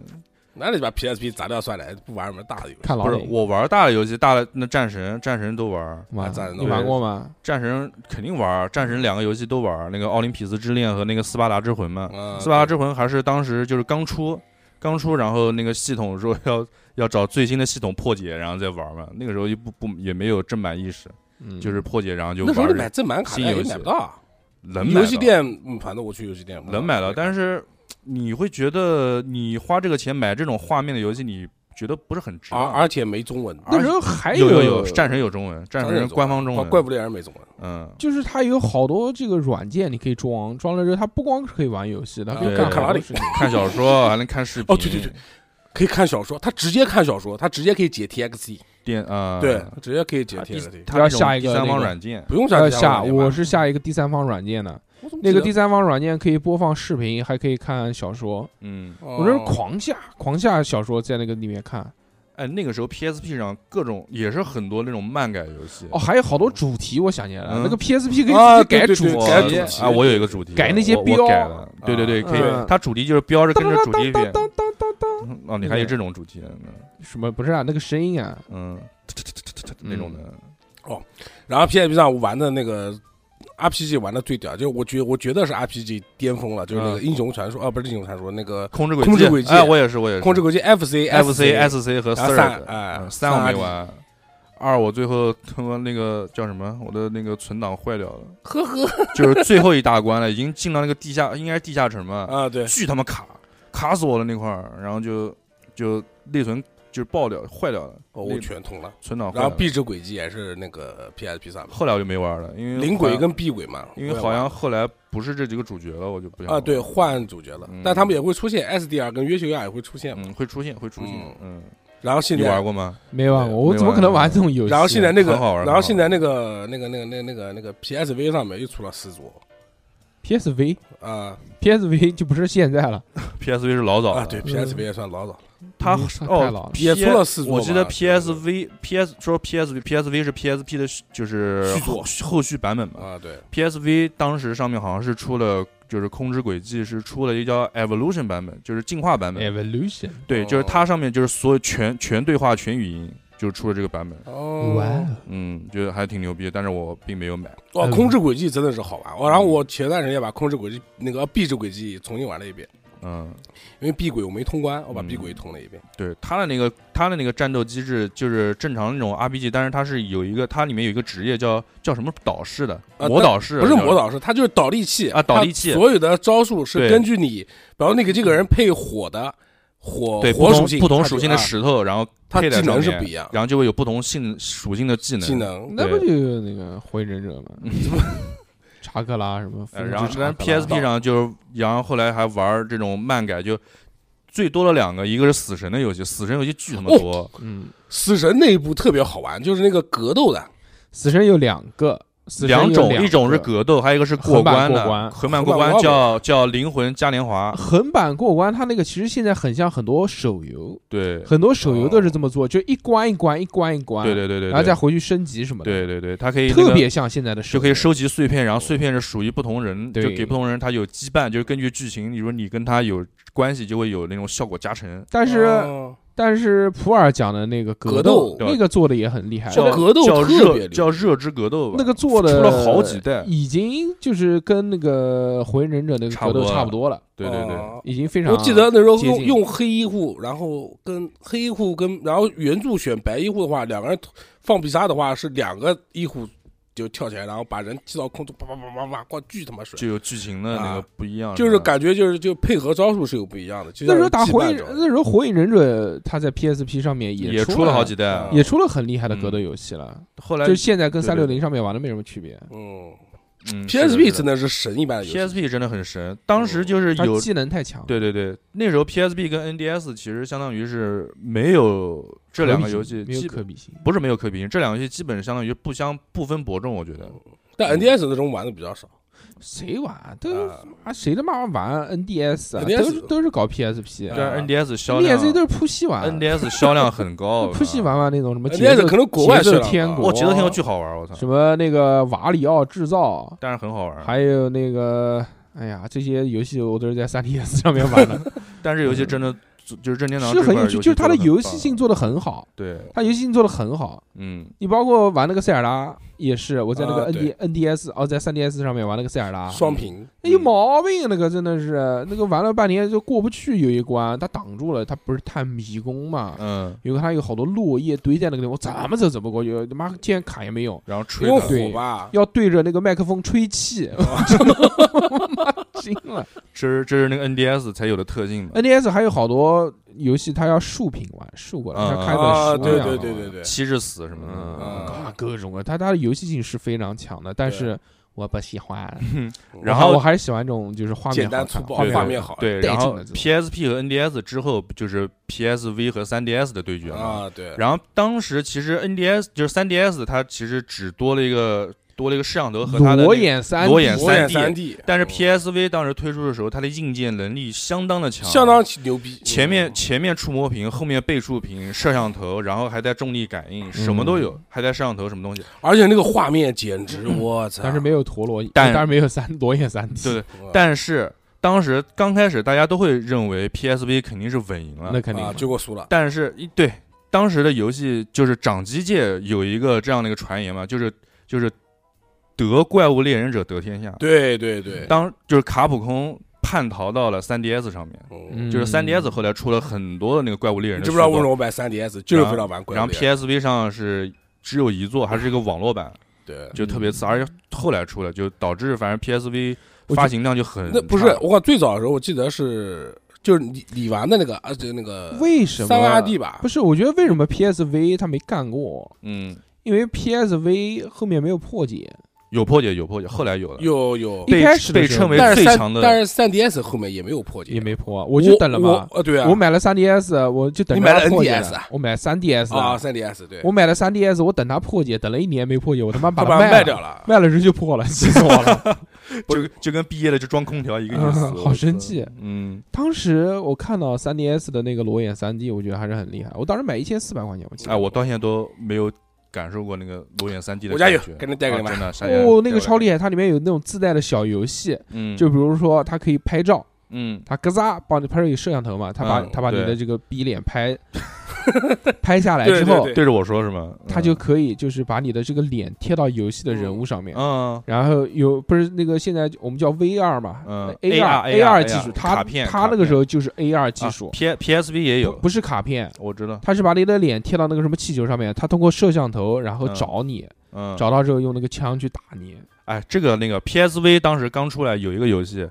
D: 那你把 PSP 砸掉算了，不玩什么大的游戏，
B: 看老
C: 不是
B: 李
C: 我玩儿大的游戏，大的那战神，战神都玩儿，
B: 玩
D: 啊战，斗
B: 你玩过吗？
C: 战神肯定玩儿，战神两个游戏都玩儿，那个奥林匹斯之恋和那个斯巴达之魂嘛。
D: 嗯，
C: 斯巴达之魂还是当时就是刚出，刚出，然后那个系统说要要找最新的系统破解，然后再玩嘛。那个时候就不不也没有正版意识，
B: 嗯
C: 就是破解然后就
D: 那时候你
C: 玩
D: 买
C: 儿。
D: 正版卡带
C: 新游
D: 也
C: 戏
D: 买不到啊，
C: 能买
D: 游戏
C: 到
D: 店嗯反正我去游戏店嗯
C: 能买到，但
D: 是
C: 是你会觉得你花这个钱买这种画面的游戏，你觉得不是很值
D: 而
C: 当。
D: 而且没中文，
B: 那时候还
C: 有有
B: 有
C: 有，战神有中文，战
D: 战神有
C: 神
D: 中文
C: 官方中
D: 啊
C: 文，
D: 怪不得人没中文，
C: 嗯，
B: 就是它有好多这个软件，你可以装，装了之后它不光是可以玩游戏，它可以
C: 对
B: 干
D: 看
B: 好
D: 哪
B: 多
D: 里
B: 事情。
C: 看小说还能看视频，
D: 哦对对对，可以看小说，他直接看小说，他直接可以解 TXT，
C: 电啊，
D: 对，直接可以解
C: 它第，
D: TXT，
C: 它那
B: 要
C: 种
B: 下一个
C: 第三
B: 那
C: 方
B: 个
C: 软件，
D: 不用下
B: 要
D: 第
B: 呃
D: 三
B: 下，
D: 方软件吧
B: 我是下一个第三方软件的，
D: 我怎么记
B: 那
D: 得
B: 个第三方软件可以播放视频，还可以看小说。
C: 嗯，
B: 我这是
D: 哦
B: 狂下狂下小说，在那个里面看。
C: 哎，那个时候 PSP 上各种也是很多那种漫改游戏
B: 哦，，还有好多主题，我想起来了，
C: 嗯
B: 那个 PSP 可以
D: 啊
B: 自己改
D: 对对
B: 主
D: 对
B: 题，
C: 我
D: 改主题
C: 啊，我有一个主题，
B: 改那些
C: 我我
B: 标
C: 改的，对对对，可
B: 嗯
C: 以，它主题就是标着跟着主题变，
B: 当当当当
C: 哦，你还有这种主题，
B: 什么不是啊？那个声音啊，嗯
C: 嗯，那种的，
D: 然后 PSP 上玩的那个 RPG 玩的最屌，就我觉我觉得是 RPG 巅峰了，就是那个
C: 嗯
D: 英雄传说啊，不是英雄传说，那个
C: 控制轨
D: 控制轨迹
C: 哎，我也是，我也是，
D: 控制轨迹 FC
C: FC、SC 和
D: 然后
C: s
D: 三
C: r
D: 哎
C: 三我没玩，二我最后他妈那个叫什么，我的那个存档坏掉了，
D: 呵呵
C: 就是最后一大关了，已经进到那个地下，应该是地下城吧，
D: 啊，对，
C: 巨他妈卡，卡死我了那块儿，然后就就内存就是爆掉，坏掉了，
D: 哦我
C: 内
D: 全通了。
C: 存档坏
D: 然后
C: 了，
D: 壁纸轨迹也是那个 PSP 上的，
C: 后来我就没玩了，因为
D: 灵
C: 好
D: 轨
C: 像
D: 跟壁轨嘛，
C: 因为好像后来不是这几个主角了，我就不想
D: 啊，对，
C: 玩了
D: 换主角了
C: 嗯，
D: 但他们也会出现 SDR 跟月球亚也会出现嘛。
C: 嗯会出现会出现，嗯，
D: 然后现
C: 你
D: 在
C: 玩过吗？
B: 没玩过，
C: 没
B: 我怎么可能玩这种游戏啊？
D: 然后现在那个
C: 很好玩，
D: 然后
C: 很好
D: 现在那个那个那个那个那个那个 PSV 上面又出了四座
B: PSV
D: 啊
B: PSV 就不是现在了，
C: PSV 是老早
D: 啊，
C: 了
D: 对
B: 嗯
D: ，PSV 也算老早了。
C: 它
B: 嗯太
C: 哦
B: 老了。
D: 也出了四座吧
C: 我记得
D: 其实
C: PSV PS 说 PSV PSV 是 PSP 的续，就是
D: 续作
C: 后后续版本嘛。
D: 啊，对，
C: PSV 当时上面好像是出了，就是《空之轨迹》是出了一个叫 Evolution 版本，就是进化版 本。
B: Evolution，
C: 对，
D: 哦
C: 就是它上面就是所有全全对话全语音，就出了这个版本。
D: 哦
B: 哇哦，
C: 嗯，觉得还挺牛逼，但是我并没有买。
D: 哇，
B: 嗯
D: 空之轨迹真的是好玩。我
C: 嗯
D: 然后我前段时间把空之轨迹那个壁纸轨迹重新玩了一遍，
C: 嗯，
D: 因为壁轨我没通关，我把
C: 嗯
D: 壁轨通了一遍。
C: 对，它的那个它的那个战斗机制就是正常那种 RPG，但是它是有一个它里面有一个职业叫叫什么导师的，
D: 啊
C: 魔
D: 但
C: 导师
D: 不是
C: 叫
D: 魔导师，它就是导力器
C: 啊导力器
D: 它所有的招数是
C: 对
D: 根据你，比方那个这个人配火的火
C: 对不
D: 火属
C: 同
D: 性，
C: 不同
D: 它就
C: 属性的
D: 啊
C: 石头，然后
D: 它
C: 配在
D: 技能
C: 上
D: 是
C: 面
D: 不一样
C: 然后就会有不同性属性的技能。
D: 技能
B: 那不就那个火影忍者吗？ 查克拉什么？
C: 呃嗯然后
B: 风之查克拉
C: 但 PSP 上就是，然后后来还玩这种漫改，就最多的两个，一个是死神的游戏，死神游戏巨他妈
D: 哦
C: 多，
B: 嗯，
D: 死神那一部特别好玩，就是那个格斗的，
B: 死神有两个，死神有
C: 种，
B: 两
C: 一种是
B: 个
C: 格斗，还有一个是
B: 横版
C: 关
B: 过
C: 的，
B: 关
C: 横版
D: 横
C: 过
D: 版
C: 关
D: 过
C: 叫叫灵魂嘉年华，
B: 横版过关，它那个其实现在很像很多手游，
C: 对，
B: 很多手游都是这么做，就一关一关一关一关，
C: 哦对对对对，
B: 然后再
C: 对
B: 回去升级什么的，
C: 对对对，它可以那
B: 特
C: 个
B: 别像现在的手
C: 就
B: 游，
C: 可以收集碎片，然后碎片是属于不同人，就
B: 对
C: 给不同人他有羁绊，就是根据剧情，你说你跟他有关系，就会有那种效果加成。
B: 但是、
D: 哦
B: 但是普洱讲的那个格
D: 格斗
B: 那个做的也很厉害，
D: 叫
B: 那
C: 叫
B: 个
D: 格斗
C: 叫
D: 特别
C: 热
D: 厉害
C: 叫热之格斗吧，
B: 那个做的
C: 出了好几代
B: 已经就是跟那个火影忍者那个格斗
C: 差
B: 差
C: 不
B: 不多了，
C: 对对对，
D: 哦
B: 已经非常。
D: 我记得那时候
B: 接
D: 用
B: 近
D: 用黑衣服，然后跟黑衣服跟然后原著选白衣服的话，两个人放必杀的话是两个医护就跳起来，然后把人击到空中，啪啪啪啪啪，光巨他妈帅
C: 就！有剧情的那个
D: 啊
C: 不一样，
D: 就是
C: 吧
D: 感觉就是就配合招数是有不一样的。就像
B: 那时候打
D: 羁
B: 火
D: 绊
B: 影
D: 招，
B: 那时候火影忍者它在 PSP 上面
C: 也
B: 出
C: 出了好几，代
D: 啊，
B: 也出了很厉害的格斗游戏了，
C: 后来
B: 就是现在跟
C: 对
B: 三
C: 对
B: 六
C: 对
B: 零上面玩的没什么区别。
D: 嗯
C: 嗯
D: ，PSP
C: 是
D: 真
C: 的
D: 的是神一般的游
C: 是
D: 戏
C: 的，PSP 真的很神，当时就是
B: 哦它
C: 有
B: 技能太强，
C: 对对对，那时候 PSP 跟 NDS 其实相当于是没有这两个游戏
B: 没有
C: 基
B: 可
C: 本。
B: 比性。
C: 不是没有可比性，这两个游戏基本相当于不相不分伯仲，我觉得
D: 但 NDS 那种玩的比较少。
B: 谁玩都
D: 啊
B: 啊，谁他妈玩 NDS 啊？
D: NDS
B: 都是都是搞 PSP，
D: 对
C: 但是 NDS 销量
B: NDS 都是扑戏玩
C: ，NDS 销量很 高，我靠
B: 扑戏玩玩那种什么节
D: NDS
B: 奏
D: 可能国外啊
B: 节
D: 市
B: 奏
D: 场
B: 天
D: 吧
B: 国，
C: 我觉得挺有巨好玩，我操！
B: 什么那个瓦里奥制造，
C: 但是很好玩，
B: 还有那个哎呀，这些游戏我都是在 3DS 上面玩的，
C: 但是游戏真的就是任天堂
B: 嗯是
C: 这
B: 很
C: 块
B: 有
C: 儿
B: 趣，
C: 游
B: 就是它的
C: 做得很
B: 游戏
C: 棒啊
B: 性做的很好，
C: 对，
B: 它游戏性做的很好。
C: 嗯
B: 你包括玩那个塞尔达，也是，我在那个
D: 啊
B: N
D: 对
B: D N D S 哦，在三 D S 上面玩那个塞尔
C: 啊
B: 达，
D: 双屏
B: 那有毛病，那个真的是那个玩了半天就过不去，有一关它挡住了，它不是探迷宫嘛，
C: 嗯，
B: 有个它有好多落叶堆在那个地方，我怎么走怎么过去，他妈竟然卡也没有，
C: 然后吹
D: 用
C: 的
D: 火吧，
B: 要哦对着那个麦克风吹气， 惊了。
C: 这是这是那个 NDS 才有的特性嘛，
B: NDS 还有好多游戏它要竖屏玩，竖过来，
C: 嗯
B: 它开本
D: 啊，
B: 书
D: 对
B: 那
D: 对
B: 样
D: 对
B: 玩
D: 对对，
C: 七至死什么
B: 嗯，
C: 的。
D: 嗯
B: 啊各种各，它它的游戏性是非常强的，但
D: 对
B: 是我不喜欢。 我
C: 然
B: 还
C: 后
B: 我还是喜欢这种就是画面
D: 嗯简
B: 好
D: 单
B: 看
D: 粗暴，
B: 画
C: 对
B: 好
D: 画
B: 看
D: 面好
C: 对，
B: 嗯带劲
C: 然后
B: 的这种
C: PSP 和 NDS 之后就是 PSV 和 3DS 的对决嘛。
D: 啊，对，
C: 然后当时其实 NDS 就是 3DS，它其实只多了一个多了一个摄像头和它的那
B: 裸
C: 个
B: 眼三
C: 裸眼
D: 我演
C: 3D
D: 三 D，
C: 但是 PSV 当时推出的时候，它的硬件能力相当的强，
D: 相当嗯牛逼，
C: 前面前面触摸屏，后面背触屏，摄像头，然后还带重力感应，什么都有，
D: 嗯
C: 还带摄像头，什么东西？
D: 而且那个画面简直，我操！
B: 但是没有陀螺，
C: 但
B: 当然没有三裸眼三 D，
C: 对对。但是当时刚开始，大家都会认为 PSV 肯定是稳赢了
B: 那，肯定
D: 啊，
B: 嘛。
D: 结果输了。
C: 但是一对当时的游戏就是掌机界有一个这样的一个传言嘛，就是就是得怪物猎人者得天下。
D: 对对对，
C: 当就是卡普空叛逃到了 3DS 上面，
D: 嗯
B: 嗯
C: 就是 3DS 后来出了很多的那个怪物猎人
D: 你
C: 的
D: 知
C: 续
D: 不
C: 作，
D: 知道为什么我买 3DS 就是非常玩怪
C: 然
D: 物
C: 后
D: 猎人？
C: PSV 上是只有一座，还是一个网络版，
D: 对，
C: 就特别次，而且后来出了，就导致反正 PSV
B: 嗯我觉
C: 发行量就很
D: 那不是
C: 差
D: 我靠，最早的时候我记得是就是你你玩的那个，而且那个
B: 为什么
D: 呃三 R D 吧
B: 不，是？我觉得为什么 PSV 它没干过？
C: 嗯，
B: 因为 PSV 后面没有破解，
C: 有破解有破解，后来有了，
D: 有有，
B: 一
C: 被
B: 开始的
C: 被
B: 时候
C: 称为
D: 但是
C: 最
D: 三
C: 强的，
D: 但是 3DS 后面也没有破解，
B: 也没破，啊我就等了嘛。
D: 我，呃，对啊，
B: 我买了 3DS，我就等
D: 你
B: 着
D: 买
B: 它
D: 了
B: 破解
D: NDS 啊
B: 我买 3DS
D: 啊
B: 啊，
D: 3DS 对，
B: 我买了 3DS，我等它破解，等了一年没破解，我他妈
D: 他
B: 它
D: 把它
B: 卖
D: 卖
B: 了，
D: 掉了，
B: 卖了人就破了，气死我了，
C: 就就跟毕业了就装空调一个意思，
B: 嗯好生气。
C: 嗯，
B: 当时我看到 3DS 的那个裸眼 3D，我觉得还是很厉害。我当时买一千四百块钱，我记得。
C: 哎，我到现在都没有感受过那个裸眼三 D 的
D: 我家有
C: 感觉，
D: 给你带给你
C: 啊
D: 买
C: 真的，下家
B: 哦，那个超厉
C: 害，
B: 害，它里面有那种自带的小游戏，
C: 嗯，
B: 就比如说它可以拍照，
C: 嗯，
B: 它咯嚓帮你拍摄有摄像头嘛，它把
C: 嗯
B: 它把你的
C: 对
B: 这个逼脸 拍拍下来
D: 对
B: 之后
D: 对，
C: 对着我说是吗？
B: 它就可以就是把你的这个脸贴到游戏的人物上面。
C: 嗯
B: 然后有不是那个现在我们叫 VR 嘛，
C: 嗯
B: a r
C: AR
B: AR 技术，它
C: 卡片
B: 它那
C: 卡
B: 个
C: 片啊
B: 时候就是 AR 技术，
C: ，P PSV 也有
B: 不，不是卡片，
C: 我知道，
B: 它是把你的脸贴到那个什么气球上面，它通过摄像头然后
C: 嗯
B: 找你，
C: 嗯，
B: 找到之后用那个枪去打你。
C: 哎，这个那个 PSV 当时刚出来有一个游戏，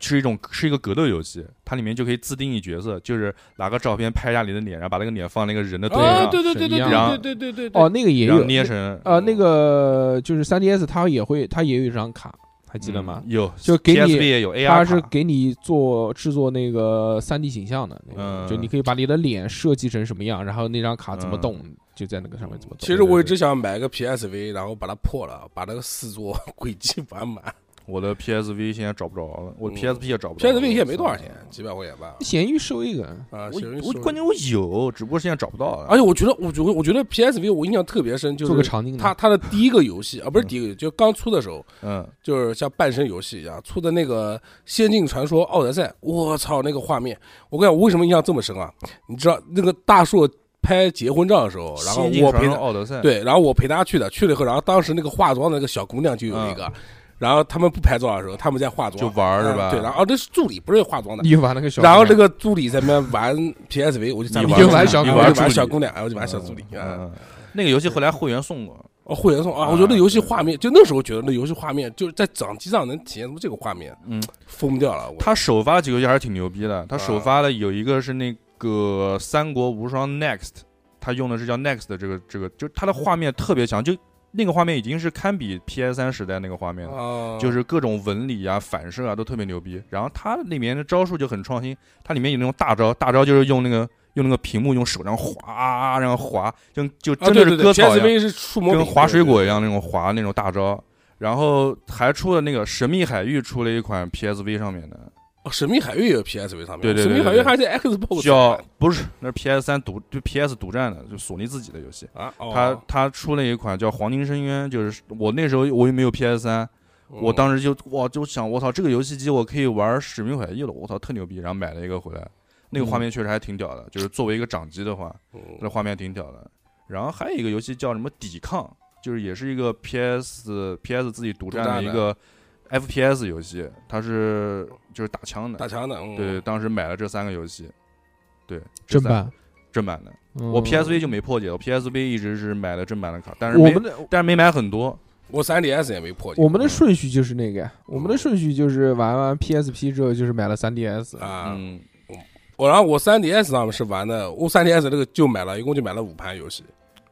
C: 是一种是一个格斗游戏，它里面就可以自定义角色，就是拿个照片拍一下你的脸，然后把那个脸放那个人的头
D: 啊，
C: 上，
D: 对对对对
B: 沈
C: 阳
D: 对对对对对，
B: 哦，那个也
C: 然后
B: 有
C: 捏成。
B: 呃，那个就是 3DS 它也会，它也有一张卡，还记得吗？
C: 嗯有，
B: 就给你
C: PSV 也有 AR
B: 它是
C: 卡
B: 给你做制作那个 3D 形象的，那个
C: 嗯
B: 就你可以把你的脸设计成什么样，然后那张卡怎么
C: 嗯
B: 动，就在那个上面怎么动。
D: 其实我一直想买个 PSV，然后把它破了，把那个四座 轨迹玩满。
C: 我的 PSV 现在找不着了，我
D: 嗯
C: PSP 也找不着了。
D: PSV 也没多少
C: 我操
D: 钱，几百块钱吧。
B: 闲鱼收一个，
D: 啊，行
C: 我我
D: 收
C: 关键我有，只不过现在找不到了。
D: 而且我觉得，我觉得我觉得 PSV 我印象特别深，就
B: 做个
D: 是
B: 场景的
D: 它它的第一个游戏啊，不是第一个游戏，就刚出的时候，
C: 嗯，
D: 就是像半身游戏一样出的那个《仙境传说：奥德赛》，我操，那个画面！我跟你讲，我为什么印象这么深啊？你知道那个大硕拍结婚照的时候，然后
C: 仙境
D: 我
C: 传
D: 陪
C: 说
D: 他，
C: 奥德赛，，
D: 对，然后我陪他去的，去了以后，然后当时那个化妆的那个小姑娘就有一个，然后他们不拍照的时候，他们在化妆，
C: 嗯就玩儿是吧
D: 嗯对，然后哦，这是助理，不是化妆的。
B: 你玩那个小，
D: 然后那个助理在那边玩 PSV，我就站
C: 你
D: 那
C: 玩
D: 边
C: 你
B: 玩小
D: 我就
B: 姑娘
D: 玩
C: 助
D: 小
C: 理
D: 姑娘，然后就玩小助理。嗯，
C: 嗯，那个游戏后来会员送过，
D: 哦，会员送啊！我觉得那游戏画面，就那时候觉得那游戏画面就是在掌机上能体验出这个画面，
C: 嗯，
D: 疯掉了。我
C: 他首发几个游戏还是挺牛逼
D: 啊
C: 的。他首发的有一个是那个《三国无双 Next》，他用的是叫 Next 的这个这个，就是它的画面特别强，就那个画面已经是堪比 PS 三时代那个画面了。
D: 啊，
C: 就是各种纹理啊、反射啊都特别牛逼，然后它里面的招数就很创新，它里面有那种大招，大招就是用那个用那个屏幕用手这样划，然后划，就就真
D: 啊，对
C: 的是
D: 对对
C: 割草一样，
D: ，PSV 是触摸
C: 跟
D: 屏
C: 划
D: 对
C: 水果
D: 对
C: 一样那种划那种大招。然后还出了那个《神秘海域》，出了一款 PSV 上面的，
D: 哦，神秘海域也有 PSV 上面，
C: 对对对
D: 神秘海域还是在 Xbox 上
C: 叫
D: 面
C: 不是，那是 PS 三独就 PS 独占的，就索尼自己的游戏。
D: 啊，哦
C: 他他出了一款叫《黄金深渊》，就是我那时候我也没有 PS 三，
D: 哦
C: 我当时就哇就想我操这个游戏机我可以玩《使命回忆》了，我操特牛逼，然后买了一个回来，那个画面确实还挺屌的，就是作为一个掌机的话，
D: 嗯
C: 那画面挺屌的。然后还有一个游戏叫什么《抵抗》，就是也是一个 PS PS 自己独占的
D: 独占
C: 一
D: 的
C: 个 FPS 游戏，它是就是打枪的
D: 打，墙的，嗯
C: 对，，当时买了这三个游戏，对，这
B: 正
C: 三
B: 版。
C: 正版
D: 哦
C: 的，
B: 嗯
C: 我 PSV 就没破解，我 PSV 一直是买了正版的卡，但是
B: 我
C: 没
B: 们的
C: 但是没买很多，
D: 我三 DS 也没破解，
B: 我们的顺序就是那个，我们的顺序就是玩完 PSP 之后就是买了 3DS，
D: 啊，
C: 嗯，
D: 我然后我三 DS 上面是玩的，我三 DS 那个就买了，一共就买了五盘游戏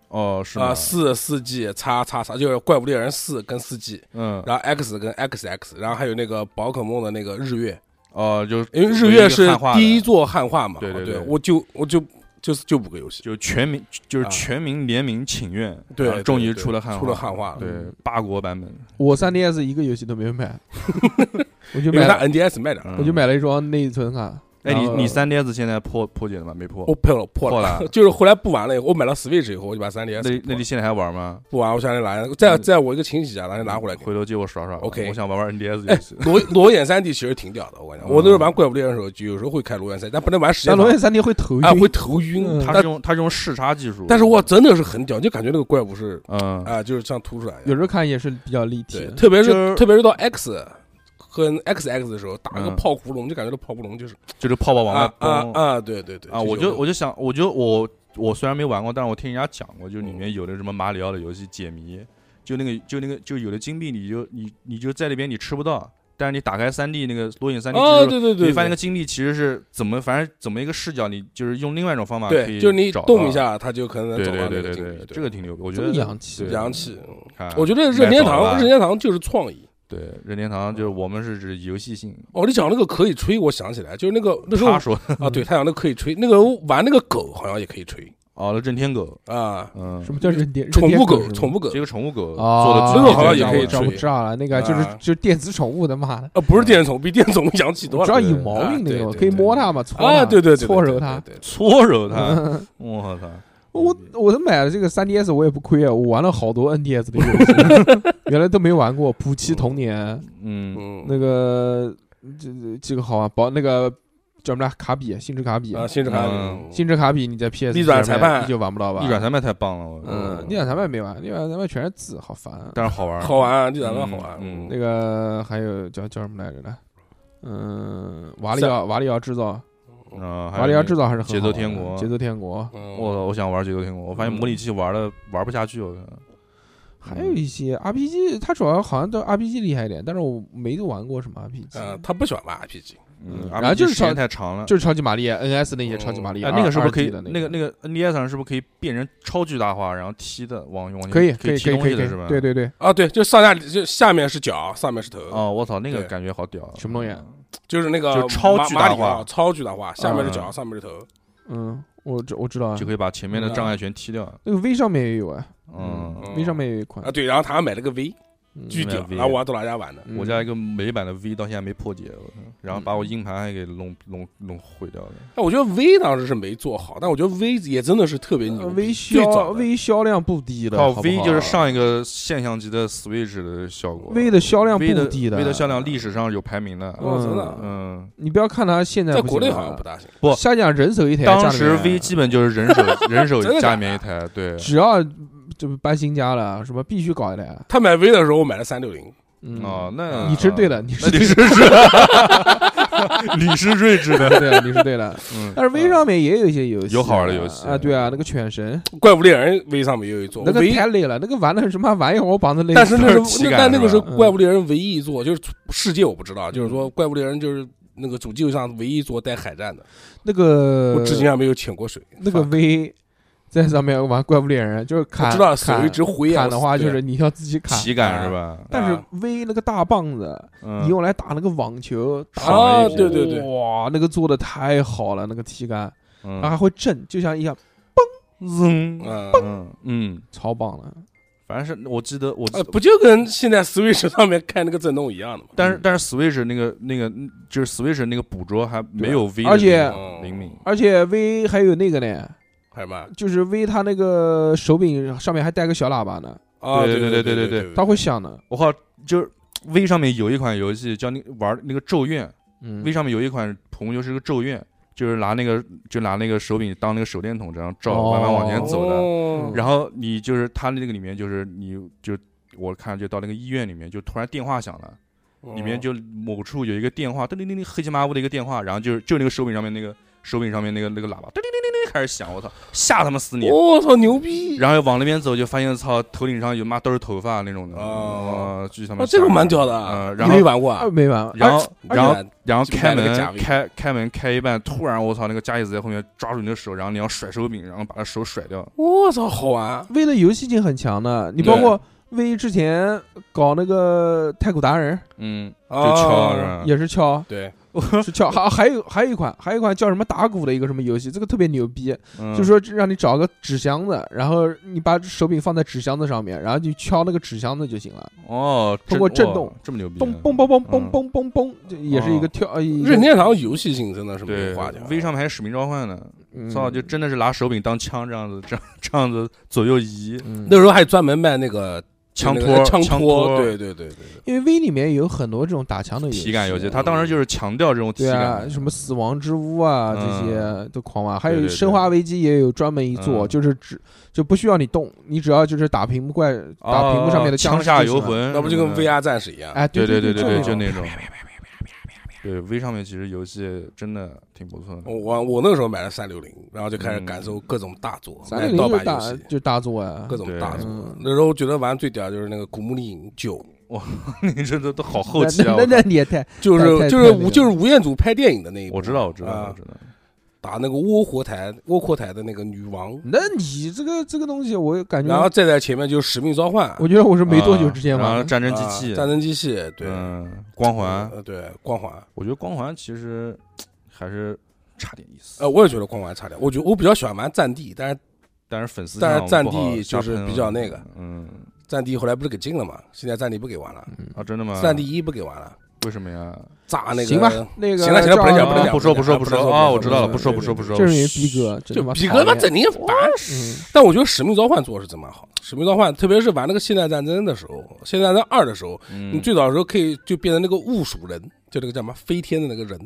C: 哦，是吗
D: 啊，？四四 G 叉叉叉，就是怪物猎人四跟四 G，
C: 嗯，
D: 然后 X 跟 XX，然后还有那个宝可梦的那个日月，
C: 哦，就是
D: 因为日
C: 唯
D: 月
C: 一
D: 是
C: 汉化的
D: 第一座汉化嘛，
C: 对对
D: 对
C: 对
D: 我就我就就是就五个游戏，
C: 就全民就是
D: 啊
C: 全民联名请愿，
D: 对
C: 然后终于
D: 对对
C: 出了汉
D: 出了汉化了啊
C: 对
B: 嗯
C: 八国版本，
B: 我 3DS 一个游戏都没有买，我就
D: 因为
B: 买
D: 它
B: 了
D: NDS 卖的，
C: 嗯
B: 我就。买了一张内存卡。
C: 哎，你
B: 然后
C: 你三 DS 现在破破解了吗？没破
D: 我。破了破
C: 破了
D: 就是后来不玩了以后，我买了 Switch 以后，我就把三 DS
C: 那你那你嗯现在还玩吗？
D: 不玩，我想来拿，在在我一个亲戚家，然后拿回来给
C: 回头借我耍耍吧。
D: OK
C: 我想玩玩 NDS
D: 哎
C: 游戏。
D: 裸 裸眼三 D 其实挺屌的，
C: 嗯
D: 我跟你讲，我那时候玩怪物猎人的时候，就有时候会开裸眼三 D，但不能玩时间
B: 但
D: 长
B: 龙眼三 D 会头
D: 啊，
B: 晕，
D: 会头晕
B: 嗯。
C: 它
D: 但
C: 是用它是用视差技术，
D: 但是我真的是很屌，就感觉那个怪物是
C: 嗯，
D: 啊，就是像凸出来一
B: 有
D: 样。
B: 时候看也是比较立体
D: 对，
B: 的。
D: 特别
C: 就是
D: 是特别是到 X 跟 XX 的时候，打那个
C: 嗯
D: 炮窟窿，就感觉到炮窟窿就是
C: 就是泡泡往外
D: 啊啊
C: 崩
D: 啊，对对对
C: 啊！我就
D: 就
C: 我就想，我就我我虽然没玩过，但是我听人家讲过，就里面有的什么马里奥的游戏解谜，就那个就那个就有的金币你就你你就在那边你吃不到，但是你打开三 D 那个裸眼三 D
D: 哦，对对对，
C: 你发现那
D: 对
C: 个金币其实是怎么，反正怎么一个视角，你就是用另外一种方法可
D: 对，
C: 以
D: 就是你
C: 找到
D: 动一，下，它就可能
C: 对
D: 找
C: 对
D: 到
C: 对
D: 那
C: 对
D: 个
C: 对，
D: 金
C: 这个挺啊牛，我觉
B: 这
C: 得
B: 么洋气
C: 对
D: 洋气。嗯
C: 看
D: 我觉得任天堂任天堂就是创意。
C: 对任天堂就是我们是指游戏性，
D: 哦，你讲那个可以吹，我想起来，就是那个那时候
C: 他说的
D: 啊，对，太阳能可以吹，那个玩那个狗好像也可以吹
C: 哦，那任天狗，
D: 啊，
C: 嗯，
B: 什么叫人点
D: 宠物狗，
B: 人点
D: 宠
B: 狗
D: 物狗
C: 这个宠物狗
B: 是吗啊？
C: 做的
D: 这个好像也可以
B: 找
D: 吹
B: 不着了，那个就是
D: 啊
B: 就是电子宠物的，妈的，
D: 啊，不是电宠，比电宠洋气多
B: 只
D: 了
B: 要有毛病那
D: 对
B: 种，
D: 对
B: 可以
D: 对
B: 摸它嘛，搓
D: 啊！
B: 它
D: 对对对，对
B: 搓揉
D: 对
B: 它。
D: 对对 对
C: 搓揉 它，我操，
B: 我我都买了这个 3DS，我也不亏啊，我玩了好多 NDS 的游戏，原来都没玩过。补齐童年
C: 嗯
D: 嗯，
B: 那个这这几个好玩，保那个叫什么来卡比，星之卡比，
D: 啊，新之卡
C: 嗯
B: 星之卡比你在 PS
D: 逆转裁判
B: 你就玩不到
D: 嗯
B: 吧？
C: 逆转，裁判太棒了，我
B: 嗯，逆转裁判没玩，逆转裁判全是字，好烦啊。
C: 但是好玩，
D: 好，玩，绿展蛮好玩，
C: 嗯
B: 那个还有叫叫什么来着呢？嗯，瓦里奥瓦里奥制造，
C: 嗯，还有
B: 瓦里奥制造还是很
C: 节奏
B: 好玩的
C: 天国
B: 节奏天国，
D: 嗯
C: 我操我想玩节奏天国，我发现模拟器玩的玩不下去，我靠
B: 还有一些 RPG，它主要好像都 RPG 厉害一点，但是我没玩过什么
C: 呃
B: RPG，
D: 啊，他不喜欢玩 RPG，
C: 嗯，
B: 然后就是
C: RPG 时间
B: 超
C: 太长了，
B: 就是超级玛丽 NS 那些超级玛丽，
C: 哎，那个是不是可以
B: 2G 的？
C: 那个那个 NDS 上是不是可以变成超巨大化，然后踢的往往前
B: 可以
C: 可
B: 可以
C: 踢
B: 可以
C: 东
B: 可
C: 西
B: 以可
C: 的
B: 以
C: 是吧？
B: 对。对对，
D: 啊，对，就上下就下面是脚，上面是头，
C: 哦，我操，那个
D: 对
C: 感觉好屌！
B: 什么东西啊
D: 就是那个
C: 就超巨大化
D: 马马里奥超巨大化，下面是脚，
C: 嗯
D: 上面是头，啊
B: 嗯，我知我知道啊
C: 就，可以把前面的障
B: 啊
C: 碍全踢掉。
B: 那个 V 上面也有啊
C: 嗯，
B: ，V 上面也有一款
D: 啊，，对，然后他还买了个 V，
B: 嗯
D: 巨屌
C: 买，V
D: 然后我还到他家玩的，
B: 嗯
C: 我家一个美版的 V 到现在没破解，我操然后把我硬盘还给弄弄弄毁掉了。
D: 但我觉得 V 当时是没做好，但我觉得 V 也真的是特别牛
B: 呃
D: 逼，
B: ，V
D: 最
B: 销
D: 早的
B: V 销量不低的，
C: 靠
B: 好不
C: ，V
B: 好
C: 就是上一个现象级的 Switch 的效果。
B: V 的销量
C: V 的
B: 不低
C: V 的销量历史上有排名的。
D: 哦，真的啊，
C: 嗯，
B: 你不要看它现在
D: 在
B: 不
D: 国
B: 行
D: 内
B: 了
D: 好像不大行。
C: 不
B: 下讲人手一台，啊
C: 当时
B: 家里
C: V
B: 面
C: 基本就是人手 人手
D: 真的
C: 家
D: 假的
C: 里面一台，对，
B: 只要就搬新家了，什么必须搞一台，啊
D: 他买 V 的时候，我买了三六零，
B: 嗯
C: 哦，那
B: 你是对
D: 啊
B: 的，你
C: 那
B: 是
C: 你
B: 对
C: 是
B: 的，
C: 你是睿智的，
B: 对的，你是对 的。
C: 嗯，
B: 但是 V 上面也有一些游戏啊，
C: 有好玩的游戏
B: 啊，对啊，那个犬神，
D: 怪物猎人 V 上面也有一座
B: 那个
D: 唯一
B: 太累了，那个玩的什么玩意儿，我膀子累死了。
D: 但是那
C: 体
D: 是那
C: 感
D: 但那个
C: 是
D: 是
C: 吧嗯
B: 嗯
D: 怪物猎人唯一一座，就是世界我不知道，就是说怪物猎人就是那个主机上唯一一座带海战的，
B: 那个
C: 呃
D: 我至今还没有潜过水。
B: 那个 V 在上面玩怪物猎人，就是
D: 我
B: 砍，
D: 知道手一
B: 砍
D: 直挥啊
B: 砍的话，
D: 对
B: 就是你要自己砍。
C: 体感是吧？
B: 但是
D: 啊
B: V 那个大棒子，你
C: 嗯，
B: 用来打那个网球，打
C: 爽
D: 啊，
C: 了一
D: 对对对，
B: 哇，那个做的太好了，那个体感，然后还
C: 嗯，
B: 会震，就像一样，
C: 嗯
D: 嗯，
C: 嗯嗯，
B: 超棒了。
C: 反正是我记得我记
D: 呃，，不就跟现在 Switch 上面开那个震动一样的吗？
B: 嗯
C: 但是但是 Switch 那个那个就是 Switch 那个捕捉还没有 V，的
B: 啊而且
D: 哦
C: 灵嗯灵敏，
B: 而且 V 还有那个呢，
D: 还是嘛？
B: 就是 V 它那个手柄上面还带个小喇叭呢，
D: 啊，
C: 对对对
D: 对
C: 对
D: 对
C: 对
D: 对，
B: 它会响的。
C: 我靠，就是 V 上面有一款游戏叫那玩那个咒怨
B: 嗯
C: ，V 上面有一款朋友是个咒怨，就是拿那个就拿那个手柄当那个手电筒这样照，慢慢往前走的。
D: 哦
C: 然后你就是他那个里面就是你就我看就到那个医院里面就突然电话响了，
D: 哦
C: 里面就某处有一个电话，叮铃铃铃，黑漆麻乌的一个电话，然后就是就那个手柄上面那个手柄上面那个那个喇叭，叮铃铃铃铃开始响，我操，吓他妈死你！
D: 我哦操牛逼！
C: 然后往那边走就发现操头顶上有妈都是头发那种的，
D: 哦
C: 啊，去他妈
D: 啊，这个
C: 吓
D: 蛮屌的
C: 呃
D: 啊，
C: 然
D: 你
C: 后
D: 没玩过啊
B: 啊，？没玩。
C: 然后
D: 而且
C: 然后
D: 而且
C: 然后开
D: 就买了个假
C: 门
D: 币
C: 开开门开一半，突然我操那个佳怡子在后面抓住你的手，然后你要甩手柄，然后把他手甩掉，
D: 我操好玩！啊
B: 为了游戏性很强的，你包括 V 之前搞那个太古达人
C: 嗯，就
D: 哦
C: 敲是吧？
B: 也是 敲，
D: 对，
B: 是敲。还还有还有一款，还有一款叫什么打鼓的一个什么游戏，这个特别牛逼，
C: 嗯
B: 哦就是说让你找个纸箱子，然后你把手柄放在纸箱子上面，然后你敲那个纸箱子就行了，
C: 哦，
B: 通过
C: 这
B: 震
C: 哇
B: 动
C: 这么牛逼啊，
B: 嘣嘣嘣嘣嘣
C: 嗯
B: 嘣嘣嘣，这也是一个跳。呃一个
D: 任天堂游戏性真的是没
C: 对
D: 话讲。啊
C: ，V 上面还有使命召唤呢，
B: 嗯
C: 操，就真的是拿手柄当枪这样子，这样 这样子左右移，
B: 嗯
D: 那时候还专门卖那个
C: 枪
D: 那个
C: 托
D: 枪
C: 枪
D: 托，
C: 托
D: 对对对对对。
B: 因为 V 里面有很多这种打枪的
C: 体感游戏，
B: 它
C: 他当时就是强调这种体
B: 对啊，
C: 感，
B: 什么死亡之屋啊这些都狂玩，还有
C: 对对对
B: 生化危机也有专门一做，
C: 嗯
B: 就是只就不需要你动，你只要就是打屏幕怪，打屏幕上面的
C: 哦枪
B: 僵尸啊
C: 下
B: 就
C: 游
B: 行了，
C: 魂，
D: 那不就跟
C: 嗯
D: VR 战士一样？
B: 哎，
C: 对
B: 对
C: 对
B: 对
C: 对，
B: 就
C: 就
B: 那种
C: 那种。对 V 上面其实游戏真的挺不 错的，
D: 我我那个时候买了三六零，然后就开始
C: 嗯
D: 感受各种大作，
B: 三
D: 买
B: 六
D: 盗
B: 零就
D: 版
B: 大
D: 游戏，
B: 就大作啊
D: 各，种大
C: 对
D: 作
B: 嗯。
D: 那时候我觉得玩最屌的就是那个《古墓丽影九
C: 你这都都好后
B: 那
C: 期啊！
B: 那
C: 我
B: 那你也太》，
D: 就是
B: 太
D: 就
B: 太
D: 是
B: 那个
D: 吴就是吴彦祖拍电影的那一部，
C: 我知道，我知道，
D: 啊
C: 我知道。
D: 打那个窝火台窝阔台的那个女王，
B: 那你这个这个东西，我感
D: 然后
B: 觉，
D: 再在前面就是《使命召唤》
B: 我觉得我是没多久之前
C: 啊然
B: 玩
C: 后
B: 的，
C: 战争机
D: 啊
C: 器，
D: 战争机器，对，
C: 嗯，光环，
D: 呃，对，光环，
C: 我觉得光环其实还是差点意思
D: 呃，，我也觉得光环差点，我觉得我比较喜欢玩战地，但是
C: 但是粉丝
D: 但是
C: 上
D: 战
C: 不好
D: 地
C: 瞎
D: 就是
C: 喷
D: 比
C: 了
D: 较那个，
C: 嗯，
D: 战地后来不是给禁了嘛，现在战地不给玩了，
B: 嗯
C: 啊，真的吗？
D: 战地一不给玩了，
C: 为什么呀？
D: 炸那个
B: 行吧，那个
D: 行了行
B: 叫
D: 了不能讲
C: 啊
D: 不能讲
C: 不说
D: 不
C: 不
D: 能
C: 说
D: 讲不
C: 不说
D: 能说
C: 啊！
D: 不
C: 我知道了，
B: 嗯
D: 能
C: 不说
D: 说
C: 不说不说，
B: 就是因为逼格，真
D: 就
B: 他妈
D: 比哥
B: 讨
D: 嘛
B: 厌
D: 整天烦。
B: 嗯
D: 但我觉得《使命召唤》做的是真蛮好，《使命召唤》特别是玩那个现代战争的时候，《现代战争二》的时候，你
C: 嗯，
D: 最早的时候可以就变成那个雾鼠人，就那个叫什么飞天的那个人，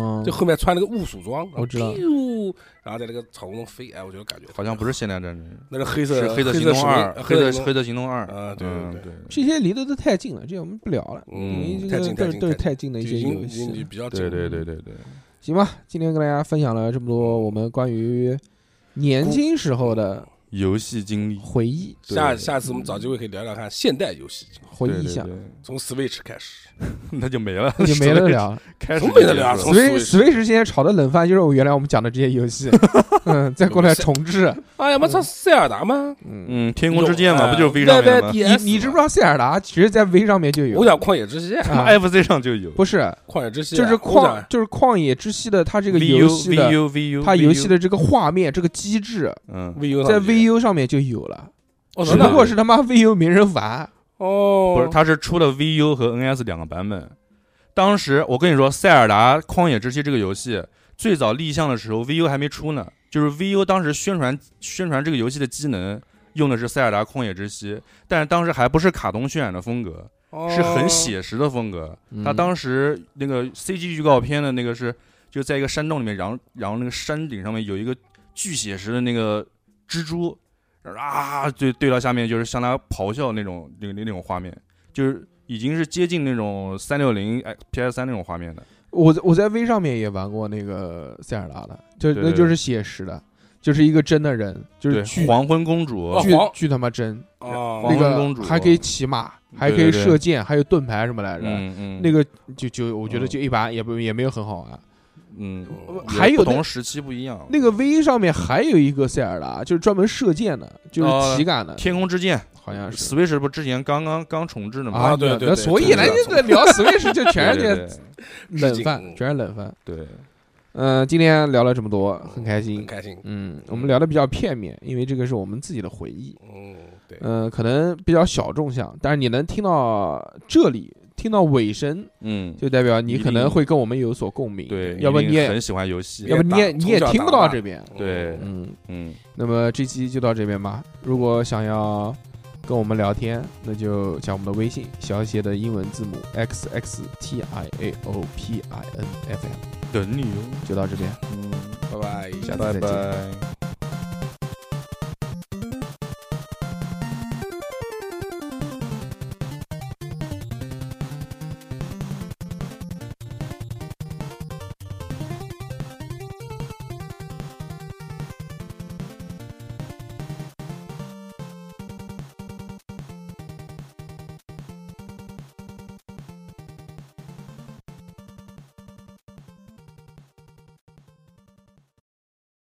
B: 嗯
D: 就后面穿那个雾鼠装，
B: 我知道
D: 咻然后在那个草丛中飞，哎，我觉得感觉
C: 嗯好像不是现代战争，
D: 那是黑色
C: 是
D: 黑
C: 色行
D: 使
C: 动
D: 命
C: 二，
D: 呃
C: 黑
D: 黑
C: 色
D: 色
C: 黑色行动二
D: 啊对对
C: 嗯
D: 对
C: 对，
B: 这些离得都太近了，这些我们不聊了，
D: 嗯
B: 因为
D: 太
B: 这
D: 近
B: 个都
D: 太
B: 是
D: 近
B: 都是
D: 太
B: 太近
D: 近
B: 的
D: 已
B: 一些
D: 经
B: 游
D: 已
B: 戏
D: 经。比较
C: 对
D: 紧
C: 对对对对，
B: 行吧，今天跟大家分享了这么多我们关于年轻时候的
C: 游戏经历，
B: 回忆，
C: 对
D: 下下次我们找机会可以聊聊看现代游戏，
B: 回忆一下
C: 对， 对
D: 从 Switch 开始。
C: 对那就没了，
B: 那就没得，聊。
C: 开始
D: 从没得聊
C: 就结束
D: 从
C: 了
B: Switch
D: Switch
B: Switch 现在炒的冷饭就是我原来我们讲的这些游戏，嗯，再过来重置，
D: 哎呀妈，操，塞尔达吗？
B: 嗯，
C: 嗯，天空之剑嘛，
D: 有
C: 不就是 V 上面的吗？
B: 你你知不知？道塞尔达其实在 V 上面就有，
D: 我讲旷野之息，
B: 啊，
C: FC 上就有，
B: 不是，啊
D: 旷野之息啊
B: 就是
D: 我
B: 旷
D: 讲
B: 就是旷野之息的它这个
C: VU
B: 游戏的
C: VU VU，
B: 它游戏的这个画面这个机制
C: 嗯，
D: VU
B: 在
D: 上面
B: VU 上面就有了，
D: 哦
B: 只
D: 真
B: 不
D: 的
B: 过是他妈 VU 没人玩，
D: 哦，
C: 不是，它是出了 VU 和 NS 两个版本。当时我跟你说，《塞尔达：旷野之息》这个游戏最早立项的时候，VU 还没出呢。就是 VU 当时宣传宣传这个游戏的机能，用的是《塞尔达：旷野之息》，但是当时还不是卡通渲染的风格，
D: 哦
C: 是很写实的风格。
B: 嗯
C: 它当时那个 CG 预告片的那个是就在一个山洞里面，然后然后那个山顶上面有一个巨写实的那个蜘蛛，然后啊对对到下面就是向它咆哮那种那个那种画面，就是已经是接近那种三六零 PS 三那种画面的。
B: 我在我在 V 上面也玩过那个塞尔达的，就
C: 对
B: 那
C: 对
B: 就是写实的，就是一个真的人，就是
C: 对，
B: 巨
C: 黄昏公主，
D: 哦
B: 巨
D: 黄
B: 巨他妈真，
D: 哦，
C: 黄
B: 那
C: 昏
B: 个
C: 公主
B: 还可以骑马，还可以
C: 对对对
B: 射箭，还有盾牌什么来着。
C: 嗯嗯，
B: 那
C: 个
B: 个就就我觉得就一般，也不也没有很好玩。
C: 嗯，
B: 还有
C: 不
B: 那
C: 同时期不一样。
B: 那个 V 上面还有一个塞尔达，就是专门射箭的，就是体感的，
C: 哦天空之剑
B: 好像是
C: Switch 不之前刚刚刚重置的吗？
B: 啊。
D: 对
B: 那
D: 对
B: 那
D: 对
B: 所以
D: 对
B: 呢，
D: 对
B: 就聊 Switch 就全
C: 对
B: 是
C: 对
B: 些
C: 对
B: 冷饭
D: 致，敬
B: 全是冷饭。
C: 对，
B: 嗯，今天聊了这么多，很开心
D: 哦很。开心。
B: 嗯，我们聊的比较片面，因为这个是我们自己的回忆，
D: 嗯，对，
B: 嗯、可能比较小众项，但是你能听到这里，听到尾声，
C: 嗯，
B: 就代表你
C: 一定
B: 可能会跟我们有所共鸣，
C: 对，
B: 要不
C: 一
B: 你
C: 定
B: 也，
C: 很喜欢游戏，
B: 要不你也
D: 打
B: 你也
D: 从小
B: 听不
D: 打
B: 到
D: 骂
B: 这边，
C: 对
B: 嗯，
C: 嗯，
B: 那么这期就到这边吧。如果想要跟我们聊天，那就加我们的微信，小写的英文字母 x x t i a o p i n f m。
C: 等你
B: 就到这边。
C: 哦，
D: 拜拜。
B: 下次
C: 嗯拜
B: 再见
C: 拜。